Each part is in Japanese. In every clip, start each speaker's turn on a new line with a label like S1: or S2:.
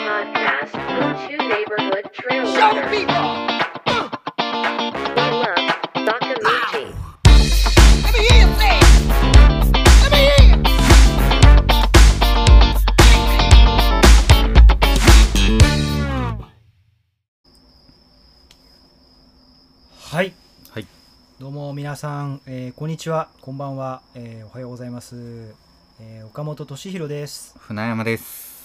S1: West Hill 2 neighborhood trail
S2: Show
S1: runner.
S2: people!
S1: One love, Sakaguchi.
S2: Let me hear you say it! Let me hear you!
S3: はい
S4: はい
S3: どうも皆さん、えーこんにちはこんばんは、えーおはようございます、えー岡本俊弘です
S4: 船山です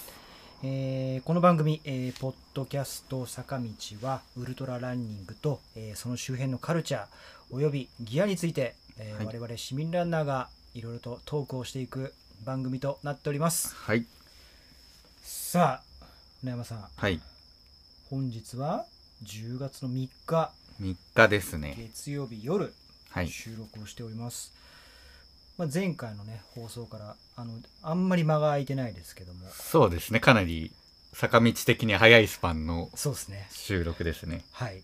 S3: えーこの番組、えーポッドキャスト坂道はウルトラランニングと、えーその周辺のカルチャーおよびギアについて、えー
S4: はい
S3: 我々市民ランナーがいろいろとトークをしていく番組となっております
S4: はい
S3: さあ船山さん
S4: はい
S3: 本日は10月の3日
S4: 3日ですね
S3: 月曜日夜
S4: はい
S3: 収録をしております、まあ、前回のね放送からあのあんまり間が空いてないですけども
S4: そうですねかなり坂道的に早いスパンの
S3: そうですね
S4: 収録ですね
S3: はい。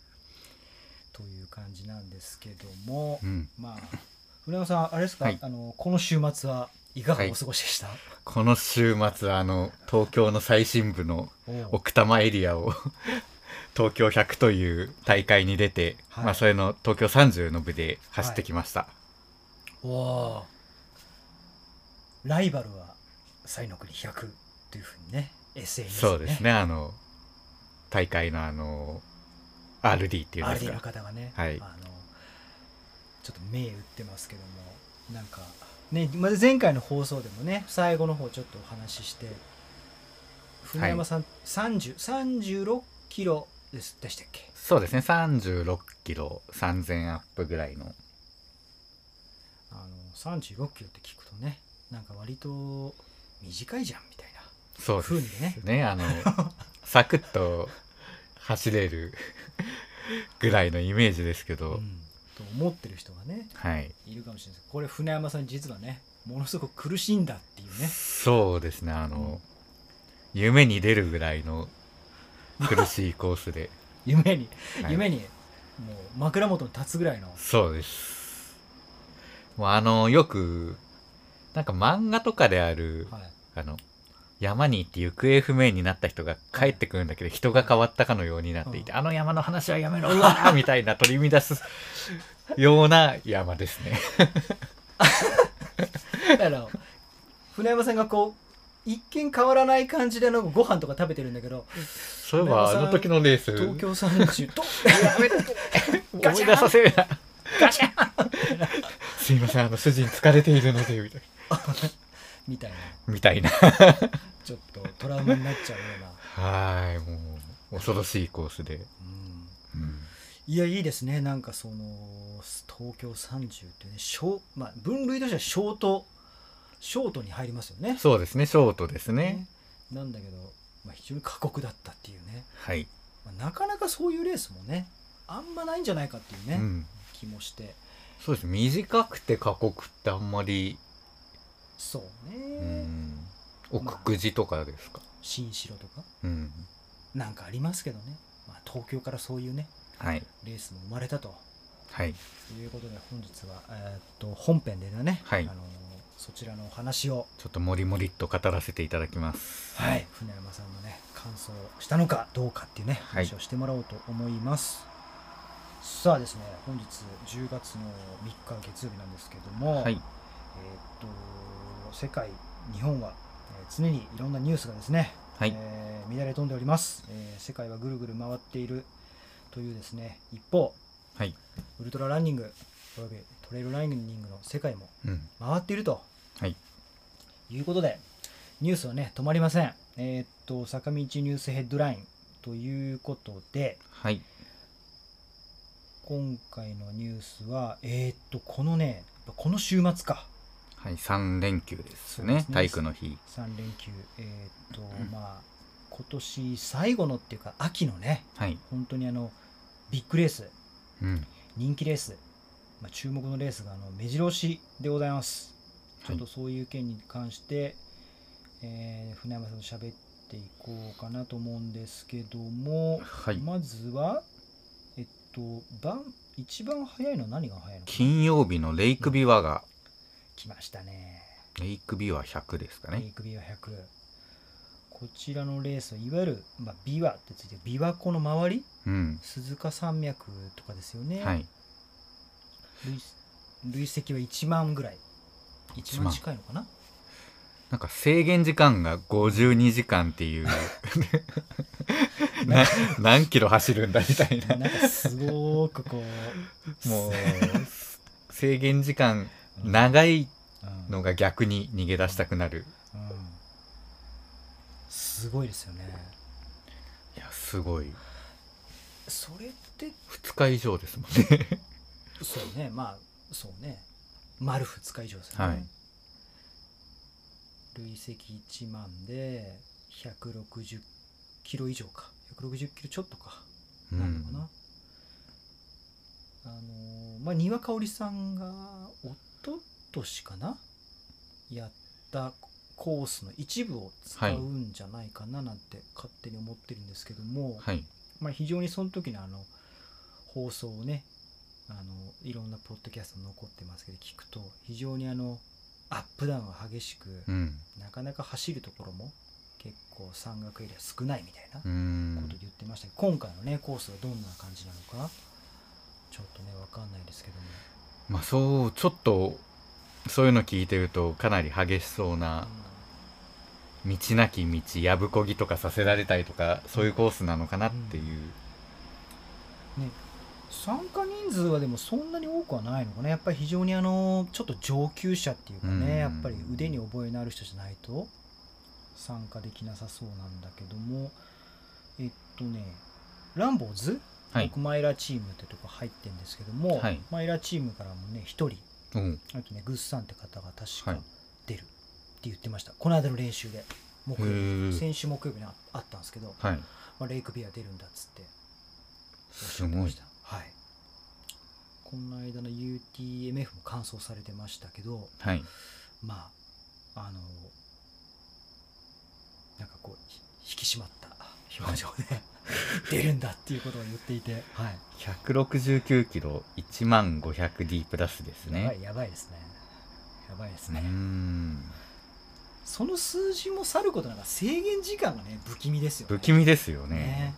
S3: という感じなんですけども、
S4: うん
S3: まあ、船山さん、あれですか、
S4: はい
S3: あのこの週末はいかがお過ごしでした、
S4: この週末あの東京の最深部の
S3: おう
S4: 奥多摩エリアを 東京100という大会に出て、
S3: はい
S4: まあそれの東京30の部で走ってきました、
S3: おうライバルは西の国100というふうにね、SNS ね
S4: そうですねあの大会のあの RD っていうんです
S3: RD の
S4: か
S3: 方がね、
S4: はい
S3: あのちょっと目打ってますけども、なんか、ね、まず前回の放送でもね、最後の方ちょっとお話しして、船山さん、30 36キロですでしたっけ
S4: そうですね36キロ3000アップぐらいの
S3: あの36キロって聞くとねなんか割と短いじゃんみたいな
S4: そう
S3: 風
S4: で
S3: に
S4: す
S3: ね
S4: ね あのサクッと走れるぐらいのイメージですけど、
S3: うんと思ってる人がね
S4: はい
S3: いるかもしれないですけどこれ船山さん実はねものすごく苦しいんだっていうね
S4: そうですねあの、夢に出るぐらいの苦しいコース で、
S3: 夢に、
S4: はい
S3: 夢にもう枕元に立つぐらいの
S4: そうですもうあのよくなんか漫画とかである、
S3: はい
S4: あの山に行って行方不明になった人が帰ってくるんだけど人が変わったかのようになっていて、あの山の話はやめろうわーみたいな取り乱すような山ですね。
S3: だから船山さんがこう一見変わらない感じでなんかご飯とか食べてるんだけど
S4: そういえばあ
S3: 船山さん
S4: の時のレース
S3: 東京30と
S4: 思
S3: ガ
S4: い
S3: チャン
S4: 出させるな。すいませんあの主人疲れているのでみたい
S3: みたいな
S4: なみたいな。
S3: ちょっとトラウマになっちゃうような、
S4: はーいもう恐ろしいコースで。
S3: うん、
S4: うん
S3: いやいいですねなんかその東京30っていうねショーまあ、分類としてはショートショートに入りますよね
S4: そうですねショートですね。
S3: なんだけど、まあ、非常に過酷だったっていうね、
S4: はい、
S3: まあなかなかそういうレースもねあんまないんじゃないかっていう
S4: う
S3: ね、
S4: ん。
S3: 気もして
S4: そうです短くて過酷ってあんまり
S3: そう
S4: う
S3: ね、
S4: ん奥久慈とかですか、
S3: 新城とか
S4: うん
S3: なんかありますけどね、まあ、東京からそういうね
S4: はい
S3: レースも生まれたと
S4: はい
S3: いうことで本日は、えーっと本編でね、
S4: はい
S3: あのそちらのお話を
S4: ちょっともりもりっと語らせていただきます
S3: はい、船山さんのね感想をしたのかどうかっていうね
S4: はい
S3: 話をしてもらおうと思います、さあですね本日10月の3日月曜日なんですけども、
S4: は
S3: えー
S4: い
S3: っと世界日本は、えー常にいろんなニュースがですね、
S4: はい
S3: えー乱れ飛んでおります、えー世界はぐるぐる回っているというですね一方
S4: はい
S3: ウルトラランニングおよびトレイルランニングの世界も
S4: うん
S3: 回っていると
S4: はい
S3: いうことで、ニュースはね、止まりません。えーっと、坂道ニュースヘッドラインということで、
S4: はい
S3: 今回のニュースは、えーっと、このね、この週末か、
S4: はい3連休です
S3: そうで
S4: ね
S3: すね
S4: 体育の日
S3: 3連休、えーっと、まあ、今年最後のっていうか、秋のね、
S4: はい
S3: 本当にあの、ビッグレース、
S4: うん
S3: 人気レース、まあ、注目のレースがあの目白押しでございます。ちょ
S4: は
S3: っ
S4: い
S3: とそういう件に関して、えー船山さんと喋っていこうかなと思うんですけども、
S4: はい
S3: まずは、えっと、番一番早いのは何が早いのか
S4: 金曜日のレイクビワが
S3: 来ましたね。
S4: レイクビワ100ですか
S3: メ
S4: ね
S3: イクビは100。こちらのレースはいわゆる、まあ、琵琶ってついてる琵琶湖の周り
S4: うん
S3: 鈴鹿山脈とかですよね、
S4: はい
S3: 累累積は1万ぐらい1
S4: 1
S3: 万
S4: 万
S3: 近いのかな
S4: なんか制限時間が52時間っていう な何キロ走るんだみたいな
S3: なんかすごくこう、
S4: もう制限時間長い
S3: うん
S4: のが逆に逃げ出したくなる
S3: うんすごいですよね
S4: いやすごい
S3: それって
S4: 2日以上ですもんね
S3: そうねまあそうね丸2日以上ですよね、
S4: はい
S3: 累積1万で160キロ以上か160キロちょっとか
S4: う
S3: なのか
S4: ん
S3: な、あのーまあ丹羽香織さんがおととしかなやったコースの一部を使うんじゃないかななんて勝手に思ってるんですけども、
S4: はい
S3: まあ、非常にその時のあの放送をねあのいろんなポッドキャスト残ってますけど聞くと非常にあのアップダウンが激しく、
S4: うん
S3: なかなか走るところも結構山岳エリア少ないみたいなこ
S4: う
S3: と
S4: ん
S3: 言ってましたけど、今回のねコースがどんな感じなのかちょっとね分かんないですけども
S4: まあそうちょっとそういうの聞いてるとかなり激しそうな道なき道やぶこぎとかさせられたりとかそういうコースなのかなっていう、
S3: 参加人数はでもそんなに多くはないのかなやっぱり非常にあのちょっと上級者っていうかね、
S4: うん
S3: やっぱり腕に覚えのある人じゃないと参加できなさそうなんだけどもえっとねランボーズ、
S4: はい
S3: 僕マイラチームってとこ入ってるんですけども、
S4: はい
S3: マイラチームからもね1人
S4: うん、
S3: あとねグッさんって方が確か
S4: はい
S3: 出るって言ってました、この間の練習で木曜
S4: へ
S3: 日
S4: え
S3: 先週木曜日にああったんですけど、
S4: はい
S3: まあ、レイクビア出るんだっつって
S4: すごい
S3: はいこの間の UTMF も完走されてましたけど
S4: はい
S3: まああのなんかこうひ引き締まった表情で 出るんだっていうことを言っていて、はい
S4: 169キロ1万 500D プラスです
S3: やば
S4: ね
S3: いやばいですねやばいです
S4: う
S3: ね、
S4: ん
S3: その数字もさることながら制限時間がね不気味ですよね
S4: 不気味ですよね
S3: ね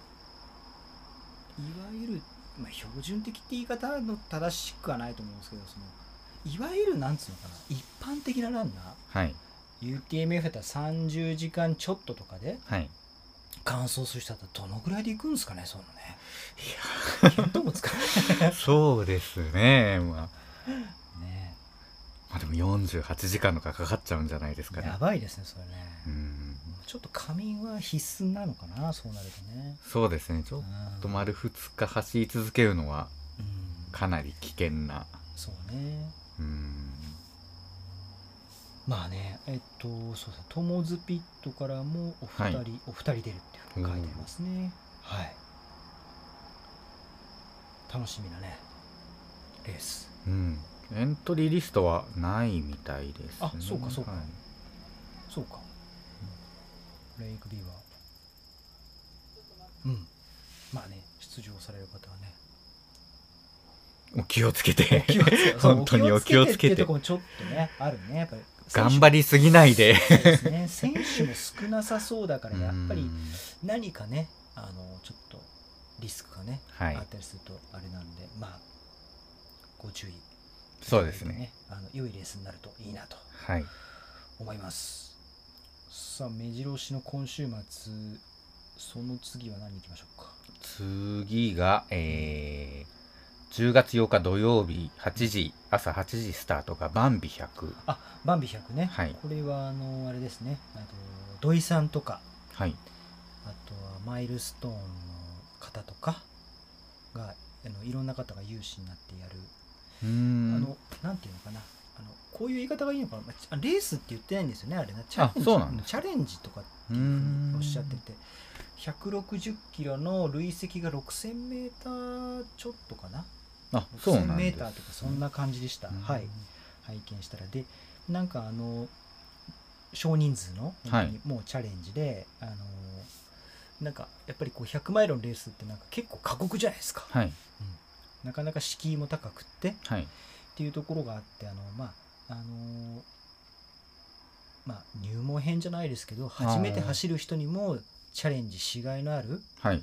S3: いわゆる、まあ、標準的って言い方の正しくはないと思うんですけどそのいわゆるなんつうのかな一般的なランナ
S4: は
S3: ー
S4: い
S3: UTMF だったら30時間ちょっととかで
S4: はい
S3: 完走する人だったらどのぐらいで行くんですかねそういうのねいや見当もつ かない
S4: そうですねまあ
S3: ね
S4: まあでも48時間とかかかっちゃうんじゃないですかね
S3: やばいですねそれね、
S4: うん
S3: ちょっと仮眠は必須なのかなそうなるとね
S4: そうですねちょっと丸2日走り続けるのは
S3: うん
S4: かなり危険な
S3: そうね
S4: うん
S3: まあねえっとそうですねトモズピットからもお二人、
S4: はい
S3: お二人出るっていうふうに書いてありますねはい楽しみなねレース
S4: うんエントリーリストはないみたいです、ね、
S3: あそうかそうか
S4: はい
S3: そうかレイクビーはうんまあね出場される方はね
S4: お気をつけて
S3: 気をつけ
S4: 本当にお気をつけ
S3: って
S4: て
S3: とこもちょっとねあるねやっぱり
S4: 頑張りすぎないで
S3: そうですね選手も少なさそうだから やっぱ
S4: う
S3: り
S4: ん
S3: 何かねあのちょっとリスクがね
S4: はい
S3: あったりするとあれなんで、まあご注意
S4: そうですね
S3: あの良いレースになるといいなと
S4: はい
S3: 思いますさあ目白押しの今週末その次は何行きましょうか
S4: 次が、えー10月8日土曜日8時朝8時スタートがバンビ100
S3: あバンビ100ね、
S4: はい
S3: これはあのあれですねあと土井さんとか
S4: はい
S3: あとはマイルストーンの方とかがあのいろんな方が有志になってやるあ
S4: うーん
S3: の、なんていうのかな。あの、こういう言い方がいいのかな、まあちあ、レースって言ってないんですよね、あれね。チャレンジ。
S4: そうなんです
S3: チャレンジとかって
S4: うー
S3: いうふうに
S4: ん
S3: おっしゃってて。160キロの累積が6000メーターちょっとかな
S4: あそうな
S3: 6000
S4: ん
S3: メ
S4: で
S3: ーターとかそんな感じでした、
S4: うん
S3: はい拝見したらでなんかあの少人数の、
S4: はい
S3: 本当にもうチャレンジであのなんかやっぱりこう100マイルのレースってなんか結構過酷じゃないですか、
S4: はい
S3: なかなか敷居も高くって
S4: はい
S3: っていうところがあってあのまああのーまあ、入門編じゃないですけど初めて走る人にもチャレンジしがいのある
S4: はい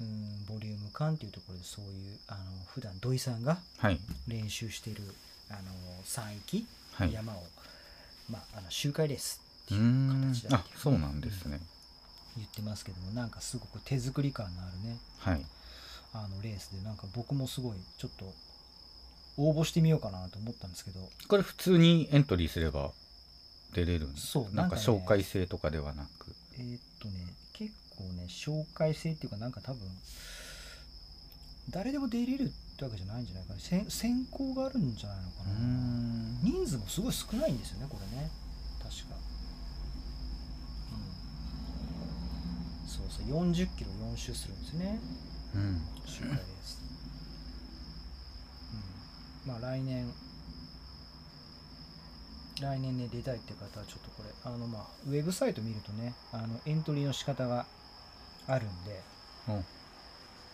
S3: うんボリューム感っていうところでそういうあの普段土井さんが
S4: はい
S3: 練習しているあの山域、
S4: はい
S3: 山を、まあ、あの周回レースって
S4: う
S3: い
S4: ー
S3: うん形だ
S4: あ
S3: っていう
S4: そうなんですね
S3: 言ってますけどもなんかすごく手作り感のあるね
S4: はい
S3: あのレースでなんか僕もすごいちょっと応募してみようかなと思ったんですけど
S4: これ普通にエントリーすれば出れるんです
S3: そう
S4: なんか
S3: ね
S4: 紹介制とかではなく
S3: えーっとね結構ね紹介制っていうかなんか多分誰でも出入れるってわけじゃないんじゃないかなせん選考があるんじゃないのか
S4: うー
S3: な、
S4: ん
S3: 人数もすごい少ないんですよねこれね確か、うん、そうそう4 0キロ4周するんですね
S4: うん
S3: 周回レース、うん、まあ来年来年ね出たいって方はちょっとこれあのまあウェブサイト見るとねあのエントリーの仕方があるんで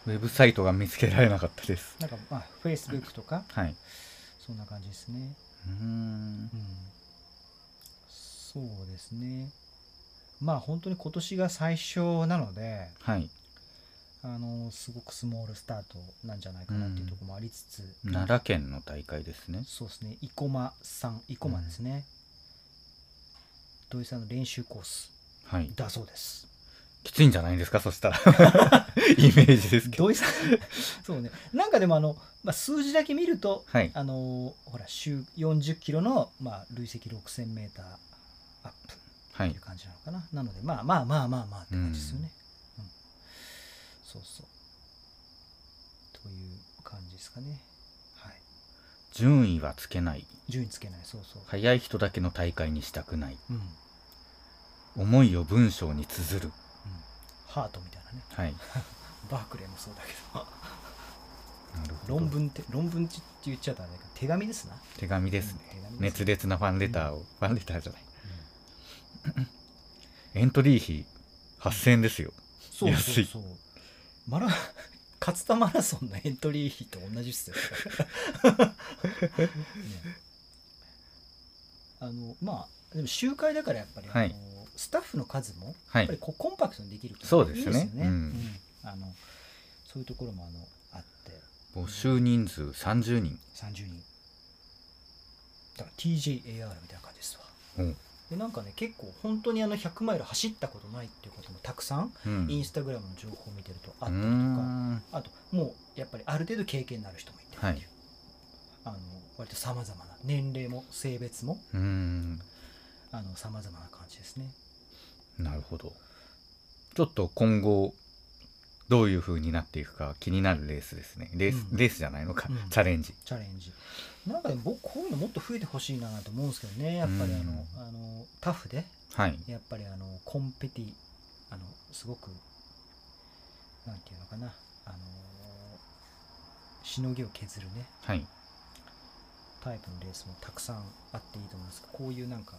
S4: ウェブサイトが見つけられなかったです
S3: なんかまあ Facebook とか
S4: はい
S3: そんな感じですね
S4: うーん
S3: うんそうですねまあ本当に今年が最初なので
S4: はい
S3: あのすごくスモールスタートなんじゃないかなっていうところもありつつ、
S4: 奈良県の大会ですね
S3: そうですね生駒さん生駒ですね、土井さんの練習コース
S4: はい
S3: だそうです
S4: きついんじゃないんですかそした らイメージですけど
S3: 土井さん そうねなんかでもあの、まあ、数字だけ見ると
S4: はい
S3: あのほら週40キロの、まあ、累積 6000m アップ
S4: は
S3: っ
S4: い
S3: ていう感じなのかな、なのでまあまあまあまあまあって感じですよね、うんそうそうという感じですかねはい
S4: 順位はつけない
S3: 順位つけないそうそう、
S4: 早い人だけの大会にしたくない
S3: うん、
S4: 思いを文章に綴る
S3: ハートみたいなね
S4: はい
S3: バークレーもそうだけど
S4: なるほど
S3: 論文って論文って言っちゃったらあれだけど手紙ですな、
S4: 手紙で
S3: う
S4: すね
S3: ん手紙です
S4: 熱烈なファンレターを、ファンレターじゃないエントリー費8000円ですよ
S3: そうそう
S4: 安い
S3: そうマラ 勝田マラソンのエントリー費と同じっすよ、 ねあのまあでも集会だからやっぱり、
S4: はい
S3: あのスタッフの数も
S4: は
S3: やっぱり
S4: い
S3: こうコンパクトにできるから
S4: そうです
S3: い
S4: ね
S3: いですよね、
S4: うん
S3: うんあのそういうところもあのあって
S4: 募集人数30人
S3: 30人だから TJAR みたいな感じですわ
S4: うん
S3: でなんかね結構本当にあの100マイル走ったことないっていうこともたくさん
S4: うん
S3: インスタグラムの情報を見てるとあ
S4: う
S3: った
S4: ー
S3: りとか
S4: ん
S3: あともうやっぱりある程度経験のある人もいてっていう、
S4: はい
S3: あの割とさまざまな年齢も性別も
S4: うーん
S3: さまざまな感じですね
S4: なるほどちょっと今後どういう風になっていくか気になるレースですねレース、
S3: うん
S4: レースじゃないのか、
S3: うん
S4: チャレンジ
S3: チャレンジなんかでも僕こういうのもっと増えてほしいなと思うんですけどねやっぱりあの,、
S4: う
S3: あのタフで
S4: はい
S3: やっぱりあのコンペティあのすごくなんていうのかなあのしのぎを削るね
S4: はい
S3: タイプのレースもたくさんあっていいと思いますがこういうなんか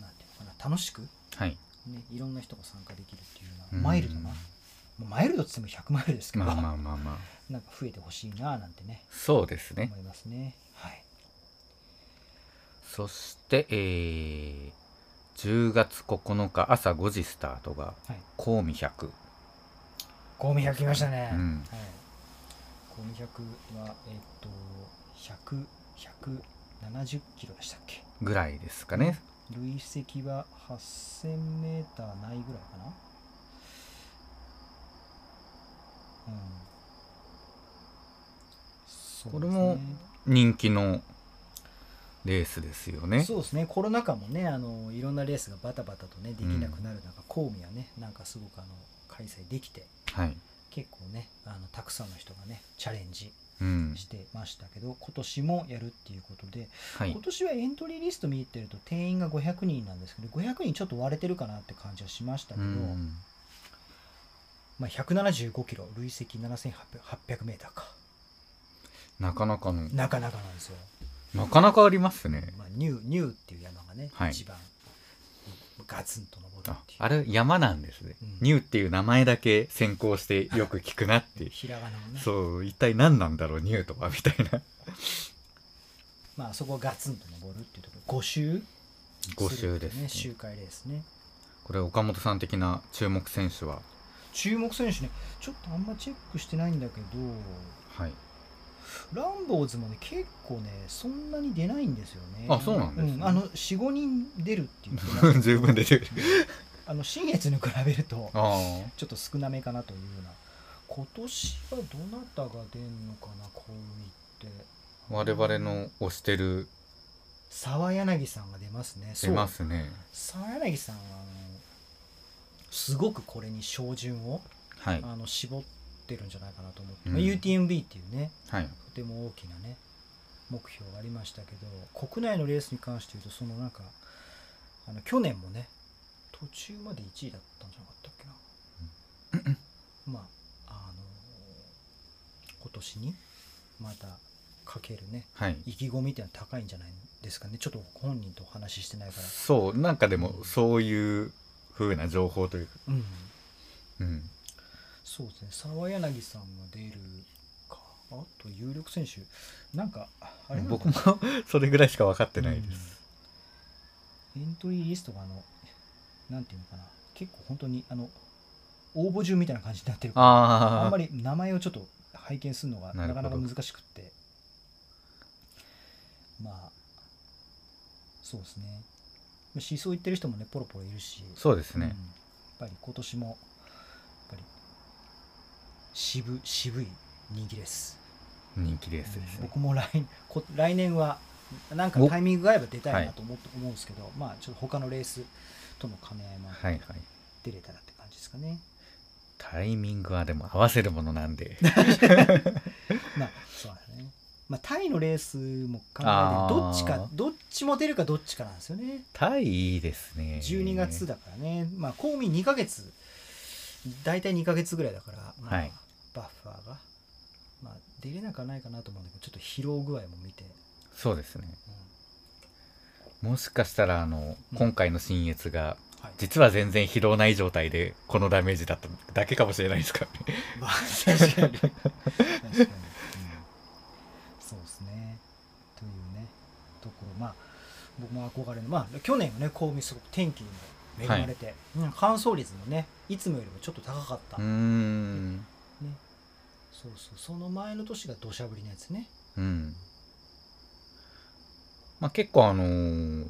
S3: なんていうのかな楽しく
S4: はい
S3: ね、いろんな人が参加できるっていうよう
S4: うん
S3: なマイルドな、もうマイルドっつっても100マイルですけど、
S4: まあまあまあまあ
S3: なんか増えてほしいななんてね
S4: そうですね
S3: 思いますねはい
S4: そして、えー10月9日朝5時スタートが
S3: はい
S4: コウミ100
S3: コウミ100来ましたね、
S4: うん
S3: はい、コウミ100はえっと100170キロでしたっけ
S4: ぐらいですかね
S3: 累積は8000メーターないぐらいかなうんそう
S4: こ
S3: で
S4: れ
S3: す
S4: も
S3: ね
S4: 人気のレースですよね
S3: そうですねコロナ禍もねあのいろんなレースがバタバタとねできなくなる中、コウ神戸はねなんかすごくあの開催できて
S4: はい、
S3: 結構ねあのたくさんの人がねチャレンジ
S4: うん
S3: してましたけど今年もやるっていうことで、
S4: はい
S3: 今、年はエントリーリスト見てると定員が500人なんですけど500人ちょっと割れてるかなって感じはしましたけ
S4: う
S3: ど、
S4: ん
S3: まあ、175キロ累積7800メーターか
S4: なかなかの
S3: なかなかなんですよ、
S4: なかなかありますね
S3: まあ、ニューニューっていう山がね、
S4: はい
S3: 一番ガツンと登るっ
S4: あ
S3: ていう
S4: あれ山なんですね、
S3: うん
S4: ニューっていう名前だけ先行してよく聞くな っていう
S3: ひらがなのね
S4: そう一体何なんだろうニューと はみたいな
S3: まあそこをガツンと登るっていうところ5周
S4: 5周ですね
S3: ね周回レースね
S4: これ岡本さん的な注目選手は
S3: 注目選手ねちょっとあんまチェックしてないんだけど
S4: はい
S3: ランボーズもね結構ねそんなに出ないんですよね
S4: あそうなんですね
S3: あの45人出るっていう
S4: 十分出てる
S3: あの新越に比べると
S4: あ
S3: ちょっと少なめかなというような今年はどなたが出んのかなこういって
S4: あ我々の推してる
S3: 沢柳さんが出ますね
S4: 出ますね
S3: そう沢柳さんはあのすごくこれに照準を
S4: はい
S3: あの絞ってるんじゃないかなと思って、
S4: うん
S3: まあ UTMB っていうね
S4: はい
S3: とても大きなね目標がありましたけど国内のレースに関して言うとそのなんかあの去年もね途中まで1位だったんじゃなかったっけな、まああの今年にまたかけるね
S4: はい
S3: 意気込みっていうのは高いんじゃないですかねちょっと本人とお話ししてないから
S4: そうなんかでもそういう風な情報というか
S3: うん
S4: うん
S3: そうですね沢柳さんが出るかあと有力選手なんかあれなんだ
S4: 僕も それぐらいしか分かってないです、
S3: エントリーリストがあの、なんていうのかな、結構本当にあの応募中みたいな感じになってるから、
S4: あ
S3: あ
S4: あ
S3: んまり名前をちょっと拝見するのが
S4: な
S3: な
S4: るほ
S3: か
S4: ど
S3: なか難しくって、まあ、そうですね、まあ思想言ってる人もね、ポロポロいるし、
S4: そうです
S3: うんや
S4: ね
S3: っ、ぱり今年も、やっぱり渋渋い人気です。
S4: 人気レースです
S3: うん
S4: ね
S3: 僕も来こ来年はなんか
S4: お
S3: タイミングが合えば出たいなと思,、思うんですけど、まあちょっと他のレースとの兼ね合いもあって
S4: はいはい
S3: 出れたらって感じですかね。
S4: タイミングはでも合わせるものな んで
S3: まあそうだね。まあタイのレースも考
S4: あ
S3: えて
S4: ー
S3: どっちかどっちも出るかどっちかなんですよね。
S4: タイいいですね
S3: 12月だからね、まあ公民2ヶ月大体2ヶ月ぐらいだから、まあ
S4: はい
S3: バッファーが、まあ、出れなくはないかなと思うんだけどちょっと疲労具合も見て、
S4: そうですね
S3: うん
S4: もしかしたらあの
S3: うん
S4: 今回の新越が
S3: はい
S4: 実は全然疲労ない状態でこのダメージだっただけかもしれないですからね
S3: まあ確かに確かに、うんそうですねというねところまあ僕も憧れのまあ去年はねこうすごく天気にも恵まれて、うん乾燥率もねいつもよりもちょっと高かった、
S4: うー
S3: ね
S4: ん
S3: そうそうその前の年が土砂降りのやつね
S4: うんまあ結構あのー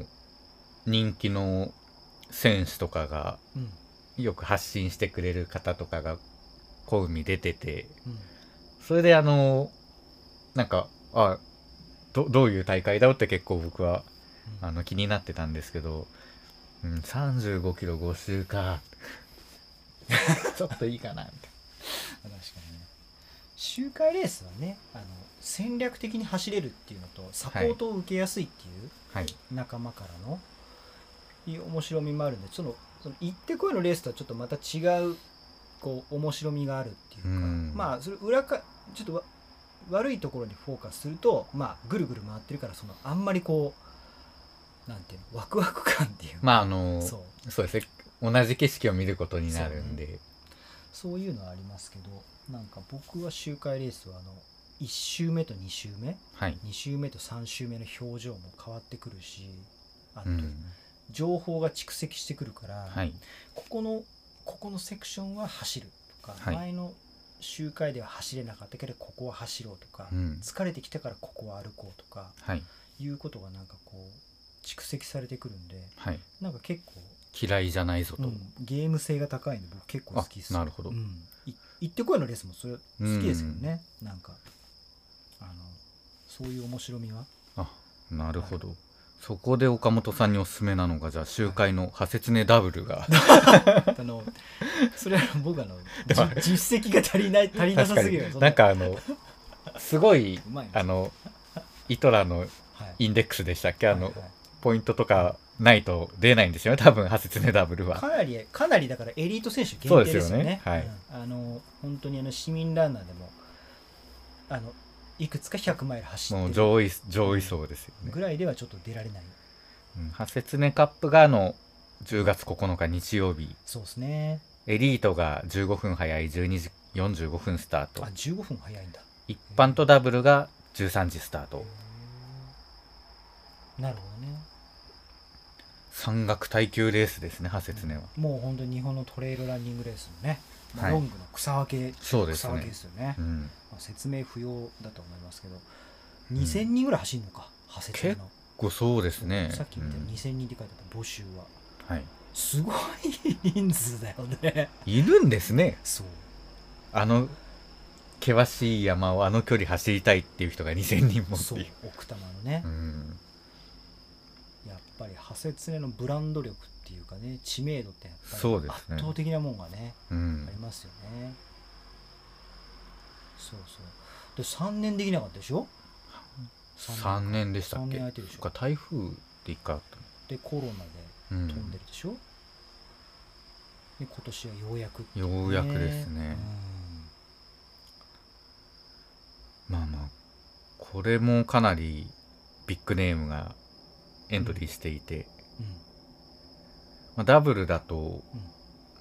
S4: 人気の選手とかが
S3: うん
S4: よく発信してくれる方とかが小海出てて
S3: うん
S4: それであのなんかあどどういう大会だろうって結構僕はあの気になってたんですけど、うん、35キロ5周 かちょっといいかなみ
S3: 確かにね周回レースはねあの戦略的に走れるっていうのとサポートを受けやすいっていう、
S4: たいなはい
S3: 仲間からのいう面白みもあるんでそのその行ってこいのレースとはちょっとまた違うこう面白みがあるっていうか、
S4: うん
S3: まあそれ裏かちょっとわ悪いところにフォーカスするとまあぐるぐる回ってるからそのあんまりこうなんていうのワクワク感っていうか、
S4: まああの
S3: そ
S4: そううですね同じ景色を見ることになるんで、
S3: そういうのはありますけどなんか僕は周回レースはあの1周目と2周目
S4: はい、
S3: 2周目と3周目の表情も変わってくるしあと
S4: うん、
S3: 情報が蓄積してくるから、
S4: はい
S3: ここのここのセクションは走るとか、
S4: はい
S3: 前の周回では走れなかったけどここは走ろうとか、
S4: うん
S3: 疲れてきたからここは歩こうとか
S4: はい
S3: いうことがなんかこう蓄積されてくるんで
S4: はい
S3: なんか結構、
S4: 嫌いじゃないぞと、
S3: うんゲーム性が高いんで僕結構好きです
S4: あなるほど
S3: うん、い行ってこいのレースもそれ好きですけどね、なんかあのそういう面白みは
S4: あなるほど、そこで岡本さんにおすすめなのがじゃあ集会の破切ねダブルが
S3: あのそれは僕あの
S4: でもあ
S3: じ 実績が足りない足りな
S4: 確
S3: さ
S4: か
S3: すぎるよ
S4: になんかあのすごい
S3: そんなうまいんです
S4: あのイトラの
S3: はい
S4: インデックスでしたっけあの、
S3: はいはい
S4: ポイントとかないと出ないんですよね多分ハセツネダブル
S3: か
S4: は
S3: なりかなりだからエリート選手限定ですよね。
S4: そうですよねはい
S3: うんあの本当にあの市民ランナーでもあのいくつか100マイル走
S4: も
S3: って
S4: う
S3: る
S4: 上位上位層ですよね
S3: ぐらいではちょっと出られない。
S4: うんハセツネカップがあの10月9日日曜日
S3: そうですね。
S4: エリートが15分早い12時45分スター
S3: あ
S4: ト
S3: 15分早いんだ。
S4: 一般とダブルが13時スタート
S3: なるほどね。
S4: 山岳耐久レースですねハセツネは、
S3: もう本当に日本のトレイルランニングレースのね、まあ
S4: はい
S3: ロングの草分け、
S4: そうです
S3: 草分け
S4: ね
S3: ですよね、
S4: うん
S3: まあ説明不要だと思いますけど2000人ぐらい走るのか、長谷川の
S4: ごそうですね
S3: さっき見た
S4: うん
S3: 2000人って書いてあった募集は
S4: はい、
S3: すごい人数だよね
S4: いるんですね
S3: そう
S4: あの険しい山をあの距離走りたいっていう人が2000人もって
S3: そう
S4: いう
S3: 奥多摩のね、
S4: うん
S3: やっぱり長谷常のブランド力っていうかね知名度ってやっぱり
S4: そうですね
S3: 圧倒的なもんがね
S4: うん
S3: ありますよねそうそうで3年できなかったでしょ
S4: 3年でしたっ
S3: 三年
S4: け
S3: 空いてるでし
S4: そ
S3: ょ
S4: っか台風で一回あっ
S3: でコロナで
S4: たの、うん
S3: 飛んでるでしょ、で今年はようやくってい
S4: ようやくですねまあまあこれもかなりビッグネームがエントリーしていて、
S3: うん、うん
S4: まあ、ダブルだと
S3: うん、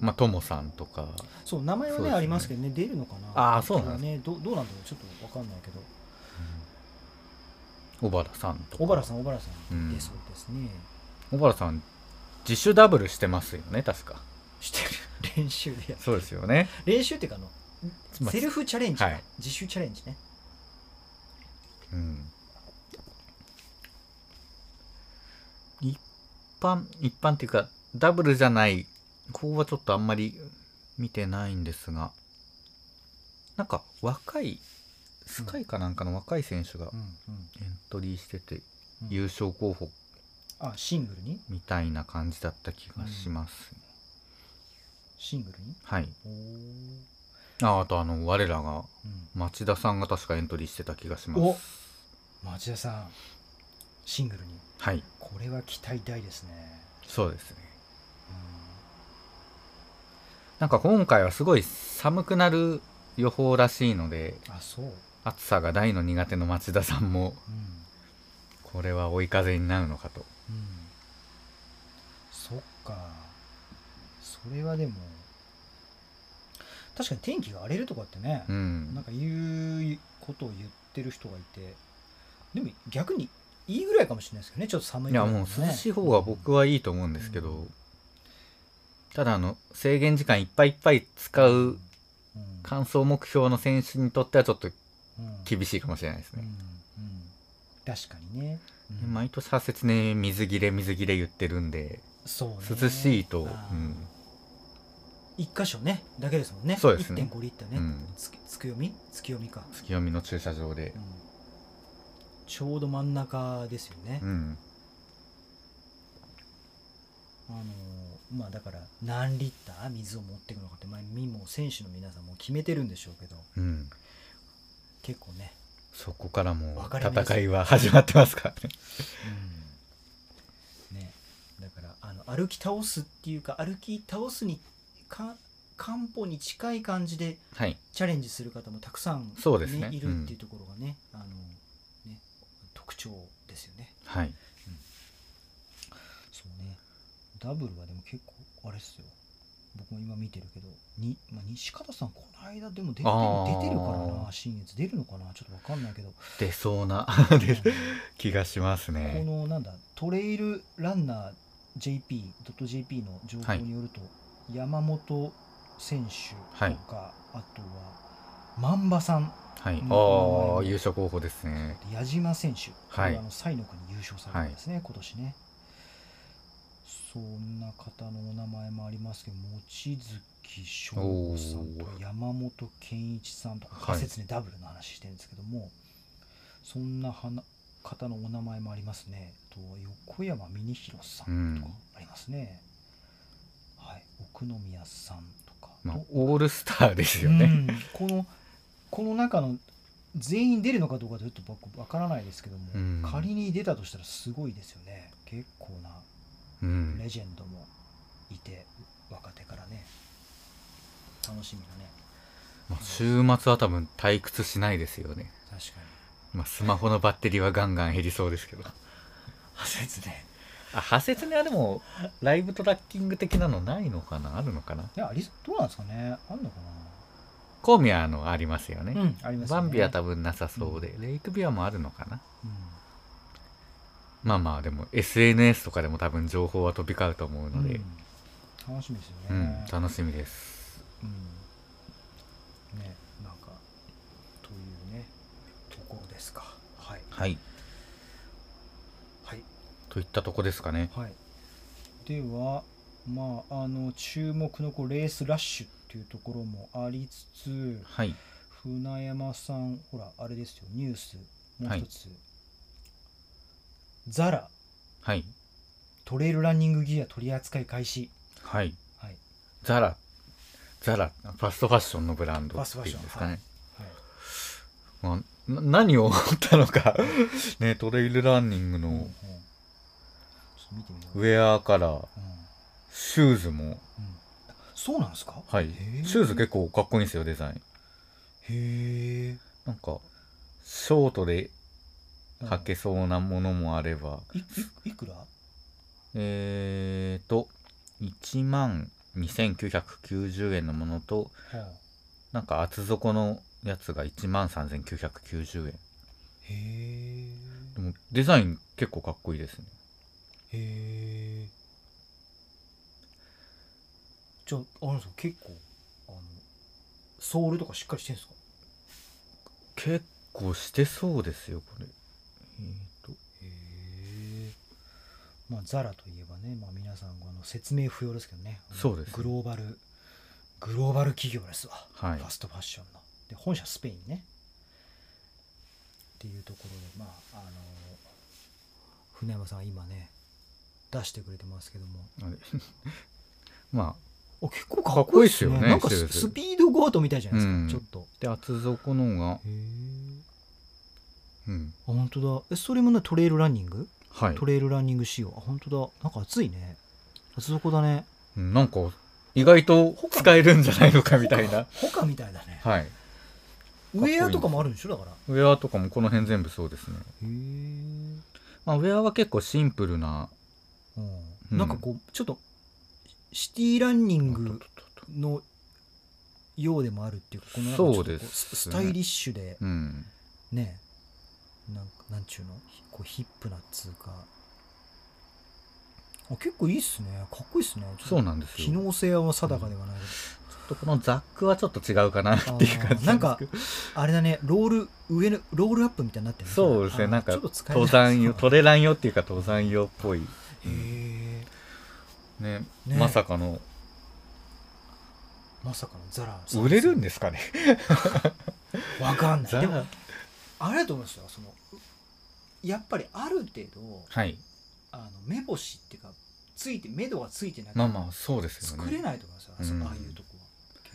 S4: まあ、トモさんとか
S3: そう名前は
S4: そう
S3: ね
S4: ですね
S3: ありますけどね出るのかな
S4: ああそうなんです
S3: ねどうどうなんだろうちょっとわかんないけど
S4: 小原さんとか
S3: 小原さん小原さん、
S4: うん
S3: 出そうですね
S4: 小原さん自主ダブルしてますよね確か
S3: してる練習でや
S4: そうですよね、
S3: 練習っていうかあの
S4: まあ
S3: セルフチャレンジか、
S4: はい
S3: 自主チャレンジね
S4: うん、一般一般っていうかダブルじゃないここはちょっとあんまり見てないんですがなんか若いスカイかなんかの若い選手が
S3: うん
S4: エントリーしてて
S3: うん
S4: 優勝候補
S3: あシングルに
S4: みたいな感じだった気がします、ね
S3: シングルに
S4: はい
S3: おー
S4: ああとあの我らが
S3: うん
S4: 町田さんが確かエントリーしてた気がしま
S3: お
S4: す
S3: 町田さんシングルに
S4: はい
S3: これは期待大ですね、
S4: そうですねなんか今回はすごい寒くなる予報らしいので
S3: うん、あそう、うん、
S4: 暑さが大の苦手の町田さんもこれは追い風になるのかと
S3: うん、そっかそれはでも確かに天気が荒れるとかってね
S4: う、
S3: なん
S4: ん
S3: かいうことを言ってる人がいてでも逆にいいぐらいかもしれないですけどねちょっと寒い
S4: い
S3: ぐら
S4: や
S3: い
S4: もう涼しい方が僕
S3: は、
S4: はいいと思うんですけど、
S3: うん
S4: ただあの制限時間いっぱいいっぱい使う
S3: うん
S4: 完走目標の選手にとってはちょっと
S3: うん
S4: 厳しいかもしれないです
S3: うんう
S4: ね、
S3: ん確かにね、うん
S4: 毎年派説ね水切れ水切れ言ってるんで
S3: そうね
S4: 涼しいと、
S3: あー
S4: うん
S3: 一箇所ねだけですもんね
S4: そうですね
S3: 1.5リッターね、
S4: うん
S3: つつくよみつくよみか、
S4: 月読みの駐車場で
S3: うん、ちょうど真ん中ですよね、
S4: うん
S3: あのーまあだから何リッター水を持っていくのかって、まあ、みもう選手の皆さんも決めてるんでしょうけど
S4: うん
S3: 結構ね、
S4: そこからも
S3: 分
S4: う
S3: かれ目です
S4: 戦いは始まってますからね。
S3: ねだからあの歩き倒すっていうか歩き倒すにか漢方に近い感じで
S4: はい。
S3: チャレンジする方もたくさん、
S4: そうですね
S3: い
S4: うん
S3: るっていうところがね,、あのね特徴ですよね。
S4: はい。
S3: そうねダブルはでも結構あれっすよ僕も今見てるけどに、まあ、西方さんこの間でも出てる
S4: あー
S3: 出てるからな新月出るのかなちょっとわかんないけど
S4: 出そうな
S3: あ
S4: で
S3: の
S4: 気がします
S3: こ
S4: ね。
S3: のなんだトレイルランナー JP.jp の情報によると、山本選手
S4: はい
S3: とか、あとは万場さん
S4: はい。
S3: の
S4: ああ、優勝候補ですね。
S3: 矢島選手、
S4: はい
S3: これあの西の国優勝されたんですね、今年ね。そんな方のお名前もありますけど、望月翔吾さんとか
S4: おー
S3: 山本健一さんとか、
S4: はい
S3: 仮説ね、ダブルの話してるんですけども、そんなはな方のお名前もありますね、あと横山峰弘さんとかありますね、はい、奥宮さんとか。
S4: まあ
S3: と、
S4: オールスターですよね。
S3: うん、このこの中の全員出るのかどうかちょっと僕わからないですけども、
S4: うん
S3: 仮に出たとしたらすごいですよね結構な
S4: うん
S3: レ。ジェンドもいて若手からね楽しみだね
S4: まあ、週末は多分退屈しないですよね。
S3: 確かに
S4: まあ、スマホのバッテリーはガンガン減りそうですけど。あ、
S3: 派説ね
S4: 派説にはでも、ライブトラッキング的なのないのかなあるのかない
S3: やありどうなんですかねあんのか
S4: 神宮のありますよね。
S3: なうんあります
S4: バンビは
S3: た
S4: 多分なさそうで、レイクビアもあるのかな
S3: うん
S4: まあまあでも SNS とかでも多分情報は飛び交うと思うので、
S3: うん、楽しみですよね、
S4: うん楽しみです
S3: うんねなんかというねところですかはい
S4: はい
S3: はい
S4: といったとこですかね
S3: はいではまああの注目のこうレースラッシュっていうところもありつつ
S4: はい
S3: 船山さんほらあれですよニュースもう一つ、ザラ
S4: はい
S3: トレイルランニングギア取り扱い開始
S4: はい
S3: はい
S4: ザラザラファストファッションのブランドっていうんですかね、
S3: はい
S4: まあ、な何を思ったのか ねトレイルランニング
S3: うんうんち
S4: の
S3: ょっと見てみよう
S4: ウェアから
S3: うん
S4: シューズも
S3: そうなんですか
S4: はい
S3: へ
S4: シューズ結構かっこいいんですよデザイン
S3: へえ
S4: なんかショートで履けそうなものもあれば、
S3: いいいくら
S4: えーと1万2990円のものとなんか厚底のやつが1万3990円
S3: へえ
S4: でもデザイン結構かっこいいですね
S3: へえじゃああれなんですか結構あのソールとかしっかりしてんですか
S4: 結構してそうですよこれえーと
S3: へえまあザラといえばね、まあ、皆さんあの説明不要ですけどねあの
S4: そうですね
S3: グローバルグローバル企業ですわ、
S4: はい
S3: ファストファッションので本社スペインねっていうところでまああの船山さんは今ね出してくれてますけども
S4: あれ ま
S3: お結構
S4: かっこいいっすよね
S3: なんか
S4: シュー
S3: ス
S4: ズ
S3: スピードゴートみたいじゃないですか、
S4: うん
S3: ちょっと
S4: あで厚底のが
S3: へえ
S4: うん
S3: あ本当だえそれもねトレイルランニング、
S4: はい
S3: トレイルランニング仕様あ本当だなんか暑いね厚底だね
S4: うんなんか意外と使えるんじゃないのかみたいな
S3: ほかみたいだね
S4: はい
S3: ウェアとかもあるんでしょだからへ
S4: ウェアとかもこの辺全部そうですね
S3: え、
S4: まあ、ウェアは結構シンプルな
S3: う、
S4: うんん
S3: なんかこうちょっとシシティランニングのようでもあるっていうかこのなんかちょっとこ
S4: そうですね
S3: ススタイリッシュで
S4: うん
S3: ねなんかなんちゅうのひこうヒップなっつうかあ結構いいっすねかっこいいっすねちょっと
S4: そうなんですよ
S3: 機能性は定かではないけ
S4: ち ょっとこのザックはちょっと違うかなっ
S3: ど、
S4: ていう感
S3: あ
S4: じ
S3: ーなんか
S4: ですけど
S3: あれだねロール上のロールアップみたいになってる
S4: そうですね
S3: あー
S4: なんか
S3: ちょっと使えない
S4: 登山 用
S3: そう
S4: トレラン用っていうか登山用っぽい、
S3: へえ
S4: ね
S3: ね
S4: まさかの
S3: まさかのザラ
S4: 売れるんですかね
S3: わかんない
S4: ザ
S3: でも
S4: ラ
S3: あれだと思うんですよそのやっぱりある程度
S4: はい
S3: あの目星っていうかついて目処がついてない
S4: まあまあそうですよ
S3: 作れ
S4: ね
S3: ないと思いますよ、あ
S4: うん
S3: そああいうとこは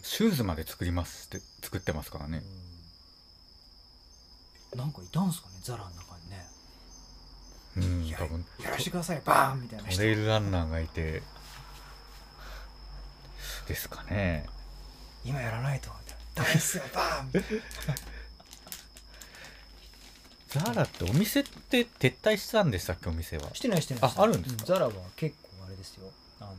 S4: シューズまで作りますって作ってますからね
S3: うんなんかいたんすかねザラの中にね
S4: うん多分
S3: やらしてくださいバーンみたいな
S4: トレイルランナーがいてですかね
S3: 今やらないとみたいなダメですよバーンみたいな
S4: ザラってお店って撤退したんでしたっけお店は
S3: してないしてない
S4: ああるんですか
S3: ザラは結構あれですよあの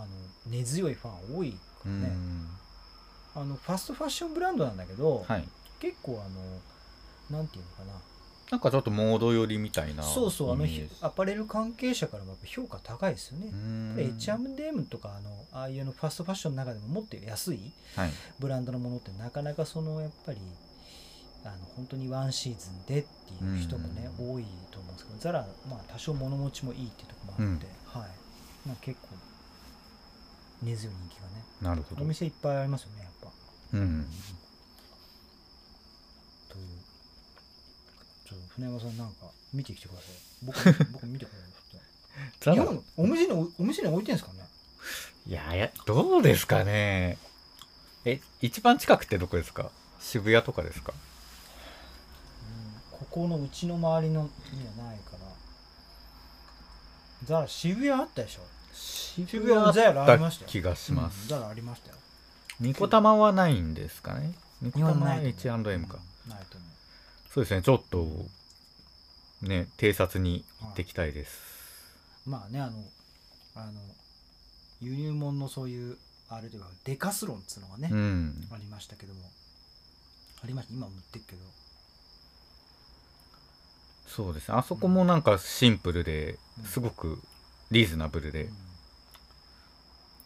S3: あの根強いファン多いか
S4: う
S3: らね、
S4: ん
S3: あのファストファッションブランドなんだけど、
S4: はい
S3: 結構あのなんていうのかな
S4: なんかちょっとモード寄りみたいな
S3: そうそうあの
S4: イメージ
S3: アパレル関係者からもやっぱ評価高いですよね
S4: う、ん
S3: H&M とかあのああいうのファストファッションの中でももっと安い
S4: はい
S3: ブランドのものってなかなかそのやっぱりあの本当にワンシーズンでっていう人もね、
S4: うん
S3: 多いと思うんですけどザラ、まあ、多少物持ちもいいっていうところもあって、はいまあ、結構根強い人気がね
S4: なるほ
S3: お
S4: ど
S3: 店いっぱいありますよねやっぱ
S4: うん
S3: というちょっと船山さんなんか見てきてください 僕僕見てくださいちょっと
S4: ザ
S3: 日
S4: ラ
S3: 本お店におお店に置いてんですかね
S4: いやいやどうですかねえ一番近くってどこですか渋谷とかですか
S3: ここのうちの周りのにはないからザラ渋谷あったでしょ
S4: 渋
S3: 谷はザラありましたよ
S4: 気がします、
S3: うんザラありましたよ
S4: ニコ玉はないんですかねニコ
S3: 日本
S4: 玉
S3: な
S4: はい
S3: と思う
S4: H&M か、
S3: うんないと思う
S4: そうですねちょっとね偵察に行ってきたいです、
S3: まあねあのあの輸入物のそういうあれというかデカスロンっつうのがね、
S4: うん
S3: ありましたけどもありました今も売ってるけど
S4: そうですねあそこもなんかシンプルで
S3: うん
S4: すごくリーズナブル
S3: う
S4: で
S3: ん、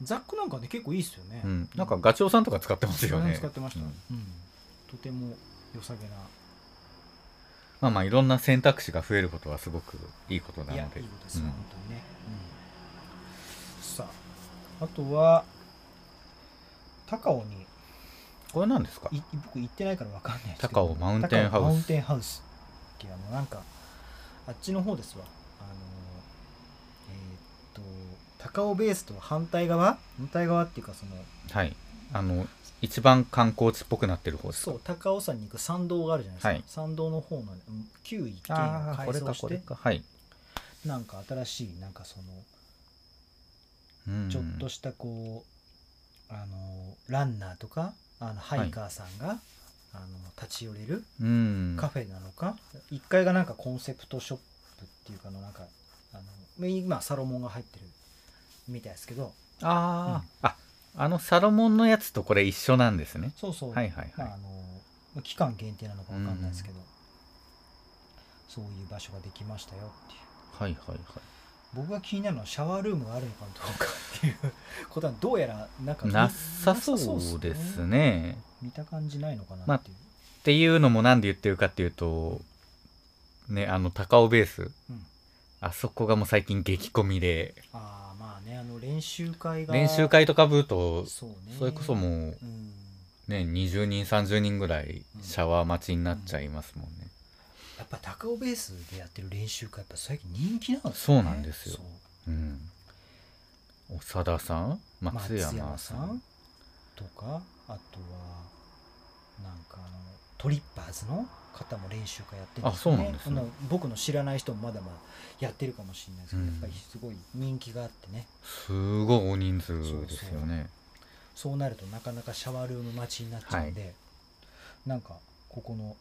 S3: ザックなんかね結構いいっすよね、
S4: うん、なんかガチョウさんとか使ってますよ
S3: この
S4: ね
S3: 辺使ってました、
S4: う
S3: うんんとても良さげな
S4: まあまあいろんな選択肢が増えることはすごくいいことない
S3: や
S4: ので
S3: いいことです、
S4: うん
S3: 本当にね、うんさああとは高尾に
S4: これなんですか
S3: い僕行ってないからわかんないですけど
S4: 高尾マウンテンハ
S3: 高尾
S4: ウス
S3: マウンテンハウスっていうあのなんかあっちの方ですわあのえーっと高尾ベースとは反対側反対側っていうかその
S4: はいあの一番観光地っぽくなってる方ですか
S3: そう高尾山に行く参道があるじゃないですか、
S4: はい
S3: 参道の方のうん旧一軒家を
S4: ああ
S3: 改
S4: これ
S3: 装
S4: か
S3: し
S4: これ
S3: て
S4: かはい、
S3: なんか新しいなんかその
S4: うん、
S3: ちょっとしたこう、あのランナーとかあのハイカーさんが、あの立ち寄れる
S4: うん
S3: カフェなのか、1階がなんかコンセプトショップっていうかのなんかあの今サロモンが入ってるみたいですけど
S4: あー、ああのサロモンのやつとこれ一緒なんですね
S3: そうそう、
S4: はいはいはい
S3: まあ、あの期間限定なのかわかんないですけど、そういう場所ができましたよっていう
S4: はいはいはい
S3: 僕が気になるのはシャワールームがあるのかどうかっていうことはどうやらなんか
S4: なさそう
S3: な
S4: で
S3: さそ
S4: す
S3: うっ
S4: ね
S3: 見た感じないのかなっていう、
S4: っていうのもなんで言ってるかっていうとねあの高尾ベース
S3: うん
S4: あそこがもう最近激混みで
S3: ああまあねあの練習会が
S4: 練習会とかぶると
S3: そうね
S4: それこそもう
S3: うん
S4: ね20人30人ぐらい
S3: うん
S4: シャワー待ちになっちゃいますもんね、
S3: やっぱ高尾ベースでやってる練習会やっぱ最近人気なんですね
S4: そうなんですよ
S3: そう
S4: うん長田さん松山さん
S3: 松山さんとかあとはなんかあのトリッパーズの方も練習会やってる
S4: あそうなんですね
S3: あの僕の知らない人もまだまだやってるかもしれないですけど、
S4: うん
S3: やっぱりすごい人気があってね
S4: すごい大人数ですよね
S3: そうなるとなかなかシャワールーム待ちになっちゃうんで、なんかここの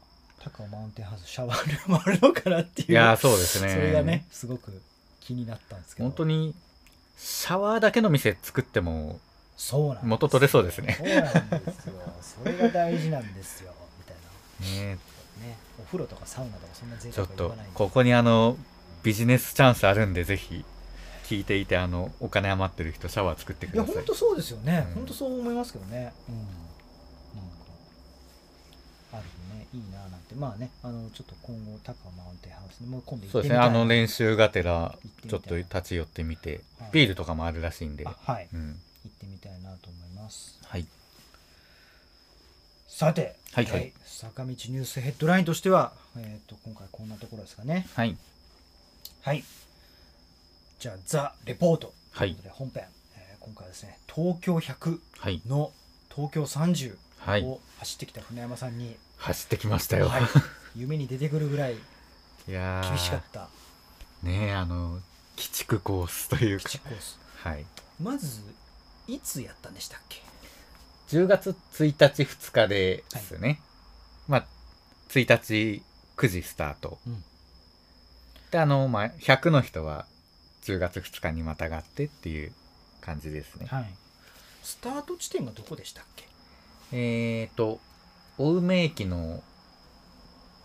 S3: 高尾マウンテンハウスシャワールームあるのかなっていう
S4: いやーそうですね
S3: それがねすごく気になったんですけど
S4: 本当にシャワーだけの店作っても
S3: そうなんですよ
S4: 元取れそうですね
S3: そうなんですよそれが大事なんですよみたい
S4: ね
S3: なねお風呂とかサウナとかそんな贅
S4: ちょ
S3: 沢
S4: っ
S3: は言
S4: と
S3: わないんで
S4: ここにあのビジネスチャンスあるんでぜひ聞いていてあのお金余ってる人シャワー作ってく
S3: いや
S4: ださい
S3: 本当そうですよね、
S4: うん
S3: 本当そう思いますけどねうんなんかあるよねいいななんてまあねあのちょっと今後高尾マウンテンハウスにもう今度行
S4: そう
S3: って
S4: で
S3: み
S4: す
S3: た
S4: ね
S3: いな
S4: あの練習がて
S3: 行
S4: ら
S3: ってみ
S4: ち
S3: た
S4: ょ
S3: い
S4: っ
S3: な
S4: と立ち寄ってみて
S3: はい
S4: ビールとかもあるらしいんで、
S3: あはい
S4: うん、
S3: 行ってみたいなと思います
S4: はい
S3: さて、
S4: はいはい
S3: 坂道ニュースヘッドラインとしては、えー、と今回こんなところですかね
S4: はい
S3: はいじゃあ「ザ・レポート」
S4: は
S3: と
S4: い
S3: いうことで本編、えー今回はですね東京100
S4: はい
S3: の東京30
S4: はい
S3: を走ってきた船山さんに、
S4: 走ってきましたよ、
S3: はい夢に出てくるぐらい
S4: い、やー
S3: 厳しかった
S4: ねえあの鬼畜コースという
S3: ピ
S4: か
S3: チコース
S4: はい
S3: まずいつやったんでしたっけ
S4: 10月1日2日ですね、まあ1日9時スタート、
S3: うん
S4: であの、まあ、100の人は10月2日にまたがってっていう感じですね、
S3: はいスタート地点がどこでしたっけ
S4: えっ、と青梅駅の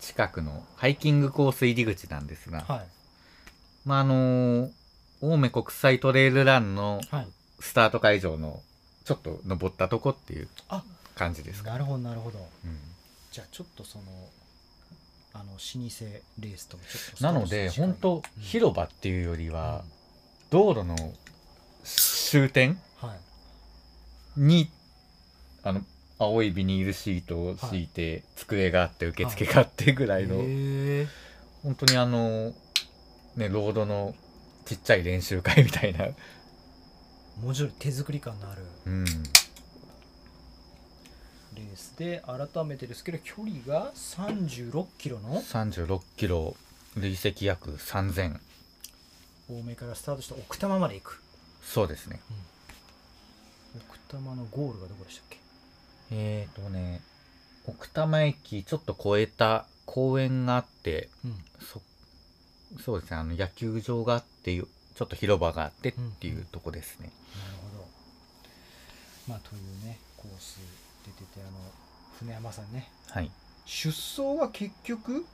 S4: 近くのハイキングコース入り口なんですが、
S3: はい
S4: まああのー青梅国際トレイルランの
S3: はい
S4: スタート会場のちょっと登ったとこっていう
S3: あ
S4: 感じですか、
S3: なるほどなるほど
S4: うん
S3: じゃあちょっとそのあの老舗レースともちょっとスタ
S4: な
S3: ート
S4: ので
S3: 近い
S4: 本当
S3: うん
S4: 広場っていうよりは、
S3: うん
S4: 道路の終点
S3: はい
S4: にあの青いビニールシートを敷いて、机があって受付があってぐらいの、
S3: へえ
S4: 本当にあのねロードのちっちゃい練習会みたいな、
S3: もうちょい手作り感のある
S4: うん、
S3: レースで改めてですけど距離が36キロの
S4: 36キロ累積約3000
S3: 青梅からスタートして奥多摩まで行く
S4: そうですね
S3: 奥多摩のゴールがどこでしたっけ
S4: えーとね奥多摩駅ちょっと越えた公園があって
S3: うん
S4: そそうですねあの野球場があってよちょっと広場があってっていうとこですね、
S3: なるほどまあというねコース出ててあの船山さんね
S4: はい
S3: 出走は結局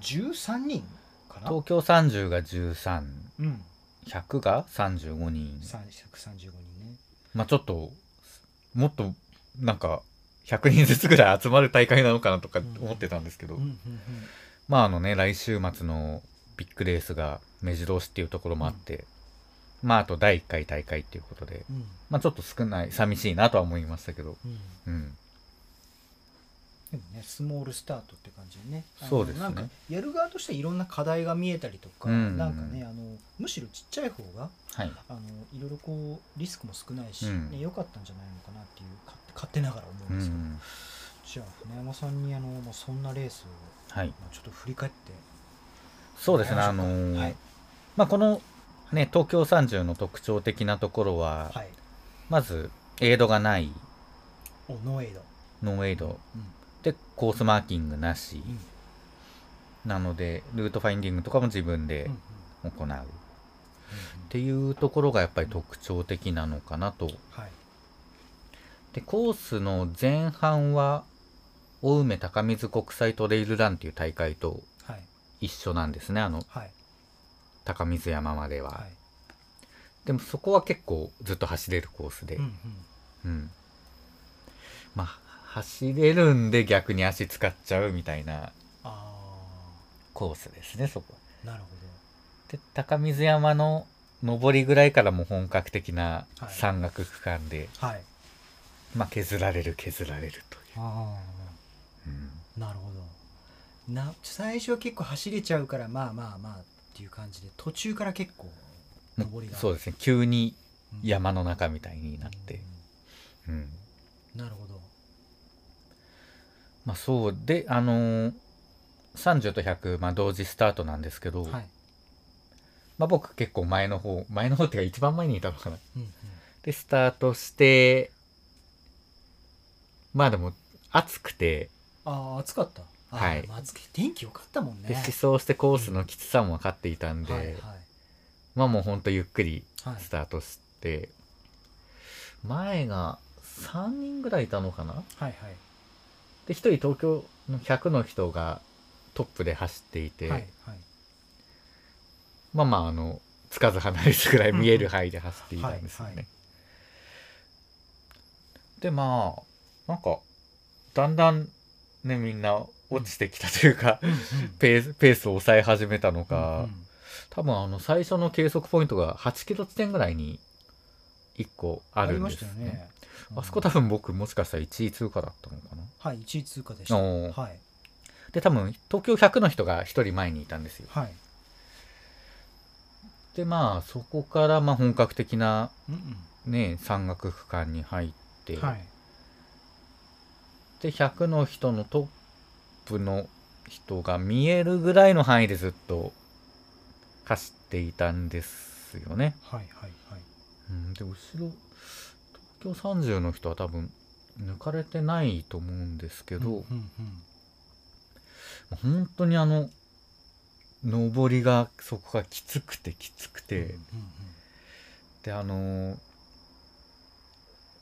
S3: 13人かな
S4: 東京30が13100
S3: うん
S4: が35人
S3: 三135人ね
S4: まあちょっともっとなんか100人ずつぐらい集まる大会なのかなとか思ってたんですけど、
S3: うんうんうん
S4: まああのね来週末のビッグレースが目白押しっていうところもあって、まああと第1回大会っていうことで
S3: うん
S4: まあちょっと少ない寂しいなとは思いましたけど
S3: うん
S4: うん
S3: でもねスモールスタートって感じでねあの
S4: そうですね
S3: なんかやる側としてはいろんな課題が見えたりとか、
S4: うん
S3: なんかねあのむしろちっちゃい方が
S4: はい
S3: あのいろいろこうリスクも少ないし、
S4: うん
S3: ね、良かったんじゃないのかなっていうか勝手ながら思う
S4: うん
S3: ですけど、
S4: ん
S3: じゃあ船山さんにあの、まあ、そんなレースを、
S4: はい
S3: まあ、ちょっと振り返って
S4: そうですね
S3: もら
S4: あ
S3: いま
S4: の
S3: しょうか
S4: ー
S3: はい
S4: まあこのね東京30の特徴的なところは、
S3: はい
S4: まずエイドがない
S3: おノエイド、
S4: ノーエイド
S3: うん
S4: でコースマーキングなし、
S3: うん
S4: なのでルートファインディングとかも自分で
S3: うんうん
S4: 行う、っていうところがやっぱり特徴的なのかなと
S3: はい
S4: でコースの前半は青梅高水国際トレイルランっていう大会と
S3: はい
S4: 一緒なんですねあの
S3: はい
S4: 高水山までは、
S3: はい
S4: でもそこは結構ずっと走れるコースで、
S3: うんうん
S4: うんまあ走れるんで逆に足使っちゃうみたいな
S3: あ
S4: コースですねそこ
S3: あ
S4: は
S3: なるほ
S4: で高水山の上りぐらいからもう本格的な
S3: はい
S4: 山岳区間で、
S3: どはい
S4: まあ削られる削られるという、
S3: あ
S4: うん
S3: あなるほどな最初は結構走れちゃうからまあまあまあっていう感じで途中から結構
S4: も
S3: 上
S4: う
S3: りが
S4: そうですね急に
S3: うん
S4: 山の中みたいになって、うん
S3: うんなるほど
S4: まあそうであのー30と100、まあ、同時スタートなんですけど、
S3: はい
S4: まあ、僕結構前の方前の方っていうか一番前にいたのかな
S3: うんうん
S4: でスタートしてまあでも暑くて
S3: ああ暑かったあー
S4: はい
S3: まあ暑くて天気良かったもんね
S4: で思想してコースのきつさも分かっていたんで、
S3: はいはい
S4: まあもうほんとゆっくり
S3: はい
S4: スタートして、前が3人ぐらいいたのかな
S3: はい
S4: で1人東京の100の人がトップで走っていて、
S3: はいはい
S4: まあまああのつかず離れずぐらい見える範囲で走っていたんですよね。
S3: はいはい
S4: でまあなんかだんだんねみんな落ちてきたというか、ペースペースを抑え始めたのか、
S3: うん
S4: 多分あの最初の計測ポイントが8キロ地点ぐらいに1個あるんですね
S3: ありましたよね
S4: あそこ多分僕もしかしたら1位通過だったのかな
S3: はい1位通過でした
S4: おー
S3: はい
S4: で多分東京100の人が1人前にいたんですよ
S3: はい
S4: でまあそこからまあ本格的な
S3: うん
S4: ね山岳区間に入って、
S3: うんはい
S4: で100の人のトップの人が見えるぐらいの範囲でずっと走っていたんですよね、
S3: はいはいはい
S4: うん、で後ろ東京30の人は多分抜かれてないと思うんですけど、
S3: うんうんうん
S4: 本当にあの上りがそこがきつくてきつくて、
S3: うんうんうん
S4: であのー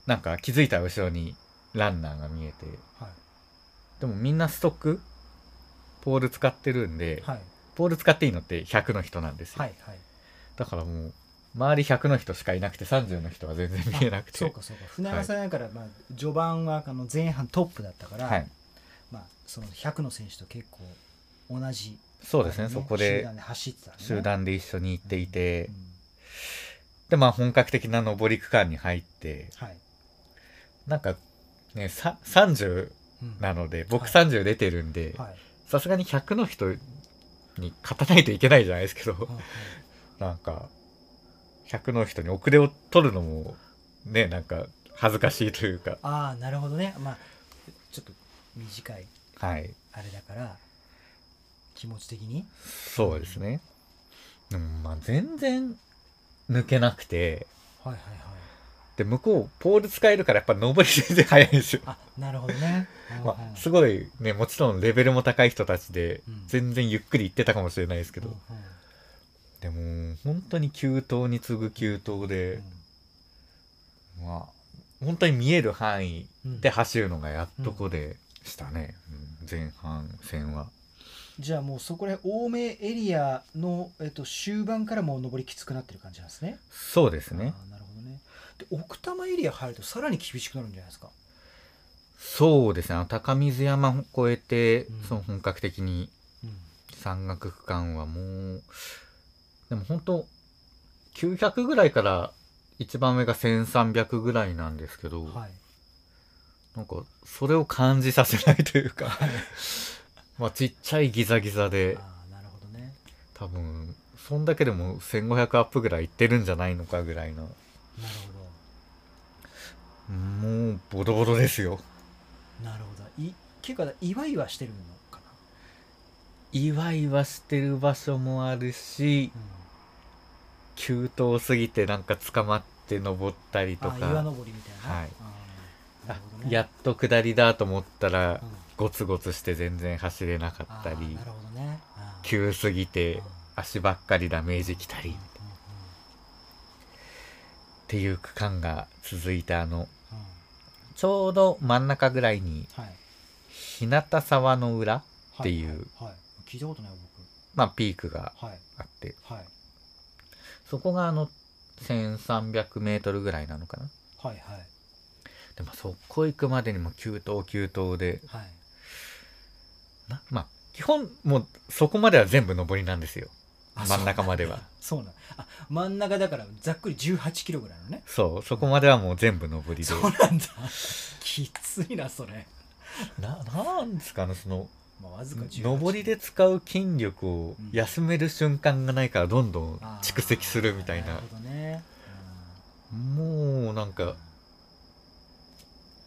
S4: なんか気づいたら後ろにランナーが見えて
S3: はい
S4: でもみんなストックポール使ってるんで、
S3: はい
S4: ポール使っていいのって100の人なんですよ、
S3: はいはい
S4: だからもう周り100の人しかいなくて30の人は全然 見えなくて
S3: そうかそうか船山さんだから、まあ、序盤はあの前半トップだったから、
S4: はい、
S3: まあ、その100の選手と結構同じ
S4: そうですね
S3: あの
S4: そこ
S3: 集
S4: で
S3: 団で走ってた、ね、
S4: 集団で一緒に行っていて、
S3: うん
S4: でまあ本格的な上り区間に入って
S3: はい、
S4: なんかねさ30
S3: うん
S4: なので僕
S3: はい
S4: 30出てるんで
S3: はい
S4: さすがに100の人に勝たないといけないじゃないですけど
S3: うんうん
S4: なんか100の人に遅れを取るのもねなんか恥ずかしいというか
S3: ああなるほどねまあちょっと短い
S4: はい
S3: あれだから気持ち的に
S4: そうですねでもまあ全然抜けなくて
S3: はいはいはい
S4: で向こうポール使えるからやっぱ上り全然早いんですよ
S3: あなるほど ね、
S4: ま
S3: うんうん
S4: あ、すごいねもちろんレベルも高い人たちで
S3: うん
S4: 全然ゆっくり行ってたかもしれないですけど、
S3: うんうん
S4: でも本当に急騰に次ぐ急騰で、まあ本当に見える範囲で走るのがやっとこでしたね、うん前半戦は。
S3: じゃあもうそこら辺青梅エリアの、えっと、終盤からもう上りきつくなってる感じなんですね。
S4: そうですね
S3: あーなるほどね。で奥多摩エリア入るとさらに厳しくなるんじゃないですか。
S4: そうですねあの高水山を越えて、
S3: うん
S4: その本格的に
S3: うん、
S4: 山岳区間はもうでも本当900ぐらいから一番上が1300ぐらいなんですけど、
S3: はい。
S4: なんかそれを感じさせないというか まあちっちゃいギザギザで
S3: ああなるほどね。
S4: 多分そんだけでも1500アップぐらいいってるんじゃないのかぐらいの
S3: なるほ
S4: もうボロボロですよ
S3: ど。なるほど。い結構だいわいわしてるのか
S4: いわいわしてる場所もあるし
S3: な。
S4: 急登すぎてなんか捕まって登ったり
S3: う
S4: と
S3: ん、あー岩
S4: か
S3: 登りみたいな。
S4: はい
S3: あーなるほどね。
S4: やっと下りだと思った
S3: う
S4: ら
S3: ん、
S4: ゴツゴツして全然走れなか
S3: あ
S4: った
S3: ー
S4: り
S3: なるほどね。あー
S4: 急すぎて足ばっかりダメージきたりっ
S3: うんうんうん
S4: ていう区間が続いてあの
S3: うん
S4: ちょうど真ん中ぐらいに
S3: はい。
S4: 日向沢の裏
S3: は
S4: っていう
S3: はいはい聞いたことない僕
S4: まあピークが
S3: はい
S4: あって
S3: はい
S4: そこがあの1300メートルぐらいなのかな
S3: はいはい
S4: でもそこ行くまでにも急登急登で
S3: はい
S4: なまあ基本もうそこまでは全部上りなんですよ
S3: あ
S4: 真ん中までは
S3: そうなんあ真ん中だからざっくり18キロぐらいのね
S4: そうそこまではもう全部上りで
S3: そうなんだ きついなそれ
S4: ななんですかねその
S3: まあわずか18
S4: 上りで使う筋力を
S3: うん
S4: 休める瞬間がないからどんどん
S3: あー
S4: 蓄積するみたい
S3: な
S4: な
S3: るほどね
S4: もうなん
S3: うん
S4: か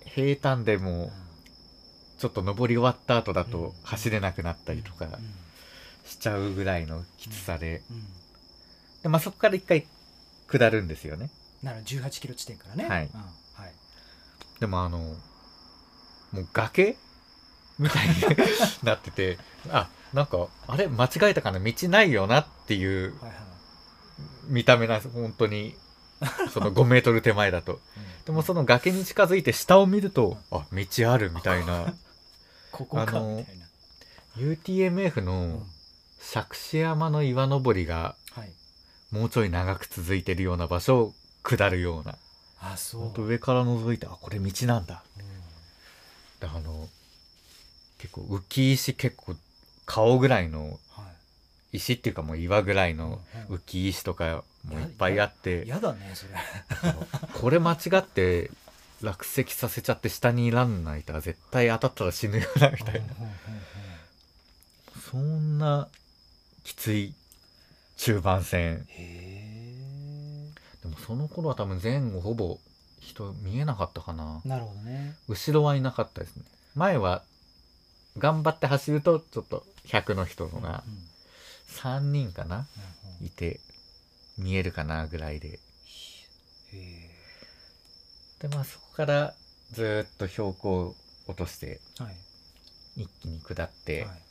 S4: 平坦でも
S3: う
S4: ちょっと上り終わった後だ
S3: うん
S4: と走れなくなった
S3: ん
S4: りとか
S3: うん
S4: しちゃうぐらいのきつさで
S3: うん
S4: で、まあ、そこから一回下るんですよね
S3: なら18キロ地点からね
S4: はい
S3: うんはい
S4: でもあのもう崖みたいになっててあなんかあれ間違えたかな道ないよなっていう
S3: はいはい
S4: 見た目なんです本当にその5メートル手前だと
S3: うん
S4: でもその崖に近づいて下を見るとあ道あるみたいな
S3: ここか
S4: あの
S3: みたいな
S4: UTMF
S3: うん
S4: の杓子山の岩登りが
S3: はい
S4: もうちょい長く続いてるような場所を下るような
S3: あそう
S4: ほんと上から覗いてあこれ道なんだ
S3: うん
S4: であの結構浮き石結構顔ぐらいの
S3: はい
S4: 石っていうかもう岩ぐらいの
S3: うん
S4: 浮き石とかもいっぱいあって
S3: やだねそ れ
S4: これ間違って落石させちゃって下にいらんないとは絶対当たったら死ぬよなみた
S3: うんうん
S4: いな
S3: うんうん
S4: そんなきつい中盤戦
S3: へ
S4: でもその頃は多分前後ほぼ人見えなかったかな
S3: えなるほどね
S4: 後ろはいなかったですね前は頑張って走るとちょっと100の人のが
S3: うん
S4: 3人かな
S3: うんうん
S4: いて見えるかなぐらいで
S3: へ
S4: でまあそこからずーっと標高を落として
S3: えはい
S4: 一気に下って、
S3: はい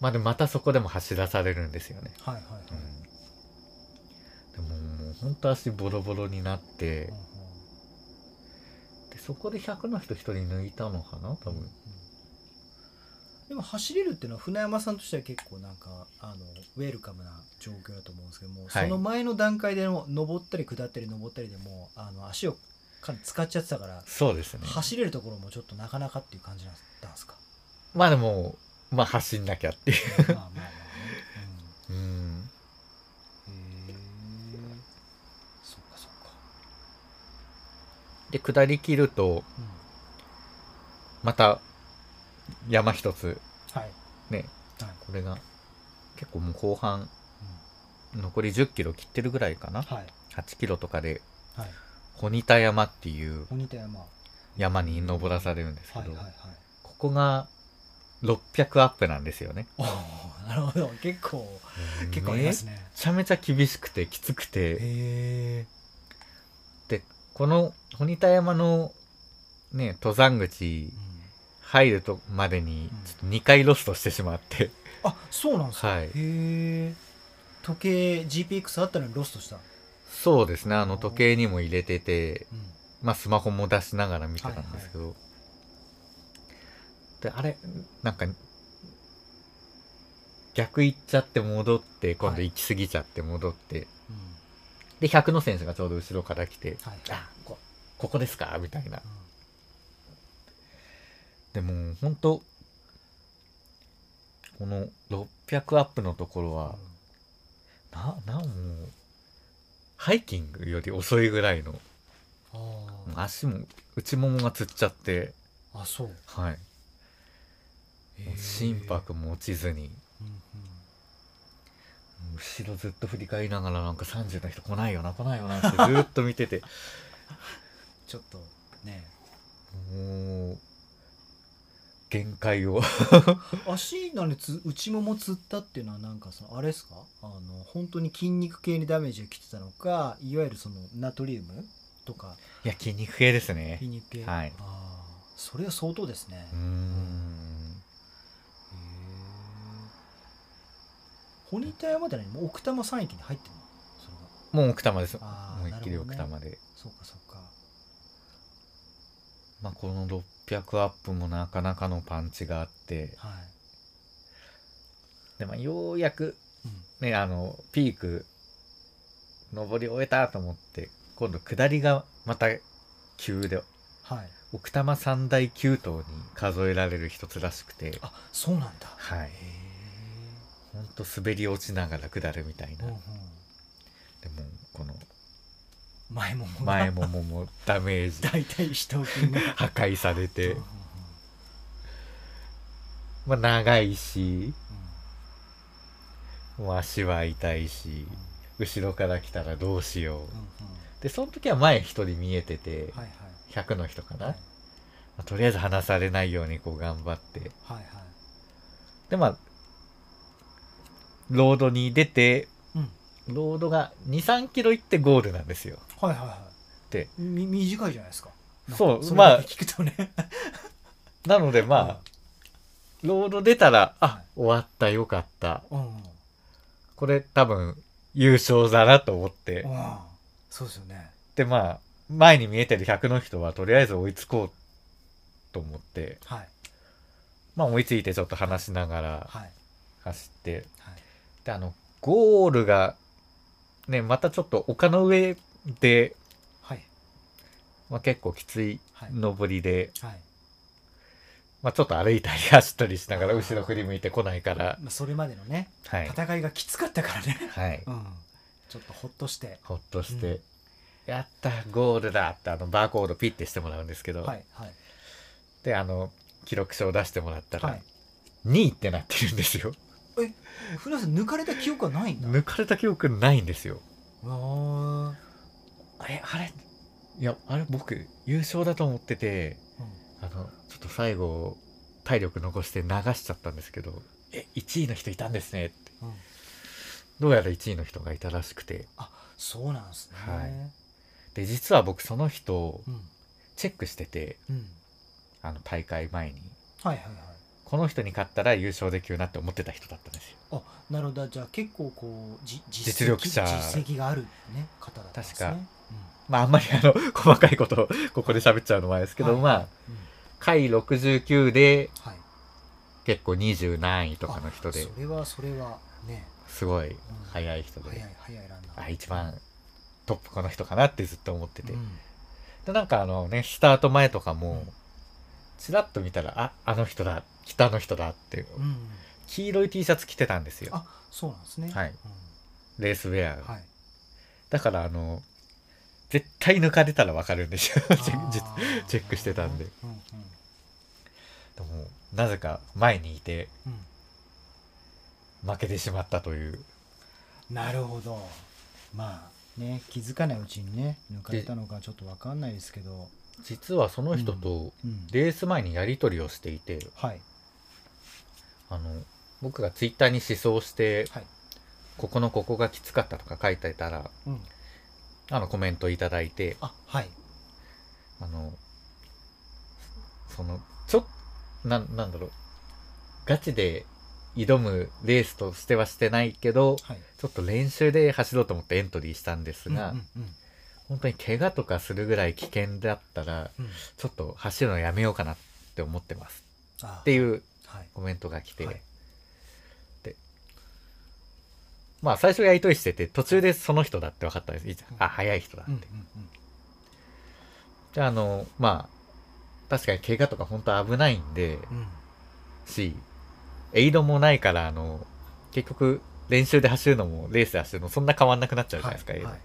S4: まあでもまたそこでも走らされるんですよね、
S3: はいはい
S4: でももうほんと足ボロボロになって
S3: うんうん
S4: でそこで100の人1人抜いたのかな多分
S3: でも走れるっていうのは船山さんとしては結構なんかあのウェルカムな状況だと思うんですけども、
S4: はい
S3: その前の段階での登ったり下ったり登ったりでもあの足をかなり使っちゃってたから、
S4: そうですね
S3: 走れるところもちょっとなかなかっていう感じだったんです か
S4: まあでもまあ走んなきゃってい
S3: まあ
S4: う
S3: まあまあね、
S4: うん
S3: うん、へえそっかそっか、
S4: で下りきると
S3: うん、
S4: また山一つ
S3: はい
S4: ね
S3: はい
S4: これが結構もう後半残り1 0キロ切ってるぐらいかな
S3: はい
S4: 8キロとかで
S3: はい
S4: 鬼田山っていう
S3: 鬼田山は
S4: 山に登らされるんですけ
S3: いはい
S4: ど、
S3: はい
S4: ここが600アップなんですよね
S3: おおなるほど結構結構ありますね
S4: めちゃめちゃ厳しくてきつくて
S3: へえ
S4: でこの鬼田山のね登山口入るとまでに
S3: うん
S4: ちょっと2回ロストしてしまって、
S3: あそうなんですか
S4: はい
S3: へえ時計 GPX あったのにロストした
S4: そうですねあの時計にも入れてて
S3: うん
S4: まあスマホも出しながら見てたんですけど、であれなんか逆行っちゃって戻って今度
S3: はい
S4: 行き過ぎちゃって戻って、
S3: うん
S4: で100の選手がちょうど後ろから来て「
S3: はい
S4: あこここですか?」みたいなでも本当この600アップのところは、ななもうハイキングより遅いぐらいのも
S3: うん
S4: う
S3: あ
S4: 足も内ももがつっちゃって
S3: ーあそう
S4: はいもう心拍も落ちずに
S3: うんうん
S4: もう後ろずっと振り返りながらなんか30の人来ないよな来ないよなってずーっと見てて
S3: ちょっとね
S4: もう限界を
S3: 足なのにつ内ももつったっていうのはなんかそのあれですかあの本当に筋肉系にダメージがきてたのかいわゆるそのナトリウムとか
S4: いや筋肉系ですね
S3: 筋肉系、
S4: はい
S3: あーそれは相当ですね、
S4: うーん
S3: 骨体はまだ何もう奥多摩3域に入ってるのそれが
S4: もう奥多摩ですも
S3: あー
S4: う一気に奥多
S3: なるほ
S4: 摩で、
S3: そうかそうか
S4: まあこの600アップもなかなかのパンチがあって
S3: はい、
S4: でまあようやく
S3: うん、
S4: ねあのピーク登り終えたと思って今度下りがまた急で
S3: はい
S4: 奥多摩三大急登に数えられる一つらしくて
S3: あそうなんだ
S4: はい
S3: へえ
S4: ほんと滑り落ちながら下るみたいな、
S3: うんうん
S4: でもこの
S3: 前ももが
S4: 前もももダメ ージ
S3: 大体人君 が
S4: 破壊され
S3: うんう
S4: て
S3: んうん、
S4: まあ、長いしもう足は痛いし後ろから来たらどうしよ
S3: うんうん
S4: うでその時は前一人見えてて
S3: はいはい
S4: 100の人かな、
S3: はい
S4: まあとりあえず離されないようにこう頑張って
S3: はいはい
S4: でまあロードに出て
S3: うん
S4: ロードが23キロ行ってゴールなんですよ
S3: はいはいはい
S4: で
S3: み短いじゃないですか
S4: そう
S3: れ
S4: まあ
S3: だけ聞くとね
S4: なのでまあロード出たら
S3: は
S4: あ
S3: い
S4: 終わったよかった
S3: うんうんうん
S4: これ多分優勝だなと思って
S3: そうですよね
S4: でまあ前に見えてる100の人はとりあえず追いつこうと思って
S3: はい
S4: まあ追いついてちょっと話しながら
S3: はい
S4: 走って
S3: はい
S4: であのゴールがねまたちょっと丘の上で、
S3: はい
S4: まあ、結構きつい
S3: はい
S4: 上りで、
S3: はい
S4: まあ、ちょっと歩いたり走ったりしながら後ろ振り向いてこないから
S3: まあそれまでのね
S4: はい、
S3: 戦いがきつかったからね
S4: はい、
S3: うんちょっとほっとして
S4: ほっとして、
S3: うん
S4: やったゴールだってあのバーコードピッてしてもらうんですけど、
S3: はいはい
S4: であの記録書を出してもらったら、
S3: はい
S4: 2位ってなってるんですよ
S3: 古田さん抜かれた記憶はないんだ
S4: 抜かれた記憶ないんですよ
S3: あ
S4: あれあれいやあれ僕優勝だと思っててあのちょっと最後体力残して流しちゃったんですけど「え1位の人いたんですね」って
S3: うん
S4: どうやら1位の人がいたらしくて
S3: そうなんですね
S4: はいで実は僕その人を
S3: うん
S4: チェックしてて
S3: うん
S4: あの大会前に
S3: はいはいはい
S4: この人に勝ったら優勝できるなって思ってた人だったんですよ
S3: あなるほどじゃあ結構こうじ
S4: 実力者
S3: 実績がある、ね、方だったんです、ね、
S4: 確まああんまりあの細かいことをここで喋っちゃうのもあれですけど、
S3: はい
S4: まあ
S3: うん、うん
S4: 回69で
S3: はい
S4: 結構20何位とかの人で
S3: あそれはそれはね
S4: すごい速い人
S3: 早
S4: で
S3: い早いランナー
S4: あ一番トップこの人かなってずっと思ってて、
S3: うん
S4: でなんかあのねスタート前とかも
S3: うん
S4: ちらっと見たらああの人だ北の人だって
S3: うん、
S4: 黄色い T シャツ着てたんですよ
S3: あそうなんですね
S4: はい、
S3: う
S4: レースウェア
S3: ん
S4: が、
S3: はい、
S4: だからあの絶対抜かれたらわかるんですよ チェック 実
S3: あー
S4: チェックしてたんでで
S3: うんうん
S4: もなぜか前にいて
S3: うん
S4: 負けてしまったという
S3: なるほどまあね気づかないうちにね抜かれたのかちょっとわかんないですけど、
S4: 実はその人と
S3: うん、
S4: レース前にやり取りをしていて
S3: はい
S4: あの僕がツイッターに思想して、
S3: はい
S4: ここのここがきつかったとか書いてたら
S3: うん
S4: あのコメントいただいて
S3: あはい
S4: あの、その、ちょなん、なんだろう、ガチで挑むレースとしてはしてないけど、
S3: はい
S4: ちょっと練習で走ろうと思ってエントリーしたんですが、
S3: うんうん
S4: 本当に怪我とかするぐらい危険だったら、
S3: うんうん
S4: ちょっと走るのやめようかなって思ってます。
S3: あ
S4: っていう
S3: はい
S4: コメントが来て、
S3: はい
S4: で、まあ最初やりとりしてて途中でその人だって分かったんですいつあ早い人だって、
S3: うんうん
S4: じゃああのまあ確かに怪我とか本当危ないんで
S3: うんうん
S4: しエイドもないからあの結局練習で走るのもレースで走るのもそんな変わんなくなっちゃうじゃないですか、エイド
S3: はい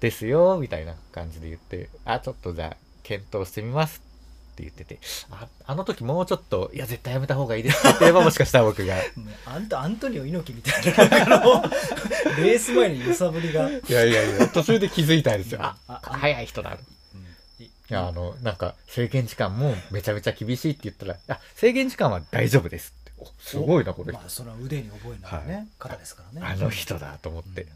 S4: ですよみたいな感じで言ってあちょっとじゃあ検討してみますって言っててああの時もうちょっといや絶対やめた方がいいですって言ってればもしかしたら僕がい
S3: もうあんたアントニオ猪木みたいなあのレース前に揺さぶりが、うん
S4: やいやいや途中で気づいたんですよあ
S3: ああ
S4: 早い人だ
S3: い
S4: いやあのなんか制限時間もめちゃめちゃ厳しいって言ったら「あ制限時間は大丈夫です」っておすごいなこれ、
S3: まあその腕に覚えないね、
S4: はい
S3: 方ですからね
S4: あの人だと思って、
S3: うん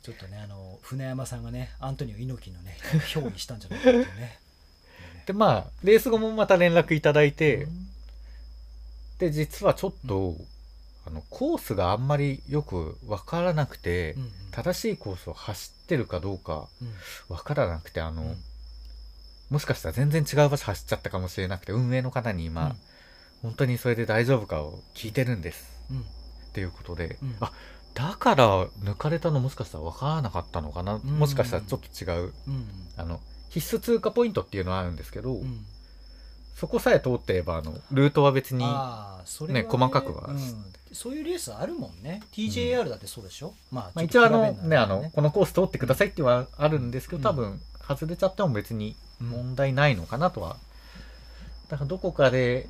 S3: ちょっとねあの船山さんがねアントニオ猪木 のね憑依したんじゃないかっていうね
S4: でまあレース後もまた連絡いただいて、
S3: うん
S4: で実はちょっと、あのコースがあんまりよく分からなくて、
S3: うんうん
S4: 正しいコースを走ってるかどうか
S3: うん
S4: 分からなくてあの、
S3: うん
S4: もしかしたら全然違う場所走っちゃったかもしれなくて運営の方に今、
S3: うん
S4: 本当にそれで大丈夫かを聞いてるんです
S3: うん
S4: っていうことで、
S3: うん
S4: あだから抜かれたのもしかしたら分からなかったのか
S3: ん
S4: な、もしかしたらちょっと違う
S3: うん
S4: あの必須通過ポイントっていうのはあるんですけど、
S3: うん
S4: そこさえ通っていればあのルートは別に
S3: ああそれは
S4: ね細かくは
S3: うんそういうレースあるもんね TJR だってそうでしょ、ま
S4: ま
S3: ち
S4: あ、一
S3: ょ
S4: 応
S3: っ
S4: あ
S3: と比べ
S4: の
S3: るなら
S4: ねあのこのコース通ってくださいってはあるんですけど
S3: うん
S4: 多分外れちゃっても別に問題ないのかなとはだからどこかで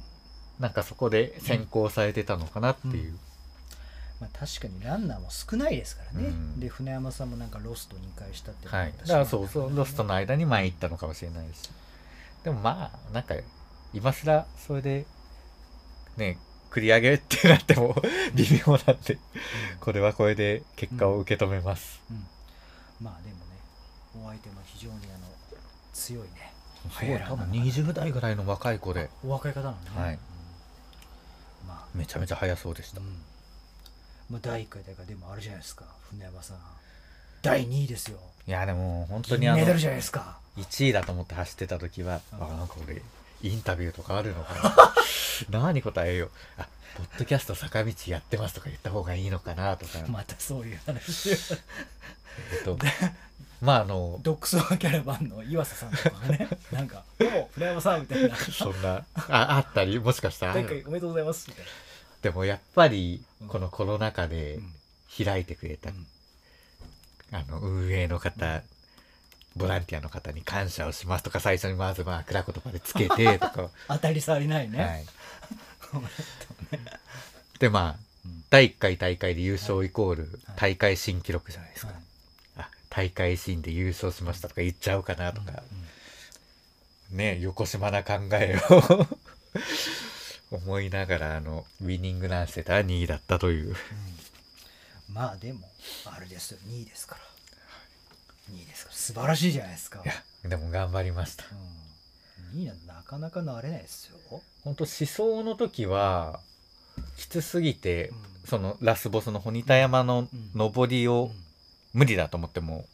S4: なんかそこで先行されてたのかなっていう、
S3: まあ、確かにランナーも少ないですからね、
S4: うん
S3: で船山さんもなんかロスト2回したって
S4: はいだからそうそうロストの
S3: い
S4: 間に前行ったのかもしれないしでもまあなんか今更それでね繰り上げってなっても微妙なんでこれはこれで結果を受け止めます、
S3: まあでもねお相手も非常にあの強いね
S4: 早い多分20代ぐらいの若い子で
S3: お若い方なのね、
S4: はい
S3: うんまあ
S4: めちゃめちゃ速そうでし
S3: う
S4: た
S3: ん、まあ、第1回だからでもあるじゃないですか船山さん第2位ですよ
S4: いやでも本当
S3: 銀
S4: に
S3: メ
S4: あの
S3: ダルじゃないですか
S4: 1位だと思って走ってた時は、
S3: うん
S4: あなんか俺インタビューとかあるのか な何答えようあポッドキャスト坂道やってますとか言った方がいいのかなとか、
S3: またそういう話
S4: えっと、 まああの
S3: ドックスワンキャラバンの岩佐さんとかが ねなんか「おう船山さん」みたいな
S4: そんなああったりもしかしたら
S3: 「
S4: ある
S3: 第1回おめでとうございます」みたい
S4: でもやっぱり
S3: うん
S4: このコロナ禍
S3: な、
S4: で
S3: うん
S4: 開いてくれた、
S3: うん
S4: あの運営の方、ボランティアの方に感謝をしますとか最初にまずまあ暗い言葉でつけてと か
S3: 当たり障りないね、
S4: はい、 でまあ、
S3: うん
S4: 第1回大会で優勝イコール
S3: はい
S4: 大会新記録じゃないですか、
S3: はい
S4: あ大会新で優勝しましたとか言っちゃうかなとか、ね横島な考えを 思いながらあのウィニングランしてたら2位だったという
S3: うんまあでもあれですよ2位ですから2位ですから素晴らしいじゃないですか、
S4: いやでも頑張りました
S3: うん、2位なんてなかなかなれないですよ、
S4: 本当思想の時はきつすぎて、
S3: うん
S4: そのラスボスの鬼田山の上りを、
S3: うん
S4: 無理だと思っても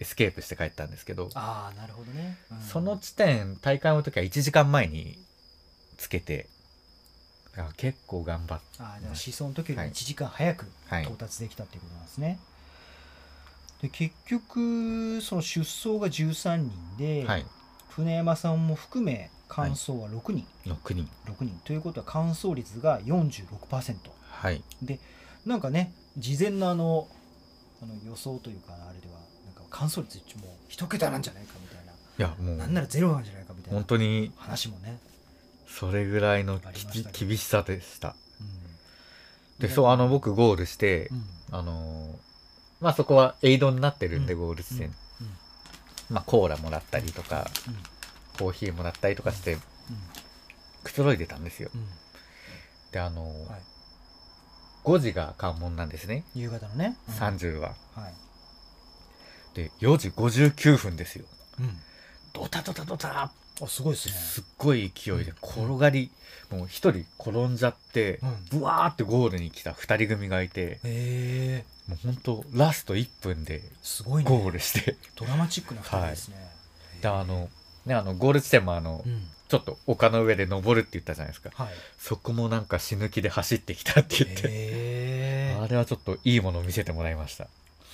S4: うエスケープして帰ったんですけど
S3: ああなるほどね、うん
S4: その地点大会の時は1時間前につけてあ結構頑張っ
S3: ああだから思想の時より1時間早く
S4: はい
S3: 到達できたっていうことなんですね、で結局その出走が13人で、
S4: はい
S3: 船山さんも含め完走は6人、
S4: 6人
S3: 6人ということは完走率が46%
S4: はい
S3: なんかね事前のあのあの予想というかあれではなんか完走率もう一桁なんじゃないかみたいな、
S4: いやもう
S3: なんならゼロなんじゃないかみたいな
S4: 本当に
S3: 話もね、
S4: それぐらいの
S3: ありま
S4: き
S3: した
S4: ち
S3: けど
S4: 厳しさでした
S3: うん
S4: でそうあの、僕ゴールして、
S3: うん
S4: あのーまあそこはエイドになってるんで、
S3: うん
S4: ゴール地点、
S3: うんうん
S4: まあコーラもらったりとか
S3: うん
S4: コーヒーもらったりとかしてくつろいでたんですよ
S3: うん
S4: であの
S3: う
S4: ー
S3: んはい、
S4: 5時が関門なんですね
S3: 夕方のね、うん
S4: 30は、
S3: はい
S4: で4時59分ですよ
S3: うん、
S4: ドタドタドタ
S3: あすごいですね
S4: すっごい勢いで転がりもう一人転んじゃって
S3: う
S4: ブワーってゴールに来た2人組がいて
S3: へえ
S4: もうほんとラスト1分です
S3: ごい
S4: ゴー
S3: ね
S4: ルして
S3: ドラマチックな2人ですね、
S4: であのねあのゴール地点もあの
S3: うん
S4: ちょっと丘の上で 登るって言ったじゃないですか
S3: はい
S4: そこもなんか死ぬ気で走ってきたって言って
S3: へえ
S4: あれはちょっといいものを見せてもらいました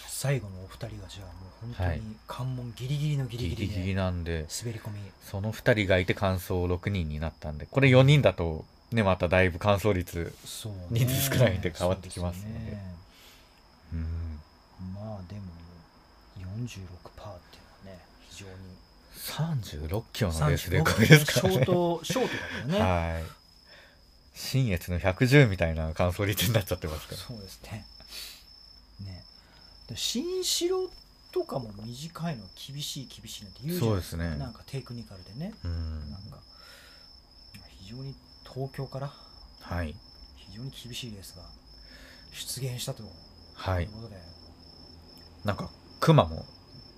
S3: 最後のお二人がじゃあもう本
S4: は
S3: 当
S4: い
S3: に関門ギリギリのギリギ
S4: ギ
S3: リ
S4: リ
S3: で
S4: ギリなんで
S3: 滑り込み
S4: その2人がいて感想6人になったんでこれ4人だとねまただいぶ感想率
S3: そうね
S4: 人数少ないんで変わってきますので
S3: そうすね
S4: うん
S3: まあでも46%っていうのはね非常に
S4: 36キロのレースで
S3: 36
S4: これですから
S3: ショー
S4: ね
S3: トショートだからね、
S4: はい新越の110みたいな感想率になっちゃってますから
S3: そうですねねで新城とかも短いのは厳しい厳しいなんて言うじゃないですか
S4: そうですね
S3: なんかテクニカルでね
S4: うん
S3: なんか非常に東京から
S4: はい
S3: 非常に厳しいレースが出現したという
S4: はい
S3: ことで、
S4: なんか熊も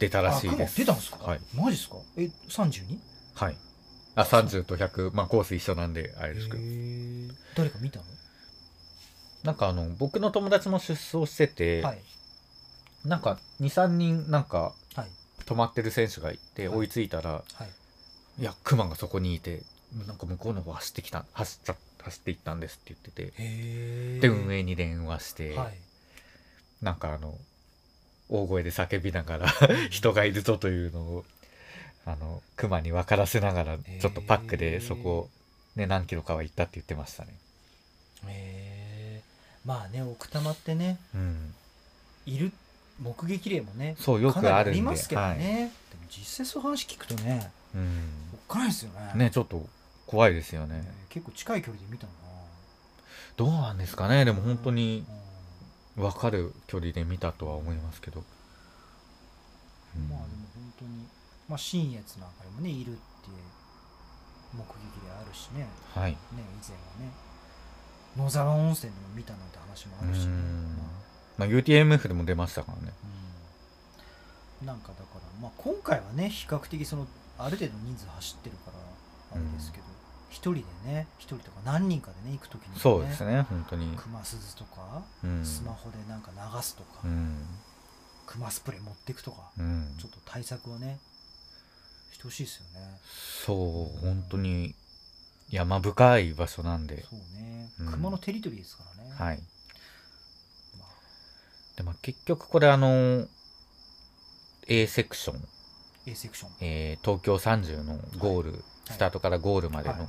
S4: 出たらしいです
S3: あ出たんですか、
S4: はい、
S3: マジですかえ 32?
S4: はい、あ30と100まあコース一緒なんであれですけ
S3: へ
S4: ど
S3: え誰か見たの、
S4: なんかあの僕の友達も出走してて、
S3: はい
S4: なんか23人なんか
S3: はい
S4: 止まってる選手がいて
S3: はい
S4: 追いついたら、
S3: はい
S4: い、やクマがそこにいてなんか向こうの方走ってきた走っちゃ走っていったんですって言ってて
S3: へえ
S4: で運営に電話して、
S3: はい
S4: なんかあの大声で叫びながら人がいるぞというのをあのクマに分からせながら
S3: へー
S4: ちょっとパックでそこ、ね、何キロかは行ったって言ってましたね。
S3: へえまあね奥多摩ってね
S4: うん、
S3: いる目撃例もね
S4: そうよく
S3: かなり
S4: あるんで
S3: りますけどね、
S4: はい
S3: でも実際そういう話聞くとね
S4: うん
S3: おっかないですよね
S4: ねちょっと怖いですよ
S3: え
S4: ね。
S3: ー結構近い距離で見たな
S4: どうなんですかねでも本当に
S3: う
S4: 分かる距離で見たとは思いますけど、うんん
S3: まあでも本当にまあ新越なんかにもねいるっていう目撃例あるしねね
S4: はい
S3: 以前はね野沢温泉でも見たなんて話もあ
S4: う
S3: るしね、
S4: ん
S3: まあ
S4: まあ UTMF でも出ましたからね
S3: うんなんかだから、まあ、今回はね比較的そのある程度人数走ってるからあれですけど一、人でね一人とか何人かでね行く時に、ね、
S4: そうですね本当に、
S3: 熊鈴とか、
S4: うん、
S3: スマホでなんか流すとか、
S4: うん、
S3: 熊スプレー持ってくとか、
S4: うん、
S3: ちょっと対策をねしてほしいですよね。
S4: そう本当に山深い場所なんで
S3: そうね、
S4: うん
S3: 熊のテリトリーですからね。
S4: はい
S3: まあ
S4: でも結局これあの A セクション、
S3: A セクション。
S4: えー東京30のゴール、スタートからゴールまでの、
S3: はい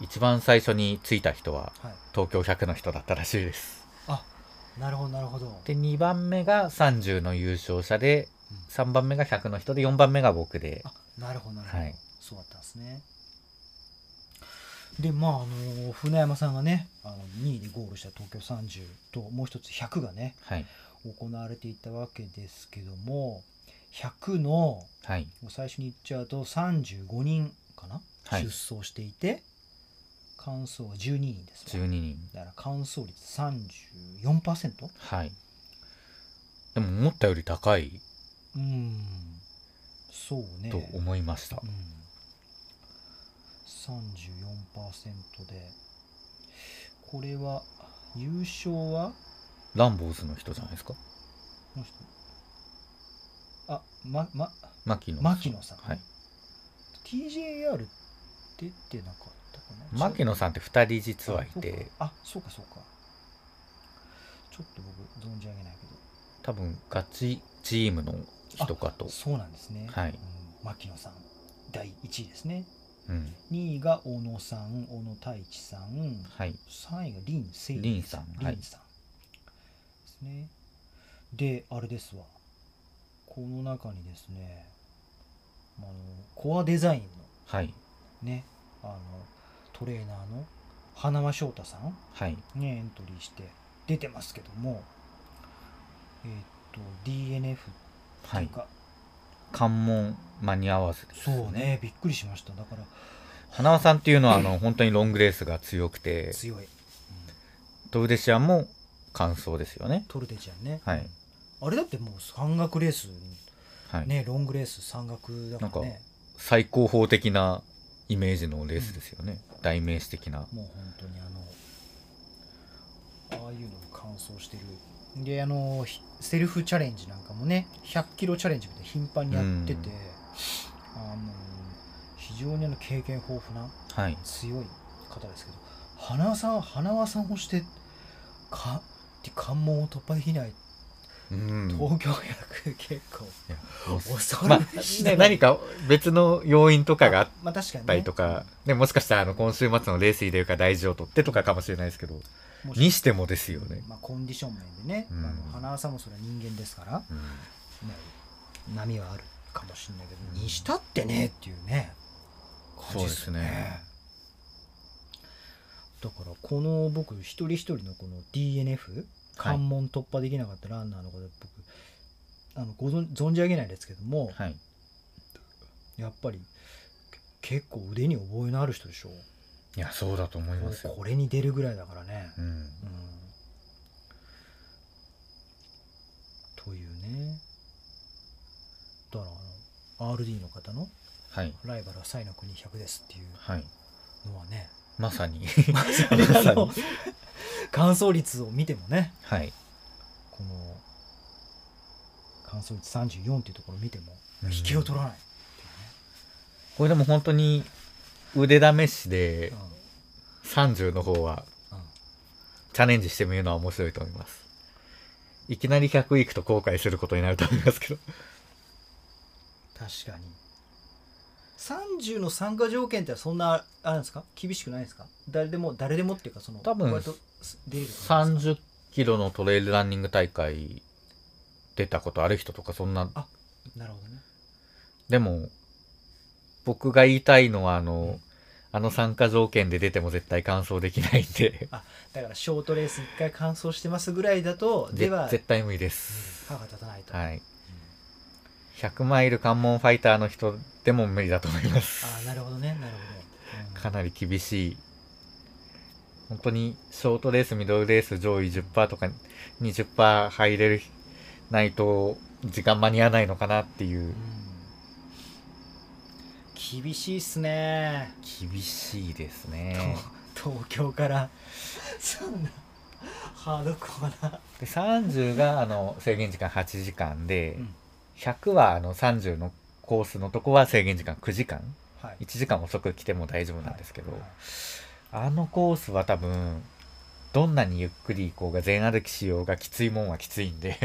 S4: 一番最初に着いた人は
S3: はい、
S4: 東京100の人だったらしいです
S3: あなるほどなるほど。
S4: で2番目が30の優勝者で
S3: うん
S4: 3番目が100の人で4番目が僕で
S3: あなるほどなるほど、
S4: はい
S3: そうだったんですねでまああの船山さんがねあの2位でゴールした東京30ともう一つ100がね
S4: はい
S3: 行われていたわけですけども100の
S4: はい
S3: 最初に言っちゃうと35人かな、
S4: はい
S3: 出走していて完走は12人ですわ
S4: 12人
S3: だから完走率34%
S4: はいでも思ったより高いう
S3: ーんそうね
S4: と思いました、
S3: 34%でこれは優勝は
S4: ランボーズの人じゃないですか
S3: この人あまま
S4: 牧野
S3: 牧野さん、
S4: はい
S3: TJR 出てなかったかな
S4: 牧野さんって2人実はいて
S3: あそうかそうかちょっと僕存じ上げないけど
S4: 多分ガチチームの人かと
S3: そうなんですね、
S4: はい
S3: うん牧野さん第1位ですね
S4: うん
S3: 2位が小野さん小野太一さん
S4: はい
S3: 3位がリン・セイ
S4: リンさんはい
S3: リンさんですね。で、あれですわ。この中にですね、あのコアデザインの
S4: はい
S3: ね、あのトレーナーの花輪翔太さん
S4: はい
S3: にエントリーして出てますけども、えーっと、DNF って
S4: は
S3: いう
S4: い
S3: か、
S4: 関門間に合わずです
S3: そうね、びっくりしました。だから
S4: 花輪さんっていうのはあの本当にロングレースが強くて
S3: 強い。
S4: トウデシアンも完走ですよね
S3: トルテちゃんね。
S4: はい
S3: あれだってもう山岳レース、
S4: はい
S3: ね、ロングレース山岳だから
S4: なん
S3: ね
S4: か。最高峰的なイメージのレースですよね、代名詞的な
S3: もう本当にあのああいうのを乾燥してるであのひセルフチャレンジなんかもね100キロチャレンジみたいな頻繁にやってて、
S4: うん
S3: あの非常にあの経験豊富な
S4: はい
S3: 強い方ですけど花輪さんは花輪さんをしてかって関門を突破できない
S4: うん
S3: 東京役結構
S4: いやもう
S3: 恐
S4: ま
S3: ろ
S4: あ
S3: しい、
S4: ね、 何か別の要因とかがあっ
S3: まあ確かに、
S4: た
S3: ね、
S4: りとか、でもしかしたらあの今週末のレース入れるか大事を取ってとかかもしれないですけど
S3: もし
S4: にしてもですよね、
S3: まあ、コンディション面でね、
S4: うん
S3: まああの花輪さんもそれは人間ですから、ね、
S4: うん
S3: 波はあるかもしれないけど、にしたってねっていうね感じですよね
S4: そうですね
S3: だからこの僕一人一人のこの DNF
S4: はい
S3: 関門突破できなかったランナーのこと僕あのご存存じ上げないですけども、
S4: はい
S3: やっぱりけ結構腕に覚えのある人でしょ
S4: いやそうだと思いますよ、
S3: これに出るぐらいだからね、
S4: うん、
S3: うんというねだからあの RD の方の
S4: はい
S3: ライバルは西の国100ですってい
S4: はい。
S3: うのはね
S4: まさ に。
S3: あ
S4: まさ
S3: の
S4: に。
S3: 乾燥率を見てもね
S4: はい。
S3: この乾燥率34っていうところを見ても
S4: うん
S3: 引けを取らない、
S4: これでも本当に腕試しで
S3: うん
S4: 30の方は
S3: うん
S4: チャレンジしてみるのは面白いと思います。いきなり100いくと後悔することになると思いますけど。
S3: 確かに30の参加条件ってそんなあれなんですか厳しくないですか誰でも誰でもっていうかその
S4: 多分
S3: 割と出れるとかなんですか
S4: 30キロのトレイルランニング大会出たことある人とかそんな
S3: あ。なるほどね
S4: でも、僕が言いたいのはあの、あの参加条件で出ても絶対完走できないんで、
S3: だからショートレース1回完走してますぐらいだと
S4: ぜ
S3: では
S4: 絶対無理です。
S3: 歯が立たないと、
S4: はい。100マイル関門ファイターの人でも無理だと思います。
S3: ああなるほどねなるほ
S4: か
S3: ど、
S4: なり厳しい。本当にショートレース、ミドルレース上位10%とか20%入れるないと時間間に合わないのかなっていう。
S3: うん厳しいっすね、
S4: 厳しいですね。
S3: と東京からそんなハードコアな
S4: で30があの制限時間8時間で、
S3: うん
S4: 100はあの30のコースのとこは制限時間9時間
S3: はい
S4: 1時間遅く来ても大丈夫なんですけど、
S3: はいはい
S4: あのコースは多分どんなにゆっくり行こうが全歩きしようがきついもんはきついんで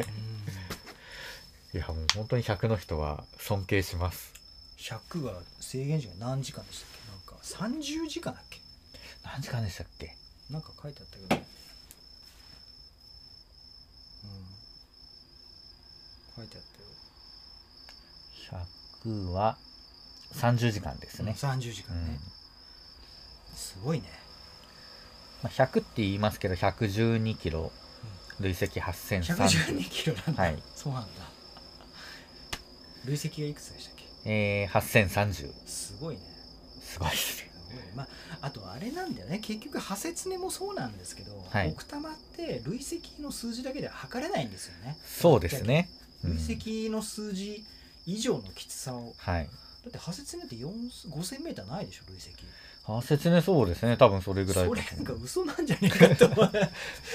S4: いやもう本当に100の人は尊敬します
S3: 100は制限時間何時間でしたっけなんか30時間だっけ
S4: 何時間でしたっけ
S3: なんか書いてあったけど、うん、書いてあったよ
S4: 100は30時間ですね、
S3: 30時間ね、すごいね
S4: まあ、100って言いますけど112キロ累積8300
S3: 112キロなんだ、
S4: はい
S3: そうなんだ累積がいくつでしたっけ
S4: えー、8030
S3: すごいね
S4: すごいですね
S3: すごいまああとあれなんだよね結局ハセツネもそうなんですけど、
S4: はい
S3: 奥多摩って累積の数字だけでは測れないんですよね
S4: そうですね、うん
S3: 累積の数字以上のきつさを
S4: はい
S3: だってハセツネって4 5000メーターないでしょ累積
S4: あ説明そうですね多分それぐらい
S3: そ
S4: だと
S3: れな
S4: 思う
S3: んか嘘なんじゃねえかと思 う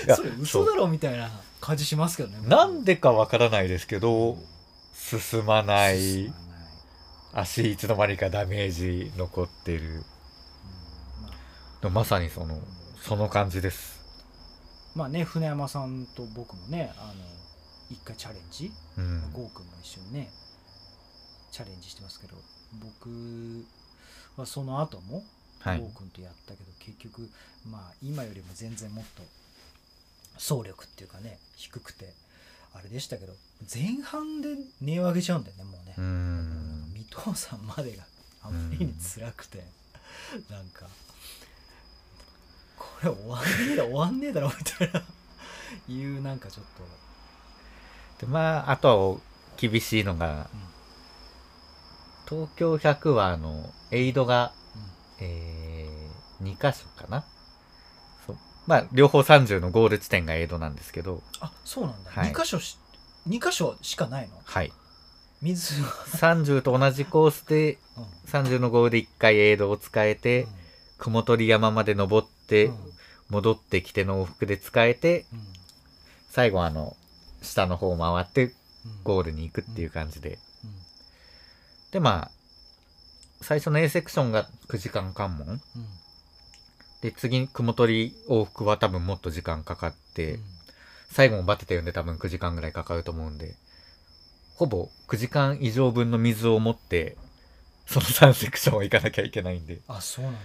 S4: や
S3: それ嘘だろみたいな感じしますけどね
S4: なんでかわからないですけど進まない
S3: 進まない
S4: 足いつの間にかダメージ残ってる
S3: うんまあ
S4: でもまさにそのその感じです
S3: まあね船山さんと僕もねあの一回チャレンジ、
S4: うん
S3: ゴー君も一緒にねチャレンジしてますけど僕はその後も
S4: はい
S3: ゴー君とやったけど、結局まあ今よりも全然もっと総力っていうかね低くてあれでしたけど前半で値を上げちゃうんだよねもうね、
S4: うん
S3: 水戸さんまでがあまりに辛くて、なんかこれ終わんねえだ終わんねえだろみたいないうなんかちょっと
S4: でまああと厳しいのが、東京100はあのエイドが、え2箇所かなそうまあ両方30のゴール地点がエイドなんですけど
S3: あそうなんだ、
S4: はい
S3: 2箇所し2箇所しかないの
S4: はい
S3: 水は、
S4: 30と同じコースで
S3: うん
S4: 30のゴールで1回エイドを使えて、雲取山まで登って、
S3: うん
S4: 戻ってきての往復で使えて
S3: うん
S4: 最後あの下の方回って
S3: うん
S4: ゴールに行くっていう感じで、
S3: うん
S4: でまあ最初の A セクションが9時間関門
S3: うん
S4: で次雲取往復は多分もっと時間かかって、
S3: うん
S4: 最後もバテてるんで多分9時間ぐらいかかると思うんで、ほぼ9時間以上分の水を持って、その3セクションは行かなきゃいけないんで、
S3: あそうなんだ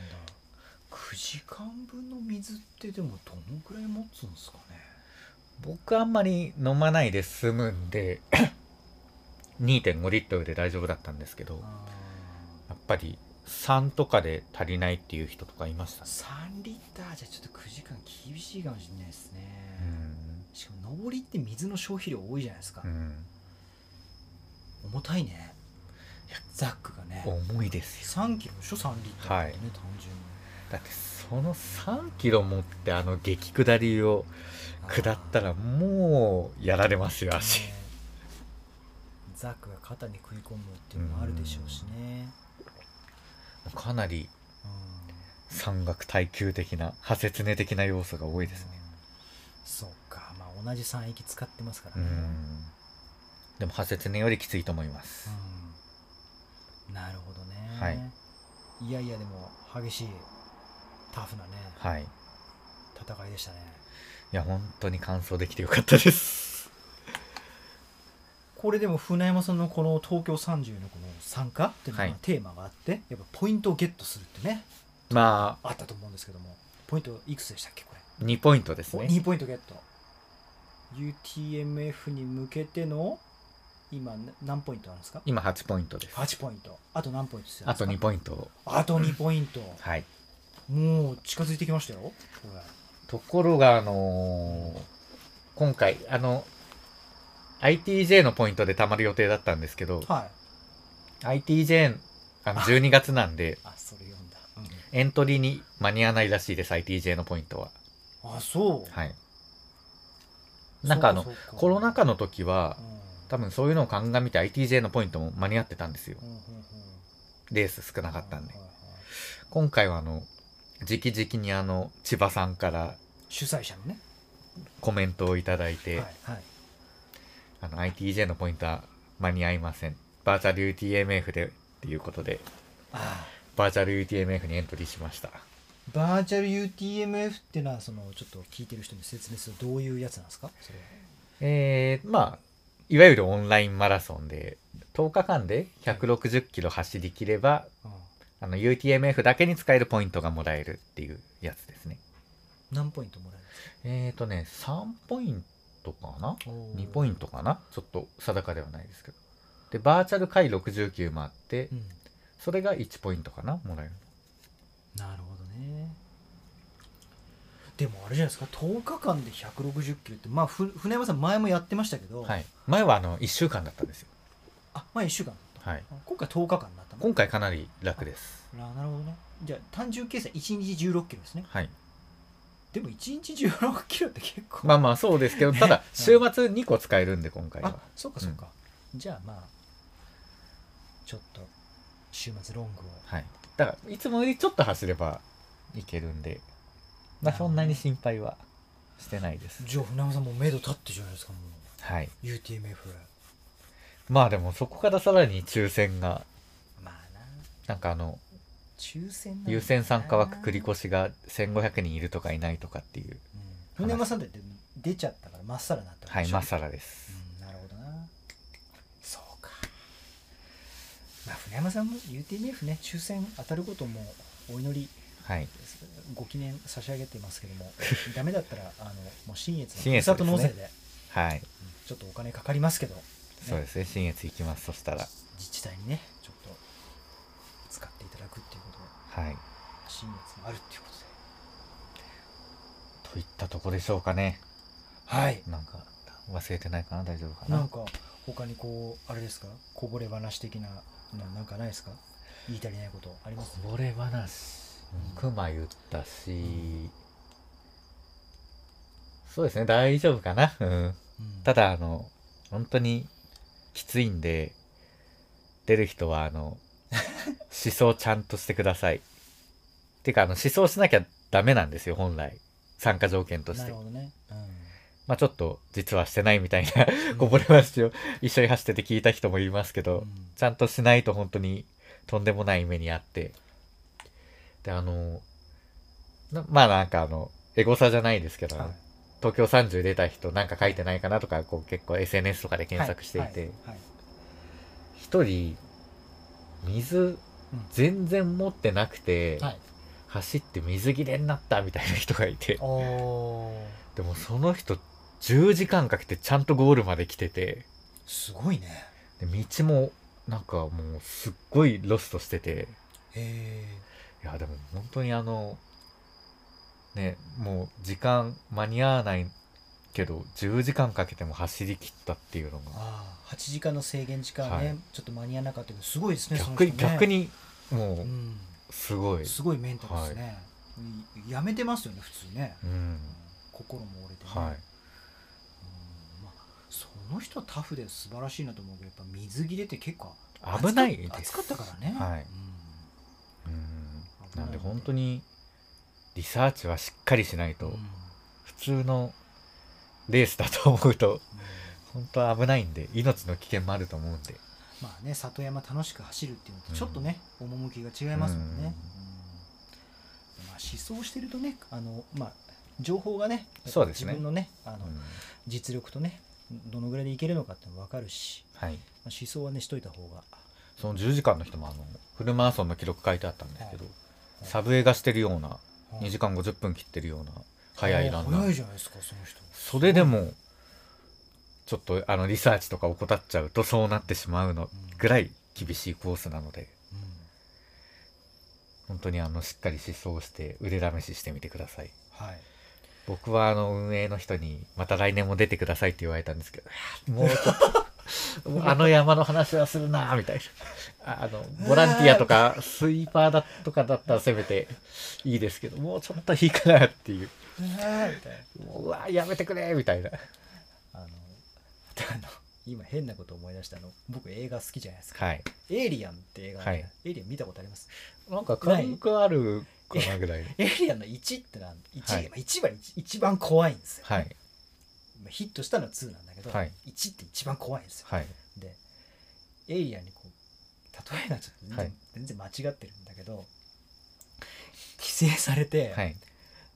S3: 9時間分の水ってでもどのくらい持つんですかね
S4: 僕あんまり飲まないで済むんで、2.5リットルで大丈夫だったんですけど、
S3: あ
S4: やっぱり3とかで足りないっていう人とかいましたね。
S3: 3リッターじゃちょっと9時間厳しいかもしれないですね、
S4: うん
S3: しかも上りって水の消費量多いじゃないですか、
S4: うん、
S3: 重たいねザックがね
S4: 重いですよ
S3: 3キロでしょ3リッターってね、単純に
S4: だってその3キロ持ってあの激下りを下ったらもうやられますよ足
S3: ねザックが肩に食い込むっていうのもあるでしょうしね、
S4: かなり
S3: うん
S4: 山岳耐久的な破切ね的な要素が多いですね
S3: そうかまあ同じ3域使ってますから
S4: う
S3: ね、
S4: んでも破切ねよりきついと思います
S3: うんなるほどね、
S4: はい、
S3: やいやでも激しいタフなね
S4: はいい
S3: 戦いでしたね
S4: や本当に完走できてよかったです
S3: これでも船山さんのこの東京30のこの参加っていうの
S4: は
S3: が
S4: い
S3: テーマがあって、やっぱポイントをゲットするってね
S4: ま
S3: あったと思うんですけどもポイントいくつでしたっけこれ
S4: あ2ポイントです
S3: お
S4: ね
S3: 2ポイントゲット UTMF に向けての今な何ポイントなんですか
S4: 今8ポイントです
S3: 8ポイントあと何ポイントですか
S4: あと2ポイント
S3: あと2ポイント
S4: はい
S3: もう近づいてきましたよこれ
S4: ところが、あのー今回、あの、ITJ のポイントで貯まる予定だったんですけど、
S3: はい
S4: ITJ、あの、12月なんで、
S3: あそれ読んだ、
S4: エントリーに間に合わないらしいです、ITJ のポイントは。
S3: あそう、
S4: はい。なんかあの
S3: そうかそうか
S4: コロナ禍の時は
S3: う、ん
S4: 多分そういうのを鑑みて ITJ のポイントも間に合ってたんですよ
S3: う。んうんうん
S4: レース少なかったんで
S3: はい。はいはい
S4: 今回はあの、直々にあの、千葉さんから
S3: 主催者のね
S4: コメントをいただいて、
S3: はいはい
S4: あの ITJ のポイントは間に合いません。バーチャル UTMF でっていうことで、
S3: あ
S4: バーチャル UTMF にエントリーしました。
S3: ーバーチャル UTMF っていうのはそのちょっと聞いてる人に説明するとどういうやつなんですかそれは
S4: えー、まあ、いわゆるオンラインマラソンで、10日間で160キロ走り切れば、
S3: うん
S4: あの UTMF だけに使えるポイントがもらえるっていうやつですね。
S3: 何ポイントもらえるんです
S4: えーとね、3ポイントかな
S3: か
S4: ?2 ポイ
S3: ン
S4: ントかなちょっと定かではないですけど。で、バーチャル回69もあって
S3: う、ん、
S4: それが1ポイントかなもらえるの。
S3: なるほどねでもあれじゃないですか10日間で160キロってまあふ船山さん前もやってましたけど、
S4: はい、前はあの1週間だったんですよ、
S3: あまあ1週間
S4: はい、
S3: 今回10日間になったの
S4: 今回かなり楽です
S3: あなるほどねじゃあ単純計算1日1 6キロですね
S4: はい
S3: でも1日1 6キロって結構
S4: まあまあそうですけど
S3: ね
S4: ただ週末2個使えるんで今回は
S3: あそうかそうか、じゃあまあちょっと週末ロングを
S4: はいだからいつもよりちょっと走ればいけるんでまあそんなに心配はしてないです
S3: じゃあ船山さんもう目処立ってるじゃないですかも
S4: はいう
S3: UTMF
S4: まあでもそこからさらに抽選が
S3: まあな
S4: なんかあの
S3: 抽選なんだ
S4: 優先参加枠繰り越しが1500人いるとかいないとかっていう
S3: うん船山さんだって出ちゃったからまっさらになったわけ
S4: は
S3: で
S4: い
S3: しょ
S4: まっさらです
S3: うんなるほどなそうかまあ船山さんも UTMF ね抽選当たることもお祈り
S4: はい
S3: ご記念差し上げてますけど もダメだったらあのもう新越の
S4: 信
S3: ふる
S4: 越
S3: さと納税で
S4: ではい
S3: ちょっとお金かかりますけど
S4: そうですね新越行きますそしたら
S3: 自治体にねちょっと使っていただくっていうことで
S4: はい
S3: 新越もあるっていうことで
S4: といったとこでしょうかね
S3: はい
S4: なんか忘れてないかな大丈夫かな
S3: なんか他にこうあれですかこぼれ話的なのなんかないですか言い足りないことあります
S4: こぼれ話クマ言ったし、そうですね大丈夫かな、うん、
S3: うん
S4: ただあの本当にきついんで出る人はあの 思想ちゃんとしてくださいっていうかあの思想しなきゃダメなんですよ本来参加条件とし
S3: な
S4: て
S3: るほどね、
S4: まあちょっと実はしてないみたいな
S3: うん
S4: こぼれ話を一緒に走ってて聞いた人もいますけ
S3: う
S4: ど、
S3: ん
S4: ちゃんとしないと本当にとんでもない目にあって。で、あの、なまあなんかあの、エゴサじゃないですけど、
S3: はい
S4: 東京30出た人なんか書いてないかなとかこう結構 SNS とかで検索していて
S3: はいはい
S4: 一、人水
S3: うん
S4: 全然持ってなくて、
S3: はい
S4: 走って水切れになったみたいな人がいて
S3: おー
S4: でもその人10時間かけてちゃんとゴールまで来てて
S3: すごいね
S4: で道もなんかもうすっごいロストしてて
S3: え
S4: いやでも本当にあのねもう時間間に合わないけど10時間かけても走り切ったっていうの
S3: ー、
S4: が
S3: ああ8時間の制限時間ね、
S4: はい
S3: ちょっと間に合わなかったけどすごいですね
S4: 逆に
S3: その人ね
S4: 逆にも
S3: うん
S4: うすごい、
S3: すごいメンタルですね、いやめてますよね普通ね、
S4: うん
S3: 心も折れてね、
S4: はい
S3: うんまあ、その人タフで素晴らしいなと思うけどやっぱ水着出て結構
S4: 危ないで
S3: 暑
S4: す
S3: か暑かったからね、
S4: はい
S3: うん
S4: うん
S3: 危ない
S4: なんで本当にリサーチはしっかりしないと、
S3: うん
S4: 普通のレースだと思うと
S3: うん
S4: 本当は危ないんで命の危険もあると思うんで
S3: まあね里山楽しく走るっていうのとちょっとね、趣が違いますもんね、
S4: うん
S3: うんまあ、思想してるとねあの、まあ、情報がね
S4: そうですね
S3: 自分のねあ
S4: う
S3: の
S4: ん
S3: 実力とねどのぐらいでいけるのかっての分かるし、
S4: はい
S3: まあ、思想はねしといた方が
S4: その10時間の人もあのフルマラソンの記録書いてあったんですけど、
S3: は
S4: サブ映画してるような
S3: はい
S4: 2時間50分切ってるような速いランナー
S3: 早いじゃないですかその人
S4: それでもちょっとあのリサーチとか怠っちゃうとそうなってしまうのぐらい厳しいコースなので
S3: うん
S4: 本当にあのしっかり思想して腕試ししてみてください
S3: はい
S4: 僕はあの運営の人にまた来年も出てくださいって言われたんですけどもうちょっと もうあの山の話はするなみたいなああのボランティアとかスイーパーだとかだったらせめていいですけどもうちょっといいかなっていうもううわやめてくれみたいな
S3: あのあの 今変なこと思い出したあの僕映画好きじゃないですか
S4: はい
S3: 「エイリアン」って映画、
S4: はい
S3: エイリアン見たことあります
S4: なんか感覚あるかな ぐらいの
S3: エイリアンの1ってなん1、
S4: はい
S3: まあ一番一番怖いんですよ、
S4: はい
S3: まあヒットしたのは2なんだけど、
S4: はい
S3: 1って一番怖いんですよ
S4: はい
S3: でエイリアンにこう例えがちょっと全然,、
S4: はい
S3: 全然間違ってるんだけど規制されて、
S4: はい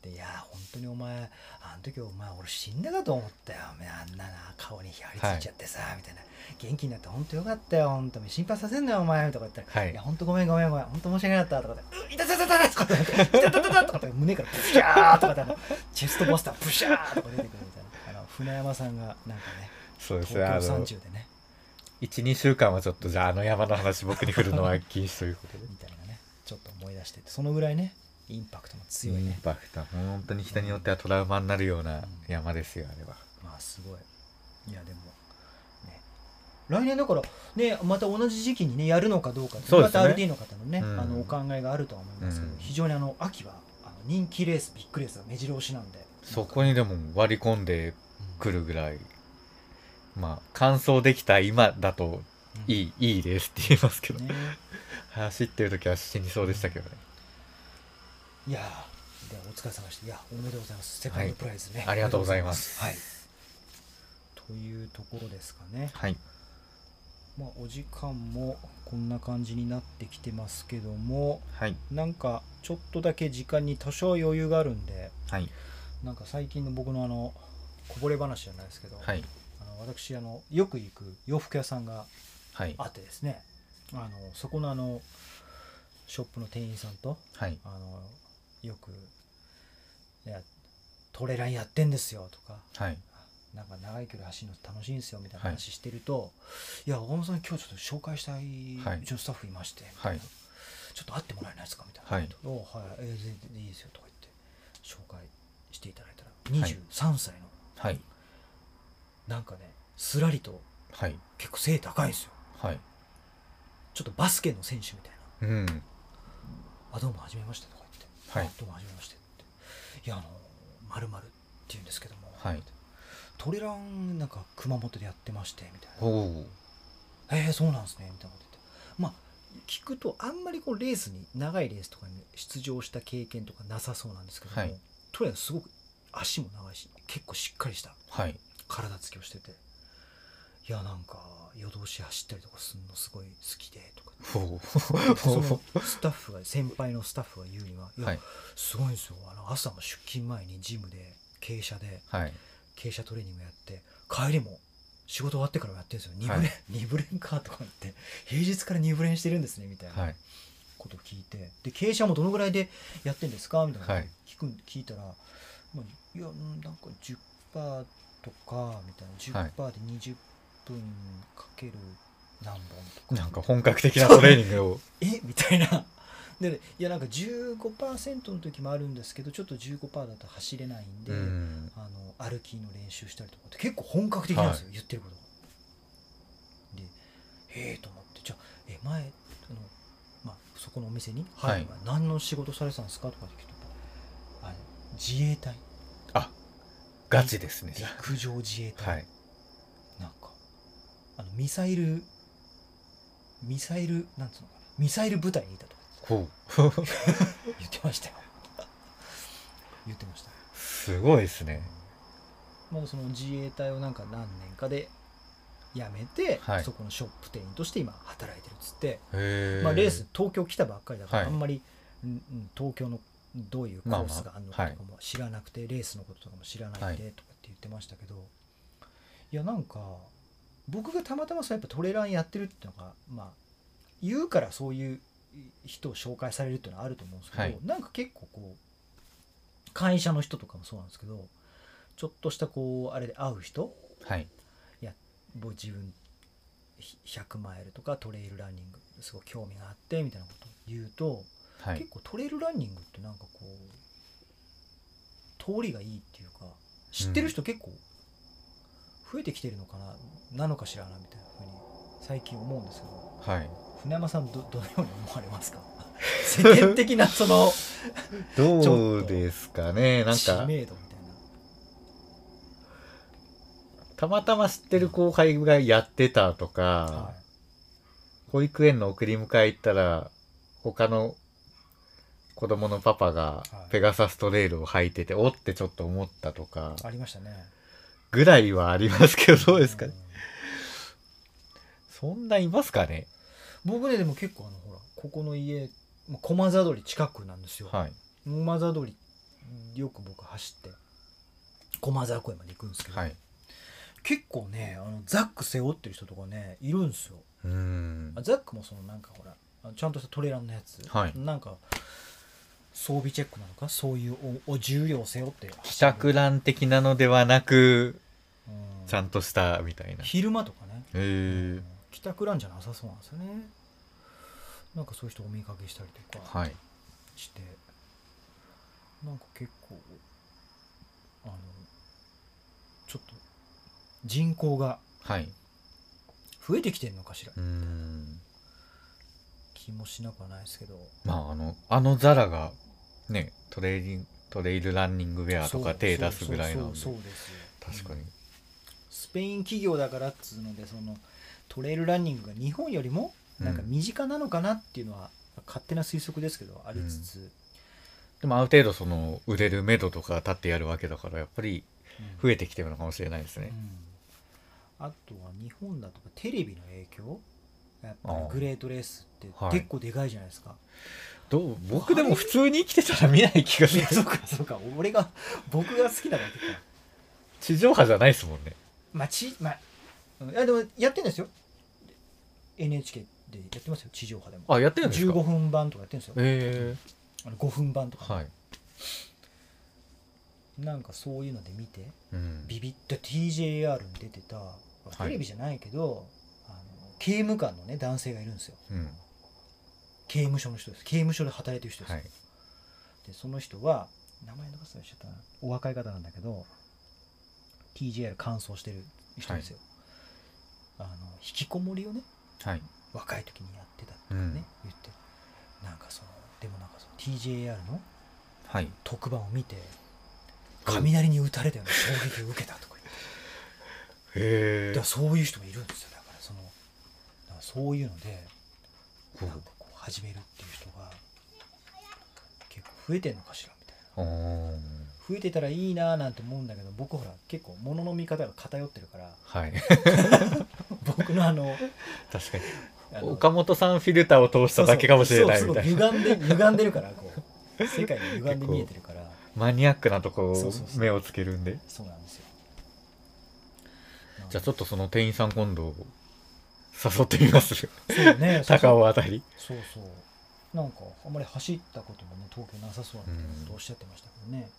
S3: でいやー本当にお前あの時お前俺死んだかと思ったよお前あんなな顔にひりついちゃってさ、みたいな元気になって本当よかったよ本当に心配させんなよお前とか言ったら、
S4: はい
S3: いや本当ごめんごめんごめん本当申し訳なかったとか言って「うっ痛たたたた」とか言って「痛たたた」とかって胸からプシャーとかってあのチェストバスタープシャーとか出てくるみたいなあの船山さんがなんかね
S4: そうです
S3: 東
S4: ねあ
S3: 京
S4: の
S3: 30でね
S4: 12週間はちょっとじゃああの山の話僕に振るのは禁止ということで
S3: みたいなねちょっと思い出しててそのぐらいねインパクトも強い
S4: イン
S3: ね、
S4: パクトもう本当に人によってはトラウマになるような山ですよあれは
S3: まあすごいいやでもね来年だからねまた同じ時期にねやるのかどうかって
S4: そうで
S3: ます
S4: ね
S3: た RD の方のね、
S4: うん
S3: あのお考えがあるとは思いますけど、
S4: うん
S3: 非常にあの秋はあの人気レースビッグレースが目白押しなんで
S4: そこにでも割り込んで
S3: う
S4: くるぐらいまあ完走できた今だといい、いいですって言いますけど、
S3: んね
S4: 走ってる時は死にそうでしたけどね
S3: いやーではお疲れ様でしたいやおめでとうございますセカンドプライズね、
S4: ありがとうございます
S3: はいというところですかね
S4: はい
S3: まあお時間もこんな感じになってきてますけども
S4: はい
S3: なんかちょっとだけ時間に多少余裕があるんで
S4: はい
S3: なんか最近の僕のあのこぼれ話じゃないですけど、
S4: はい
S3: あの私あのよく行く洋服屋さんが
S4: はい
S3: あってですねあのそこのあのショップの店員さんと
S4: はい
S3: あのよくいや「トレランやってんですよ」とか
S4: はい
S3: 「なんか長い距離走るの楽しいんですよ」みたいな話してると「い、や岡本さん今日ちょっと紹介したい
S4: はいう
S3: ちのスタッフいまして」みた
S4: はいい
S3: なちょっと会ってもらえないですかみたいな、
S4: はい
S3: おうはい、えー全然いいですよとか言って紹介していただいたら23歳の、
S4: はい
S3: なんかねすらりと
S4: はい
S3: 結構背高いんですよ
S4: はい
S3: ちょっとバスケの選手みたい
S4: うん
S3: な「あどうもはじめまして」とか言って「
S4: はい
S3: あどうもはじめまして」って「いやあのまるって言うんですけども、
S4: はい
S3: トレランなんか熊本でやってまして」みたいな
S4: おお
S3: えー、そうなんですねみたいなこと言ってまあ聞くとあんまりこうレースに長いレースとかに出場した経験とかなさそうなんですけども、
S4: はい
S3: とにかくすごく足も長いし結構しっかりした
S4: はい
S3: 体つきをしてていやなんか夜通し走ったりとかするのすごい好きでとか
S4: おお
S3: そのスタッフが先輩のスタッフが言うには「いや、
S4: はい
S3: すごいんですよあの朝の出勤前にジムで傾斜で
S4: はい
S3: 傾斜トレーニングやって帰りも仕事終わってからもやってるんですよ2部練、
S4: はい
S3: 2 部練かとか言って平日から2部練してるんですねみたいな
S4: はい
S3: ことを聞いてで傾斜もどのぐらいでやってんですかみたいな
S4: はい
S3: 聞くん聞いたら、まあ、いやうんなんか10%とかみたいな
S4: は
S3: 10%
S4: い
S3: で20分かける何本とか、
S4: なんか本格的なトレーニングを
S3: えみたいな。でいやなんか15%の時もあるんですけどちょっと15%だと走れないんで、
S4: うん
S3: あの歩きの練習したりとかって結構本格的なんですよ、言ってることが。でええと思ってじゃあえ前あの、まあ、そこのお店に
S4: はい
S3: 入る前何の仕事されてたんですかとかって聞くとあの自衛隊
S4: あガチですねじゃ
S3: 陸上自衛
S4: あ
S3: 隊、
S4: はい
S3: なんかあのミサイルミサイルなんつうのかなミサイル部隊にいたとか
S4: ほう
S3: 言ってましたよ言ってました
S4: すごいですね
S3: まだその自衛隊をなんか何年かで辞めて、
S4: はい
S3: そこのショップ店員として今働いてるっつって、
S4: へえ
S3: まあ、レース東京来たばっかりだから、
S4: は
S3: あ
S4: い
S3: んまり、うんうん東京のどういうコースがあるの
S4: まあまあ
S3: かとかも知らなくて、レースのこととかも知らないでとかって言ってましたけど、い、やなんか僕がたまたまそうやっぱトレランやってるっていうのがまあ言うからそういう人を紹介されるっていうのはあると思うんですけど、
S4: はい
S3: なんか結構こう会社の人とかもそうなんですけどちょっとしたこうあれで会う人
S4: はい
S3: もう自分ひ100マイルとかトレイルランニングすごい興味があってみたいなことを言うと、
S4: はい
S3: 結構トレイルランニングってなんかこう通りがいいっていうか知ってる人結構増えてきてるのかな、なのかしらなみたいなふうに最近思うんですけど
S4: はい
S3: 船山さんどどのように思われますか 世間的なその
S4: どうですかねなん
S3: 知
S4: か
S3: 名度みたいな
S4: たまたま知ってる後輩がやってたとか、
S3: は
S4: 保育園の送り迎え行ったら他の子供のパパが
S3: はい
S4: ペガサストレイルを履いてて、おってちょっと思ったとか
S3: いありましたね
S4: ぐらいはありますけどどうですか
S3: ん
S4: ねそんないますかね
S3: 僕ねでも結構あのほらここの家まあ駒沢通り近くなんですよ、
S4: はい
S3: 駒沢通りよく僕走って駒沢公園まで行くんですけど、
S4: はい
S3: 結構ねあのザック背負ってる人とかねいるんですよ
S4: うーん
S3: あザックもそのなんかほらあのちゃんとしたトレーラーのやつ、
S4: はい
S3: なんか装備チェックなのかそういうおお重量を背負って
S4: 帰
S3: 走
S4: 宅欄的なのではなく
S3: うん
S4: ちゃんとしたみたいなへ
S3: 昼間とかね
S4: え
S3: 帰宅ランじゃなさそうなんですよねなんかそういう人お見かけしたりとか、
S4: はい
S3: してなんか結構あのちょっと人口が
S4: はい
S3: 増えてきてるのかしら
S4: うーん
S3: 気もしなくはないですけど
S4: まああのあのザラがねトレイリントレイルランニングウェアと
S3: そ
S4: か
S3: う
S4: 手出すぐらいなんで
S3: そうそうそうですよ
S4: 確かに
S3: うんスペイン企業だからっつうのでそのトレイルランニングが日本よりもなんか身近なのかなっていうのは、勝手な推測ですけどありつつ、
S4: でもある程度その売れる目処とか立ってやるわけだからやっぱり
S3: うん
S4: 増えてきてるのかもしれないです
S3: う
S4: ね。
S3: んあとは日本だとかテレビの影響やっぱ
S4: あ
S3: り
S4: あ
S3: グレートレースって
S4: はい
S3: 結構でかいじゃないですか、
S4: どう僕でも普通に生きてたら見ない気がす
S3: いや
S4: る。
S3: そうかそうか俺が僕が好きなだけか
S4: 地上波じゃないですもんね。
S3: まあちまあうんいやでもやってんですよ NHK でやってますよ地上波でも
S4: あやってるんですか。
S3: 15分版とかやってるんですよ
S4: え
S3: あの5分版と
S4: え
S3: か、
S4: はい。
S3: なんかそういうので見て
S4: うん。
S3: ビビって TJR に出てた
S4: い
S3: テレビじゃないけど、あの刑務官のね男性がいるんですよ
S4: うん。
S3: 刑務所の人です刑務所で働いてる人です、
S4: はい。
S3: でその人は名前逃すのしちゃったなお若い方なんだけど TJR 乾燥してる人ですよ、あの引きこもりをね
S4: はい。
S3: 若い時にやってたって
S4: う
S3: ね、
S4: ん。
S3: 言ってなんかそのでもなんかその TJR の
S4: はい。
S3: 特番を見て雷に打たれたような衝撃を受けたとか言って
S4: へ
S3: だからそういう人もいるんですよだからそのだからそういうので
S4: え
S3: なんかこう始めるっていう人が結構増えてんのかしらみたいな。
S4: おお。
S3: 増えてたらいいなーなんて思うんだけど僕ほら結構物の見方が偏ってるから
S4: はい。
S3: 僕のあの
S4: 確かに。
S3: あの
S4: 岡本さんフィルターを通しただけかもしれない
S3: そう
S4: み
S3: そう
S4: たい
S3: そう
S4: な。
S3: そう歪んで歪んでるからこう世界が歪んで見えてるから
S4: マニアックなとこ
S3: そうそうそう
S4: 目をつけるんで
S3: そうなんですよ
S4: じゃあちょっとその店員さん今度誘ってみますよ
S3: そうね
S4: 高尾あたり
S3: そうそうなんかあんまり走ったこともね東京なさそうなみたいなことをおっしゃってましたけどね、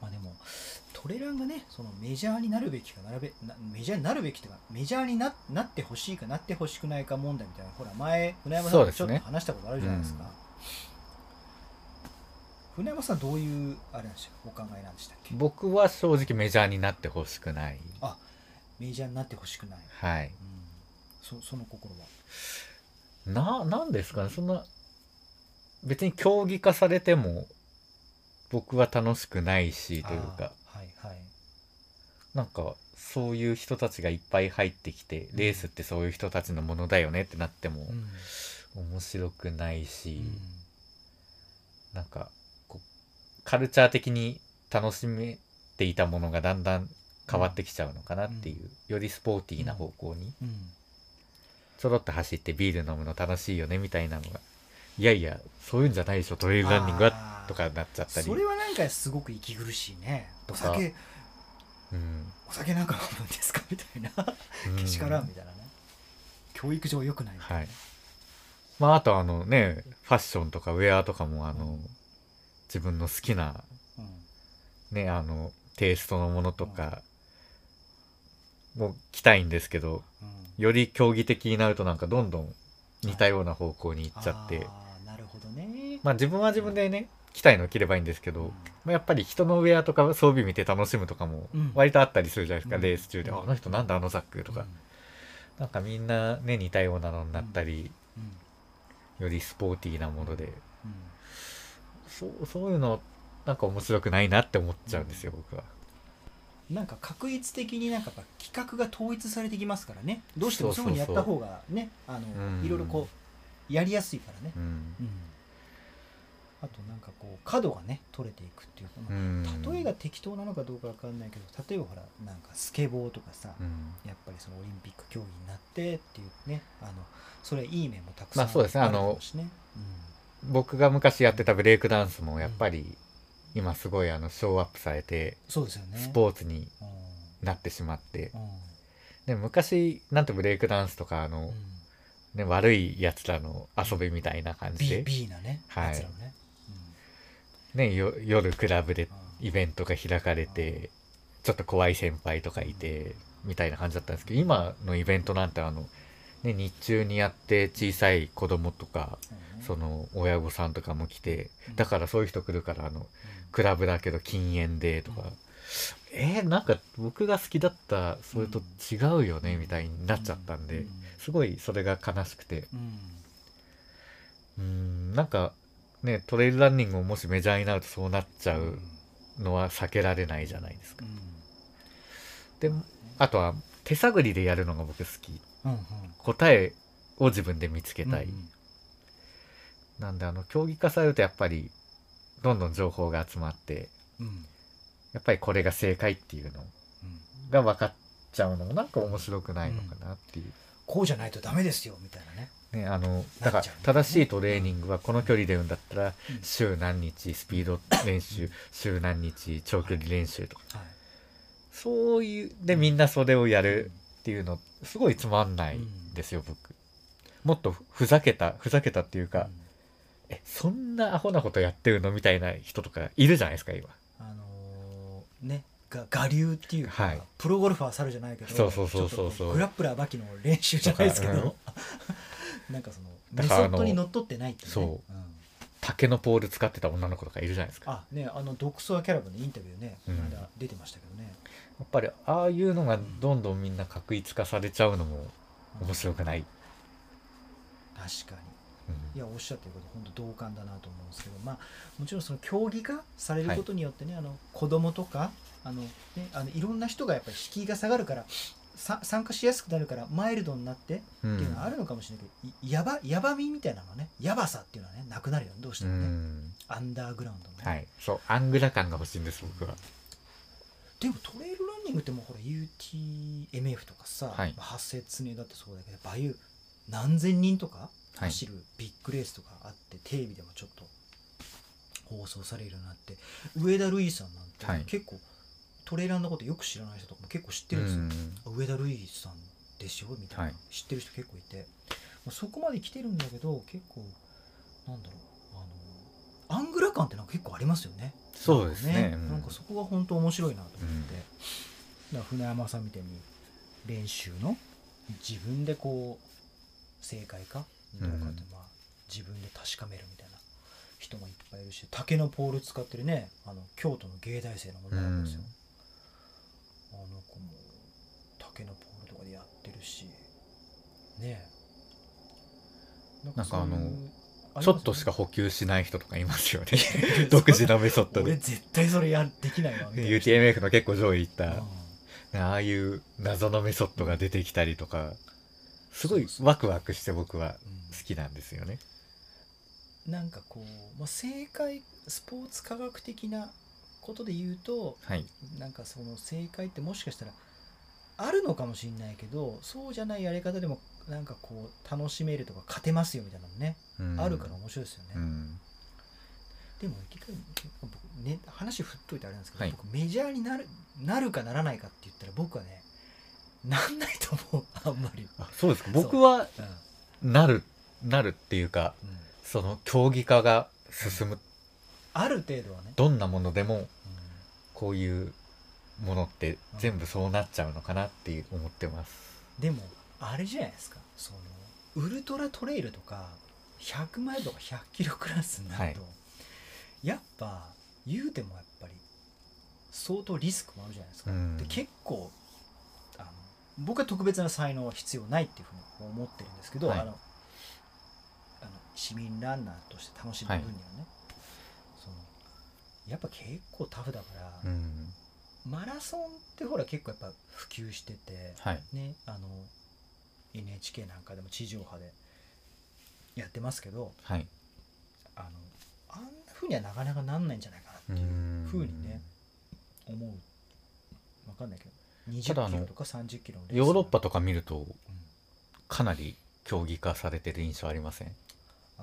S3: まあでもトレランがねそのメジャーになるべきかなるべなメジャーになるべきとかメジャーにななってほしいかなってほしくないか問題みたいなほら前船山さ
S4: そ
S3: ん
S4: う
S3: と
S4: で
S3: ちょ
S4: す
S3: っ
S4: ね
S3: と話したことあるじゃないですか
S4: うん
S3: 船山さんどういうあれなんでしたっけお考えなんでしたっけ
S4: 僕は正直メジャーになってほしくない
S3: あメジャーになってほしくない、
S4: はい
S3: うん、そその心は
S4: ななんですかねそんな別に競技化されても僕は楽しくないしというか
S3: あーはいはい
S4: なんかそういう人たちがいっぱい入ってきてレースってそういう人たちのものだよねってなっても
S3: うん
S4: 面白くないし、
S3: うん
S4: なんかこうカルチャー的に楽しめていたものがだんだん変わってきちゃうのかなっていう、よりスポーティーな方向に
S3: うん
S4: ちょろっと走ってビール飲むの楽しいよねみたいなのがいやいやそういうんじゃないでしょトレイルランニング
S3: あ
S4: は
S3: ー
S4: とかなっちゃったり
S3: それはなんかすごく息苦しいねお
S4: とか
S3: 酒
S4: うん
S3: お酒なんか飲むんですかみたいな
S4: うん
S3: けしからんみたいなね教育上良くない
S4: はいまああとあのねファッションとかウェアとかもあの、
S3: うん
S4: 自分の好きな
S3: うん
S4: ねあのテイストのものとかも着たいんですけど
S3: うん
S4: より競技的になるとなんかどんどん似たような方向に行っちゃって、
S3: あーなるほどね
S4: まあ自分は自分でね着たいの着ればいいんですけど、
S3: うん
S4: まあやっぱり人のウェアとか装備見て楽しむとかも
S3: うん
S4: 割とあったりするじゃないですか、
S3: うん
S4: レース中で、
S3: うん
S4: ああの人なんだあのザックとか、なんかみんなね似たようなのになったり、
S3: うんうん
S4: よりスポーティーなもので
S3: うん
S4: そうそういうのなんか面白くないなって思っちゃうんですよ、僕は。
S3: なんか確率的になんかやっぱ企画が統一されてきますからねどうしてもす
S4: そう
S3: ぐ
S4: そうそう
S3: にやった方がねあ
S4: う
S3: の
S4: ん
S3: いろいろこうやりやすいからね
S4: うん
S3: うんあとなんかこう角がね取れていくっていうか、まあ
S4: うん
S3: 例えが適当なのかどうかわかんないけど例えばほらなんかスケボーとかさ、
S4: うん
S3: やっぱりそのオリンピック競技になってっていうねあのそれいい面もたくさん
S4: まあそうですね
S3: るだろしね
S4: 僕が昔やってたブレイクダンスもやっぱり今すごいあのショーアップされて
S3: うんそうですよね
S4: ス
S3: ー
S4: ポーツに
S3: ツ
S4: なってしまって
S3: うん
S4: で昔なんてブレイクダンスとかあ
S3: う
S4: の
S3: ん、
S4: ね、悪いやつらの遊びみたいな感じ
S3: B,
S4: で、
S3: B なね、
S4: はい
S3: やつらのね、
S4: ね、よ夜クラブで
S3: うん
S4: イベントが開かれてちょっと怖い先輩とかいてみたいな感じだったんですけど今のイベントなんてあの、ね、日中にやって小さい子供とか
S3: うん
S4: その親御さんとかも来て
S3: うん
S4: だからそういう人来るからあの
S3: うん
S4: クラブだけど禁煙でとか、
S3: うん
S4: えーなんか僕が好きだったそれと違うよねみたいになっちゃったん
S3: う
S4: で、
S3: ん
S4: すごいそれが悲しくて
S3: うん
S4: うんなんかねトレイルランニングももしメジャーになるとそうなっちゃうのは避けられないじゃないです
S3: う
S4: か。
S3: ん
S4: であとは手探りでやるのが僕好き
S3: うんうん
S4: 答えを自分で見つけたい、
S3: うん
S4: なんであの競技化されるとやっぱりどんどん情報が集まって
S3: うんうん
S4: やっぱりこれが正解っていうの
S3: うん
S4: が分かっちゃうのもなんか面白くないのかなっていう、
S3: こうじゃないとダメですよみたいなね
S4: ねあのだから
S3: なっちゃうね
S4: 正しいトレーニングはこの距離で言うんだったら
S3: うん
S4: 週何日スピード練習週何日長距離練習とか
S3: はい
S4: そういうでみんなそれをやるっていうのすごいつまんないんですよ僕もっとふざけたふざけたっていう
S3: う
S4: か、
S3: ん
S4: えそんなアホなことやってるのみたいな人とかいるじゃないですか今
S3: あのーねが我流っていうか、
S4: はい
S3: プロゴルファー猿じゃないけど
S4: そうそうそうそうそう
S3: ちょっとこグラップラーバキの練習じゃないですけど、
S4: とか
S3: なんかその
S4: だ
S3: メ
S4: か
S3: ソ
S4: らあの
S3: ッドにのっとってないってね
S4: そ
S3: うん
S4: 竹のポール使ってた女の子とかいるじゃないですか
S3: あねあの「独創キャラバン」のインタビューねこ
S4: うん
S3: の間出てましたけどね、
S4: やっぱりああいうのがどんどんみんな確一化されちゃうのも面白くない、
S3: 確かに
S4: うん
S3: いやおっしゃってること本当同感だなと思うんですけど、まあ、もちろんその競技化されることによってね、あの子供とかあの、ね、あのいろんな人がやっぱり敷居が下がるからさ参加しやすくなるからマイルドになって
S4: う
S3: っていうのはあ
S4: ん
S3: るのかもしれないけど、いやばやばみみたいなのはねやばさっていうのはねなくなるよねどうして
S4: う
S3: もね、
S4: ん
S3: アンダーグラウンドのね、
S4: はいそうアングラ感が欲しいんです僕は
S3: でもトレイルランニングってもうほら UTMF とかさ、
S4: はい
S3: まあ発生常だってそうだけどバユ何千人とか
S4: はい
S3: 走るビッグレースとかあって、テレビでもちょっと放送されるようになって上田瑠唯さんなんて、
S4: はい
S3: 結構トレーラーのことよく知らない人とかも結構知って
S4: う
S3: るんですよ、
S4: ん
S3: あ上田瑠唯さんでしょみたいな、
S4: はい
S3: 知ってる人結構いて、まあ、そこまで来てるんだけど結構なんだろうあのアングラ感ってなんか結構ありますよね
S4: そうです
S3: なん
S4: ね
S3: か
S4: うん
S3: なんかそこが本当面白いなと思って、
S4: うん
S3: だから船山さんみたいに練習の自分でこう正解かどうかって
S4: う
S3: まあ自分で確かめるみたいな人もいっぱいいるし竹のポール使ってるねあの京都の芸大生の女の子ですよ、あの子も竹のポールとかでやってるしねえそういうありますよね
S4: なんかあのちょっとしか補給しない人とかいますよね 独自のメソッド
S3: 俺
S4: で
S3: 絶対それやできないわみたいな
S4: UTMF の結構上位いっ
S3: うん
S4: たああいう謎のメソッドが出てきたりとかすご
S3: そ
S4: いう
S3: そ
S4: ワクワクして僕は
S3: うん
S4: 好きなんですよね。
S3: なんかこう、まあ、正解スポーツ科学的なことで言うと
S4: はい、
S3: なんかその正解ってもしかしたらあるのかもしれないけどそうじゃないやり方でもなんかこう楽しめるとか勝てますよみたいなのね、
S4: うん
S3: あるから面白いですよね、
S4: うん
S3: でも結局僕、ね、話振っといてあれなんですけど、
S4: はい
S3: 僕メジャーになるなるかならないかって言ったら僕はねなんないと思うあんまり、
S4: あそうですか僕は
S3: うん
S4: なるなるっていうか
S3: うん
S4: その競技化が進む
S3: ある程度はね、
S4: どんなものでも
S3: うん
S4: こういうものって全部そうなっちゃうのかなっていう思ってます。
S3: でもあれじゃないですかそのウルトラトレイルとか100マイルとか100キロクラスになると、やっぱ言うてもやっぱり相当リスクもあるじゃないですか、
S4: うん
S3: で結構あの僕は特別な才能は必要ないっていうふうに思ってるんですけど、
S4: はい
S3: あのあの市民ランナーとして楽しむ分にはね、そのやっぱ結構タフだから、
S4: うん
S3: マラソンってほら結構やっぱ普及してて、
S4: はい
S3: ね、あの NHK なんかでも地上波でやってますけど
S4: はい、
S3: あのあんなふうにはなかなかなんないんじゃないかなっていうふうにね思う分かんないけど
S4: た
S3: 20
S4: だあ
S3: キ
S4: の
S3: ロとか30キロのレース
S4: ヨーロッパとか見ると
S3: うん
S4: かなり競技化されてる印象ありません、
S3: あ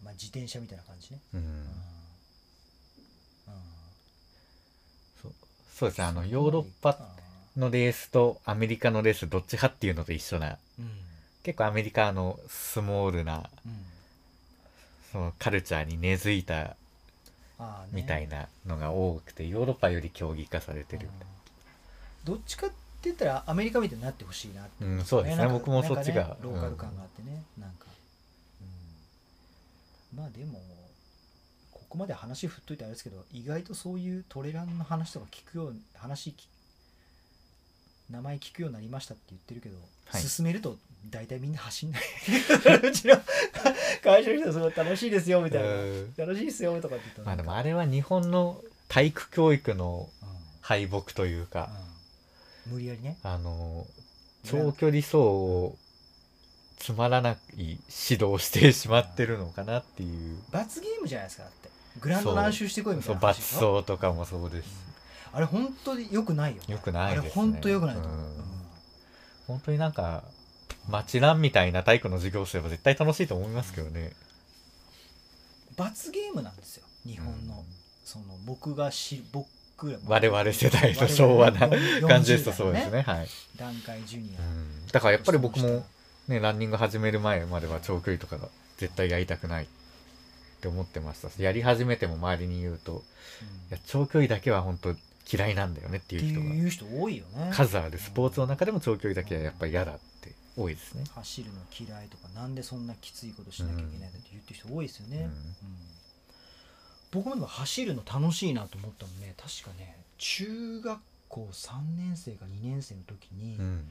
S3: ー、まあ、自転車みたいな感じね、
S4: うん
S3: うんうん
S4: そうそうですねあのヨーロッパ
S3: あ
S4: のレースとアメリカのレースどっち派っていうのと一緒な
S3: ーうん
S4: 結構アメリカのスモールな
S3: うん
S4: そのカルチャーに根付いた
S3: あーね
S4: みたいなのが多くて、ヨーロッパより競技化されてるみたい
S3: どっちかって言ったらアメリカみたいになってほしいなって、
S4: うんそうですね
S3: なんか
S4: 僕もそっちが
S3: なんかねローカル感があってね、なんか、うん、まあでもここまで話振っといてあれですけど意外とそういうトレランの話とか聞くよう話き名前聞くようになりましたって言ってるけど、
S4: はい
S3: 進めると大体みんな走んないうちの会社の人はすごい楽しいですよみたいな、
S4: うん
S3: 楽しいですよとかって言った
S4: まあでも
S3: あ
S4: あれは日本の体育教育の敗北というか、
S3: 無理やりね
S4: あの長距離走をつまらない指導をしてしまってるのかなっていう
S3: 罰ゲームじゃないですかだってグラウンド何周してこいみた
S4: そ
S3: いうな
S4: 罰
S3: 話でしょ
S4: 走とかもそうですし、
S3: あれ本当に良くないよね
S4: 良くないです
S3: あ
S4: ね
S3: れ本当良くないと思う、
S4: うん
S3: うん
S4: 本当になんか町ランみたいな体育の授業をすれば絶対楽しいと思いますけどね、
S3: 罰ゲームなんですよ日本の、
S4: うん
S3: その僕がし僕ら
S4: 我々世代の昭和な感じですとそうです
S3: ね
S4: ねはい、
S3: 段階ジュニア、
S4: うんだからやっぱり僕もねランニング始める前までは長距離とかが絶対やりたくないって思ってましたしやり始めても周りに言うとい
S3: うん
S4: や長距離だけは本当嫌いなんだよねって
S3: っ
S4: い
S3: て
S4: う人が
S3: いう人多いよね
S4: 数あるスポーツの中でも長距離だけはやっぱり嫌だって多いですね。
S3: 走るの嫌いとかなんでそんなきついことしなきゃいけないんだって言ってる人多いですよね、
S4: うん
S3: 僕もでも走るの楽しいなと思ったのね確かね中学校3年生か2年生の時に、
S4: うん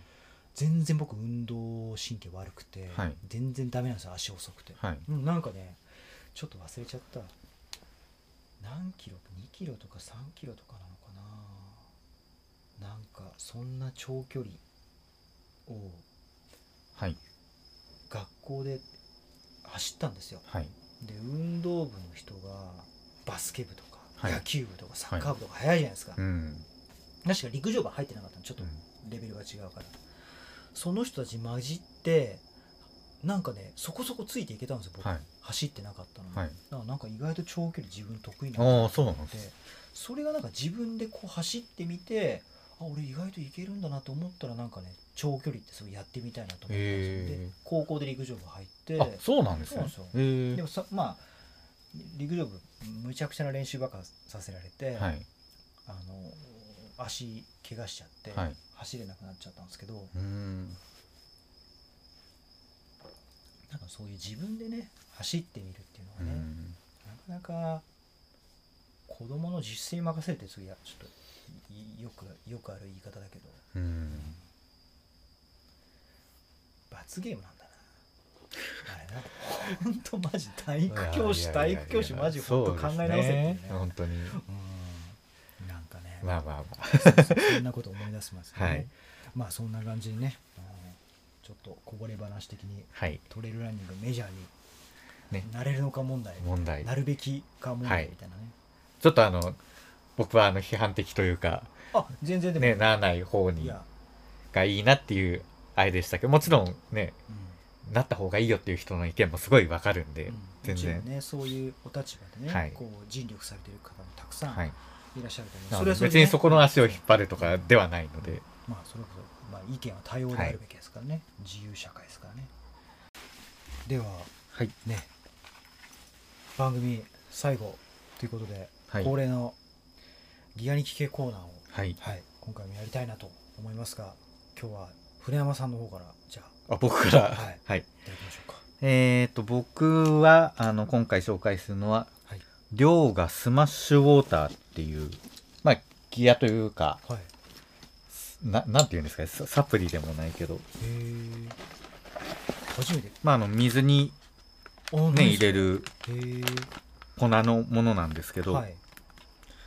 S3: 全然僕運動神経悪くて、
S4: はい
S3: 全然ダメなんですよ足遅くて、
S4: はい
S3: うんなんかねちょっと忘れちゃった何キロ2キロとか3キロとかなのかななんかそんな長距離を
S4: はい
S3: 学校で走ったんですよ
S4: はい
S3: で運動部の人がバスケ部とか、
S4: はい
S3: 野球部とかサッカー部とか速いじゃないですか、
S4: うん
S3: 確か陸上部入ってなかったのちょっとレベルが違うから、その人たち混じってなんかねそこそこついていけたんですよ僕、
S4: はい
S3: 走ってなかったのに、
S4: はい
S3: だからなんか意外と長距離自分得意な
S4: あ
S3: の
S4: あそうなん
S3: で
S4: です
S3: それがなんか自分でこう走ってみてあ俺意外といけるんだなと思ったらなんかね長距離ってすごいやってみたいなと思ったんですよ
S4: へえ
S3: で高校で陸上部入って
S4: あそうなんですね
S3: そうそう
S4: へ
S3: で
S4: え
S3: もさまあ陸上部むちゃくちゃな練習ばっかさせられて、
S4: はい
S3: あの足怪我しちゃって、
S4: はい
S3: 走れなくなっちゃったんですけど
S4: うーん
S3: なんかそういう自分でね走ってみるっていう
S4: う
S3: のはね、
S4: ん
S3: なかなか子供の自主性に任せるってすごいやちょっといよくよくある言い方だけど
S4: うん
S3: 罰ゲームなんだな。あれな、本当マジ体育教師体育教師マジ本当考え直せっていうね。
S4: そうですね本当に
S3: うんなんかね、
S4: まあ まあまあ
S3: そんなこと思い出しますよね。
S4: はい
S3: まあそんな感じでね、あのちょっとこぼれ話的に
S4: はい
S3: トレイルランニングメジャーに。
S4: ね
S3: なれるのか問題、
S4: 問題
S3: なるべきか問題
S4: はい
S3: みたいなね。
S4: ちょっとあの僕はあの批判的というか
S3: あ、全然でも、
S4: ねならない方
S3: い
S4: に
S3: や、
S4: がいいなっていうあれでしたけどもちろんね
S3: う
S4: なった方がいいよっていう人の意見もすごいわかるん
S3: ん、
S4: で、
S3: うん
S4: 全
S3: もちろん
S4: 然、
S3: ね、そういうお立場でね、
S4: はい
S3: こう尽力されてる方もたくさん
S4: はい、
S3: いらっしゃると思う。
S4: な
S3: そ
S4: の
S3: れ
S4: で
S3: はそれ
S4: 別
S3: でね
S4: にそこの足を引っ張るとかではないので、
S3: まあそれこそ、まあ、意見は多様であるべきですからね、自由社会ですからねでは
S4: はい
S3: ね番組最後ということで、
S4: はい
S3: 恒例のギアに聞けコーナーを、
S4: はい
S3: はい、今回もやりたいなと思いますが今日は船山さんの方からじゃあ
S4: あ僕から
S3: は
S4: はいい、
S3: いただきましょうか
S4: えっ、と僕はあの今回紹介するのは
S3: はい
S4: 「量がスマッシュウォーター」っていうまあギアというか
S3: はい
S4: ななんて言うんですかねササプリでもないけど
S3: へえ初めて
S4: まああの水に
S3: あ
S4: ね入れる
S3: へ
S4: 粉のものなんですけ
S3: え
S4: ど、
S3: はい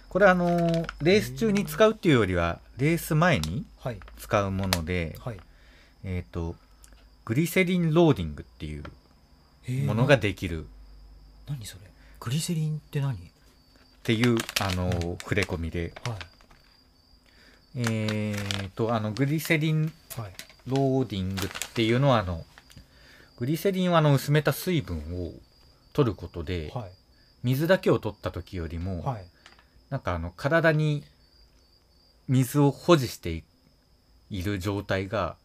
S4: これあのレース中に使うっていうよりはレース前に
S3: はい
S4: 使うもので、
S3: はい
S4: えっ、とグリセリンローディングっていう
S3: へえ
S4: ものができる
S3: な何それグリセリンって何はい
S4: っていう、あの触れ込みでえっ、とあのグリセリン
S3: はい
S4: ローディングっていうのはあのグリセリンはあの薄めた水分を取ることで、
S3: はい
S4: 水だけを取った時よりも、
S3: はい
S4: なんかあの体に水を保持している状態が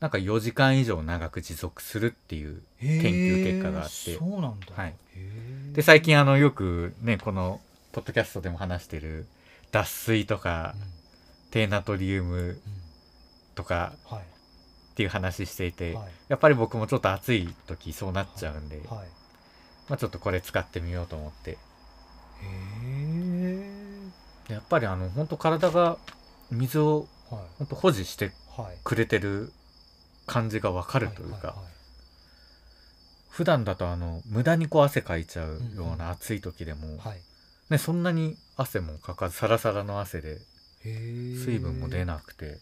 S4: なんか4時間以上長く持続するっていう
S3: 研
S4: 究結果があって
S3: そうなんだ、
S4: はい
S3: へー
S4: で最近あのよくねこのポッドキャストでも話してる脱水とか
S3: うんうん
S4: 低ナトリウムとか
S3: は
S4: っていう話してい
S3: い
S4: て、
S3: はい
S4: やっぱり僕もちょっと暑い時そうなっちゃうんで、
S3: はい
S4: まあ、ちょっとこれ使ってみようと思って
S3: へえ
S4: やっぱりあの本当体が水を
S3: は
S4: 本当保持して
S3: いはい
S4: くれてる感じがわかるというか、
S3: は
S4: 普段だとあの無駄にこう汗かいちゃうような暑い時で
S3: い
S4: も、
S3: はいはい
S4: ね、そんなに汗もかかずサラサラの汗で
S3: へえ
S4: 水分も出なくて、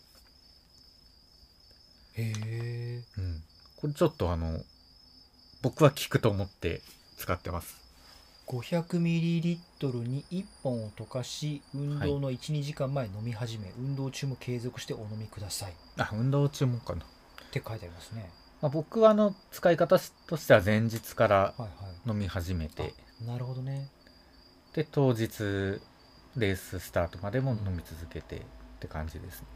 S3: へえ
S4: うん、これちょっとあの僕は効くと思って使ってます
S3: 500ミリリットルに1本を溶かし運動の12、2時間前飲み始め運動中も継続してお飲みくださいっ
S4: あ運動中もかな、
S3: て書いてありますね
S4: まあ、僕はあの使い方としては前日から
S3: はいは
S4: 飲み始めて
S3: いなるほどね
S4: で当日レーススタートまでも飲み続けてって感じですね、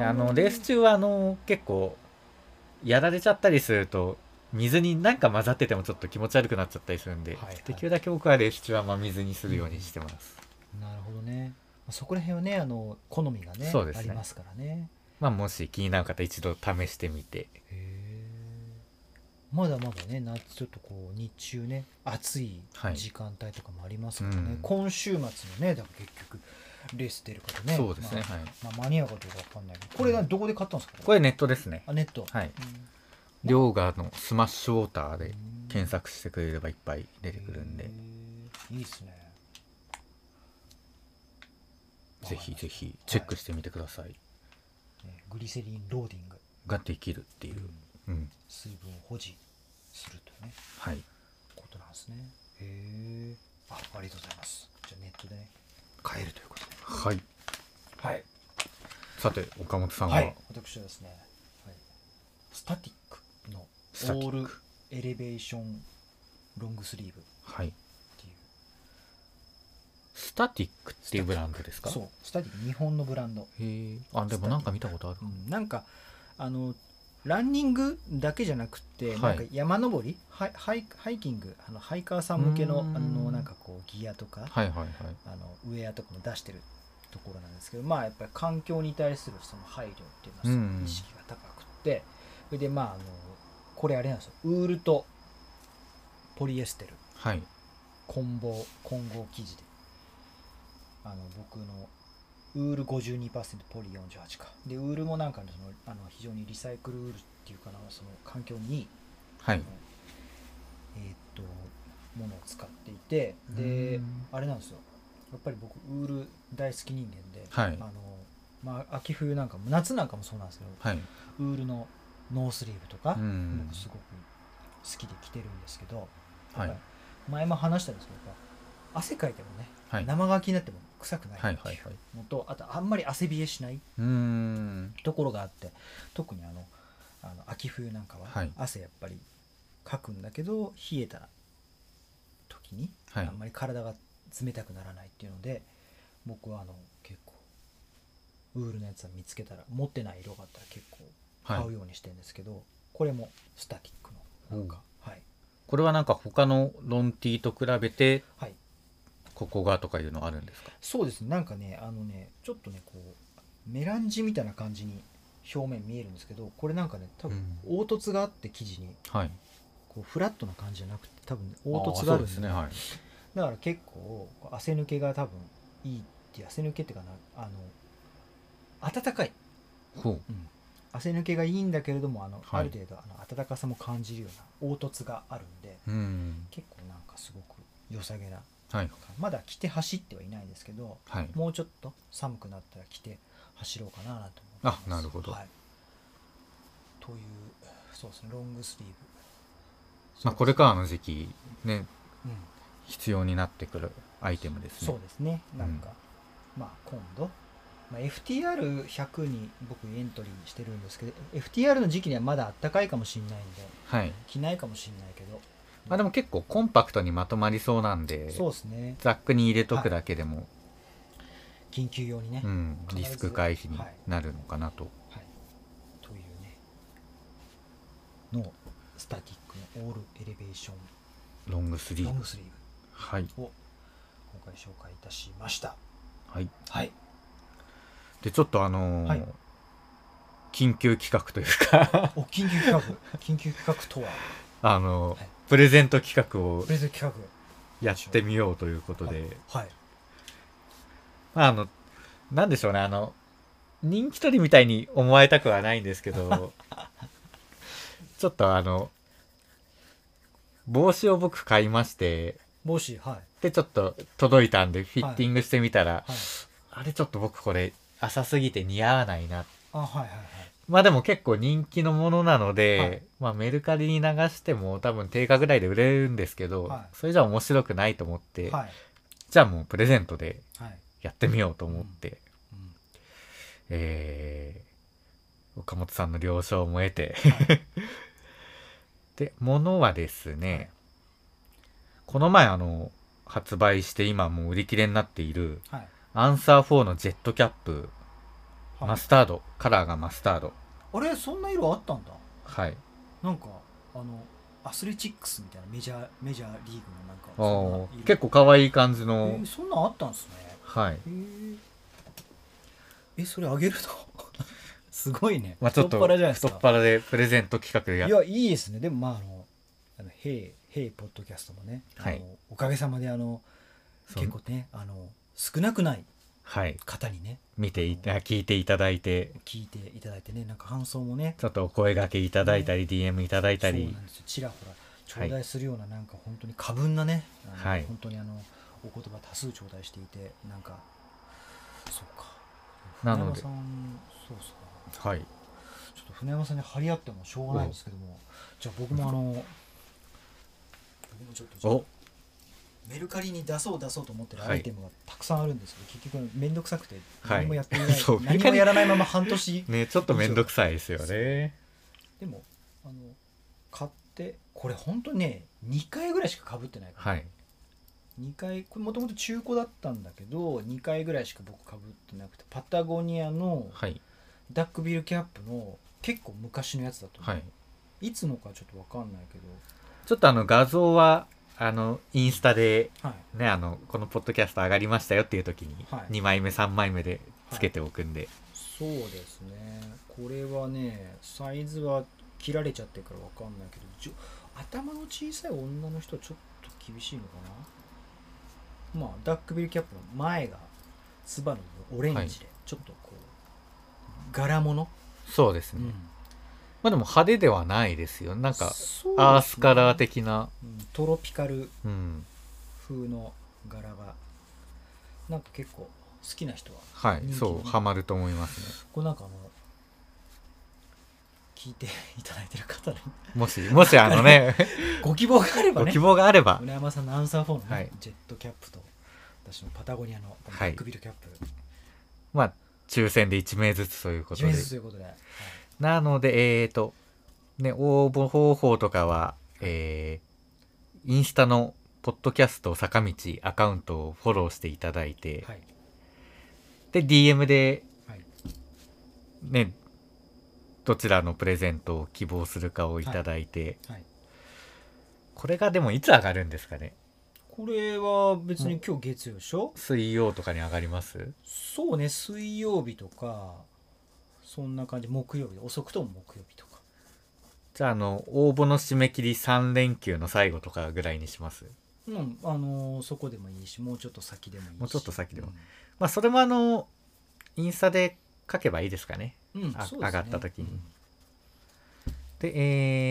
S4: であのレース中はあの結構やられちゃったりすると水に何か混ざっててもちょっと気持ち悪くなっちゃったりするんで、
S3: はいはい
S4: できるだけ僕はレース中はまあ水にするようにしてます、
S3: なるほどねまあそこら辺はねあの好みがね
S4: そうです
S3: あ
S4: ね
S3: りますからね
S4: まあもし気になる方一度試してみて
S3: へえまだまだね夏ちょっとこう日中ね暑い
S4: はい
S3: 時間帯とかもありますからね、
S4: うん
S3: 今週末のねだから結局レース出る方ね
S4: そうですね、
S3: まあ
S4: はい
S3: まあ間に合うかどうかわかんないけどこれはどこで買ったんですか
S4: これネットですね
S3: あネット
S4: はい
S3: うん
S4: 両ガのスマッシュウォーターで
S3: うん
S4: 検索してくれればいっぱい出てくるんで、
S3: へえいいっすね
S4: ぜひぜひチェックしてみてください、
S3: ねグリセリンローディング
S4: ができるっていう、うん、
S3: 水分を保持するというね
S4: はい
S3: ことなんですねへえあありがとうございますじゃあネットでね買えるということで
S4: はい
S3: はい
S4: さて岡本さんは、
S3: はい、私はですね、はい、スタティックの
S4: スタティ
S3: オー
S4: ッ
S3: ル
S4: ク
S3: エレベーションロングスリーブっ
S4: はい
S3: ていう
S4: スタティックっていうブランドですか
S3: そうスタディ日本のブランド、
S4: へえあでもなんか見たことある
S3: うん、なんかあのランニングだけじゃなくて、
S4: はい
S3: なんか山登りハイハイハイキングあのハイカーさん向けの
S4: うーん
S3: あのなんかこうギアとか、
S4: はいはいはい
S3: あのウェアとかも出してるところなんですけどまあやっぱり環境に対するその配慮っていうのはす
S4: うん
S3: ごい意識が高くって、それでまああのこれあれなんですよウールとポリエステル
S4: はい
S3: 混合混合生地であの僕のウール52%ポリ48かでウールもなんかねそのあの非常にリサイクルウールっていうかなその環境にいい、
S4: はい
S3: えーっとものを使っていて
S4: う
S3: で
S4: ん
S3: あれなんですよやっぱり僕ウール大好き人間で、
S4: はい
S3: あのまあ、秋冬なんかも夏なんかもそうなんですけど、
S4: はい
S3: ウールのノースリーブとか、
S4: うん
S3: 僕すごく好きで着てるんですけど、
S4: はい
S3: 前も話したんですけどやっぱ汗かいてもね
S4: はいはい
S3: 生乾きになっても臭くない
S4: はい
S3: って
S4: はい
S3: いうのとあとあんまり汗冷えしないう
S4: ーん
S3: ところがあって特にあのあの秋冬なんかは
S4: はい
S3: 汗やっぱりかくんだけど冷えた時にあ
S4: はい
S3: んまり体が冷たくならないっていうので僕はあの結構ウールのやつは見つけたら持ってない色があったら結構
S4: は
S3: 買う
S4: い
S3: ようにしてるんですけどこれもスタティックのなんかはい
S4: これはなんか他のロンティーと比べて
S3: はい
S4: ここがとかいうのあるんですか
S3: そうですねなんかねあのねちょっとねこうメランジみたいな感じに表面見えるんですけどこれなんかね多分凹凸があって生地に
S4: はい
S3: こうフラットな感じじゃなくて多分ね凹凸があるん
S4: ーそうで
S3: ですす
S4: ね
S3: ね
S4: はい
S3: だから結構汗抜けが多分いいって汗抜けっていうかなあの暖かい
S4: ほう
S3: 汗抜けがいいんだけれどもあの、
S4: はい
S3: ある程度あの暖かさも感じるような凹凸があるんで
S4: うーん
S3: 結構なんかすごく良さげな
S4: はい
S3: まだ着て走ってはいないんですけど
S4: はい
S3: もうちょっと寒くなったら着て走ろうかななんて思って
S4: あなるほど
S3: はい、というそうですねロングスリーブ
S4: まあこれからの時期ね
S3: うん
S4: 必要になってくるアイテムですね
S3: そうですねなんか、まあ今度、まあ、FTR100 に僕エントリーしてるんですけど FTR の時期にはまだあったかいかもしれないんで
S4: はい
S3: 着ないかもしれないけど、
S4: まあでも結構コンパクトにまとまりそうなんで
S3: そうですね
S4: ザックに入れとくだけでも、
S3: 緊急用にね、
S4: うん、
S3: 必ず
S4: リスク回避に
S3: はい
S4: なるのかなと、
S3: はい、というねのスタティックのオールエレベーション
S4: ロングスリ
S3: ロ
S4: ー
S3: ン
S4: ブ
S3: グスリーブ
S4: はい
S3: を今回紹介いたしました
S4: はい
S3: はい
S4: でちょっとあのー
S3: はい
S4: 緊急企画というか
S3: お緊急企画緊急企画とは
S4: あのー
S3: はい
S4: プレゼント企画を
S3: プレゼント企
S4: やってみようということで、
S3: 画はい
S4: まああのなんでしょうねあの人気取りみたいに思われたくはないんですけど ちょっとあの帽子を僕買いまして
S3: 帽子はい
S4: でちょっと届いたんでフィッティングしてみたら、
S3: はい
S4: あれちょっと僕これ浅すぎて似合わないな
S3: あはいはいはい
S4: まあでも結構人気のものなので、
S3: はい
S4: まあメルカリに流しても多分定価ぐらいで売れるんですけど、
S3: はい
S4: それじゃ面白くないと思って、
S3: はい
S4: じゃあもうプレゼントで
S3: はい、
S4: やってみようと思って、
S3: うん
S4: えー、岡本さんの了承も得て、 で、物はですね、この前あの、発売して今もう売り切れになっている、
S3: はい
S4: アンサー4のジェットキャップ、
S3: はい
S4: マスタード、カラーがマスタード。
S3: あれそんな色あったんだ
S4: はい。
S3: なんかあのアスレチックスみたいなメジャーメジャーリーグのなんか
S4: あー
S3: そんな色
S4: 結構可愛い感じ
S3: え
S4: の
S3: ー、そんなんあったんですね
S4: はい。
S3: へーえそれあげるの すごいね、
S4: まあちょっ
S3: 太
S4: と
S3: っ腹じゃないです
S4: 太っ
S3: か
S4: 腹でプレゼント企画でや
S3: いやいいですねでもまああの「あのヘイヘイポッドキャスト」もね、
S4: はい
S3: あのおかげさまであの
S4: そう
S3: 結構ねあの少なくない
S4: はい。
S3: 方にね
S4: 見ていた、聞いていただいて、
S3: 聞いていただいてねなんか感想もね
S4: ちょっとお声掛けいただいたり、DM いただいた
S3: そう
S4: り
S3: なん、ですよちらほら頂戴するようななんか本当に過分なね、あの
S4: はい
S3: 本当にあのお言葉多数頂戴していてなんかそうか
S4: なので
S3: 船山さんそうっすか
S4: はい。
S3: ちょっと船山さんに張り合ってもしょうがないんですけどもじゃあ僕もあの僕もちょっと
S4: お
S3: メルカリに出そう出そうと思ってる
S4: はい
S3: アイテムがたくさんあるんですけど、結局面倒くさくて
S4: はい
S3: 何もやっていない、
S4: そうメル
S3: 何
S4: カ
S3: も
S4: リ
S3: やらないまま半年
S4: ね、ちょっとめんどくさいですよね。
S3: でもあの買ってこれほんとね2回ぐらいしかかぶってないから、
S4: はい
S3: 2回これもともと中古だったんだけど2回ぐらいしか僕かぶってなくてパタゴニアの
S4: はい
S3: ダックビルキャップの結構昔のやつだと思う、
S4: はい
S3: い、つのかちょっとわかんないけど、
S4: ちょっとあの画像はあのインスタで
S3: はい、
S4: ねあのこのポッドキャスト上がりましたよっていう時に
S3: はい
S4: 2枚目3枚目でつけておくんで、
S3: そうですねこれはねサイズは切られちゃってるからわかんないけどじょ頭の小さい女の人はちょっと厳しいのかなまあダックビルキャップの前がツバのオレンジで、ちょっとこう柄物、
S4: そうですね、まあでも派手ではないですよなん
S3: そう
S4: か
S3: ですね
S4: アースカラー、的な
S3: うんトロピカル
S4: うん
S3: 風の柄がなんか結構好きな人は
S4: は
S3: 人気
S4: いそうハマると思います
S3: これなんかあの聞いていただいてる方に
S4: ねもしもしあ のね
S3: ご希望があれば
S4: ご
S3: ね
S4: 希望があれば
S3: 村山さんのアンサーフォーム、ね
S4: はい
S3: ジェットキャップと私のパタゴニアのこの
S4: は
S3: バ
S4: い
S3: ックビルキャップ、
S4: まあ抽選で1名ずつということ
S3: 決め
S4: で
S3: ずつということで、はい
S4: なのでえっ、ー、とね応募方法とかはえー、インスタのポッドキャスト坂道アカウントをフォローしていただいて、
S3: はい
S4: で DM で
S3: はい
S4: ねどちらのプレゼントを希望するかをいただいて、
S3: はい
S4: これがでもいつ上がるんですかね
S3: これは別に今日月曜でしょ、
S4: 水曜とかに上がります
S3: そうね水曜日とかそんな感じ木曜日遅くとも木曜日とか
S4: じゃああの応募の締め切り3連休の最後とかぐらいにします
S3: うんあのーそこでもいいしもうちょっと先でもいいし
S4: もうちょっと先でも
S3: う
S4: まあそれもあのインスタで書けばいいですかね
S3: ん、うん
S4: あ
S3: そうですね
S4: 上がった時に
S3: うん
S4: で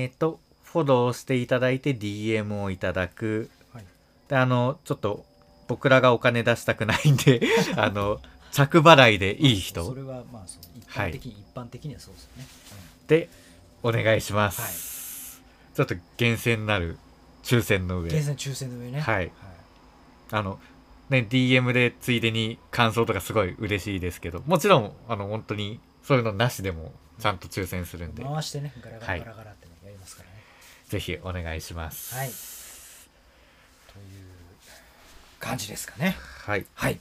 S4: えー、とフォローしていただいて DM をいただく
S3: はい
S4: であのちょっと僕らがお金出したくないん であの着払いでいい
S3: そ
S4: 人
S3: れはまあそう一
S4: は
S3: 般
S4: い
S3: 的に、一般的にはそうですよね、
S4: でお願いします、ちょっと厳選なる抽選の
S3: うん、
S4: 上
S3: 現在抽選の上ね
S4: はいあのね DM でついでに感想とかすごい嬉しいですけどもちろんあの本当にそういうのなしでもちゃんと抽選するんで、
S3: 回してねガラガ
S4: は
S3: ラ
S4: い
S3: ガラガラってね、やりますからね
S4: ぜひお願いします
S3: はいという感じですかね
S4: はい
S3: はい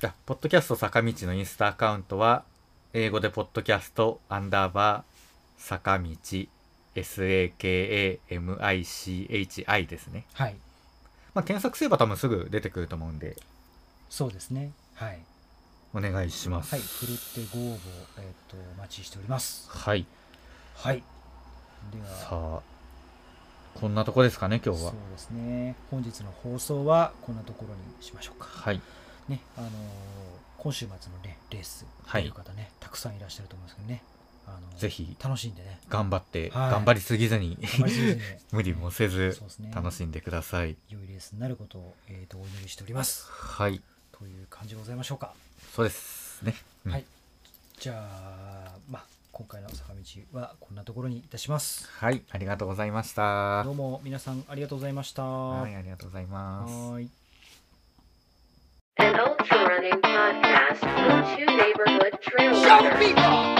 S4: じゃあポッドキャスト坂道のインスタアカウントは英語でポッドキャストアンダーバー坂道 SAKAMICHI ですね、
S3: はい
S4: まあ、検索すれば多分すぐ出てくると思うんで
S3: そうですねはい、
S4: お願いします
S3: はい、ふるってご応募、えっとお待ちしております
S4: はい
S3: はいでは
S4: さあこんなとこですかね今日
S3: そ
S4: は
S3: うですね本日の放送はこんなところにしましょうか
S4: はい
S3: ねあのー今週末のねレース
S4: は
S3: 出
S4: い
S3: る方ね、たくさんいらっしゃると思うんですけどねあのー
S4: ぜひ
S3: 楽しん でね
S4: 頑張って、
S3: はい
S4: 頑張りすぎずに
S3: あんまりせずに
S4: 無理もせず
S3: そうですね
S4: 楽しんでください
S3: 良いレースになることを、えー、とお祈りしております
S4: はい
S3: という感じでございましょうか
S4: そうですね、うん
S3: はいじゃあまあ今回の坂道はこんなところにいたします
S4: はいありがとうございました
S3: どうも皆さんありがとうございました
S4: はいありがとうございます
S3: はーい
S1: An ultra running podcast. Go to neighborhood trail
S2: Show
S1: runner.
S2: people.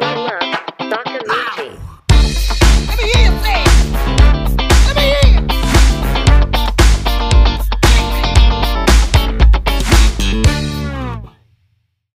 S1: Love.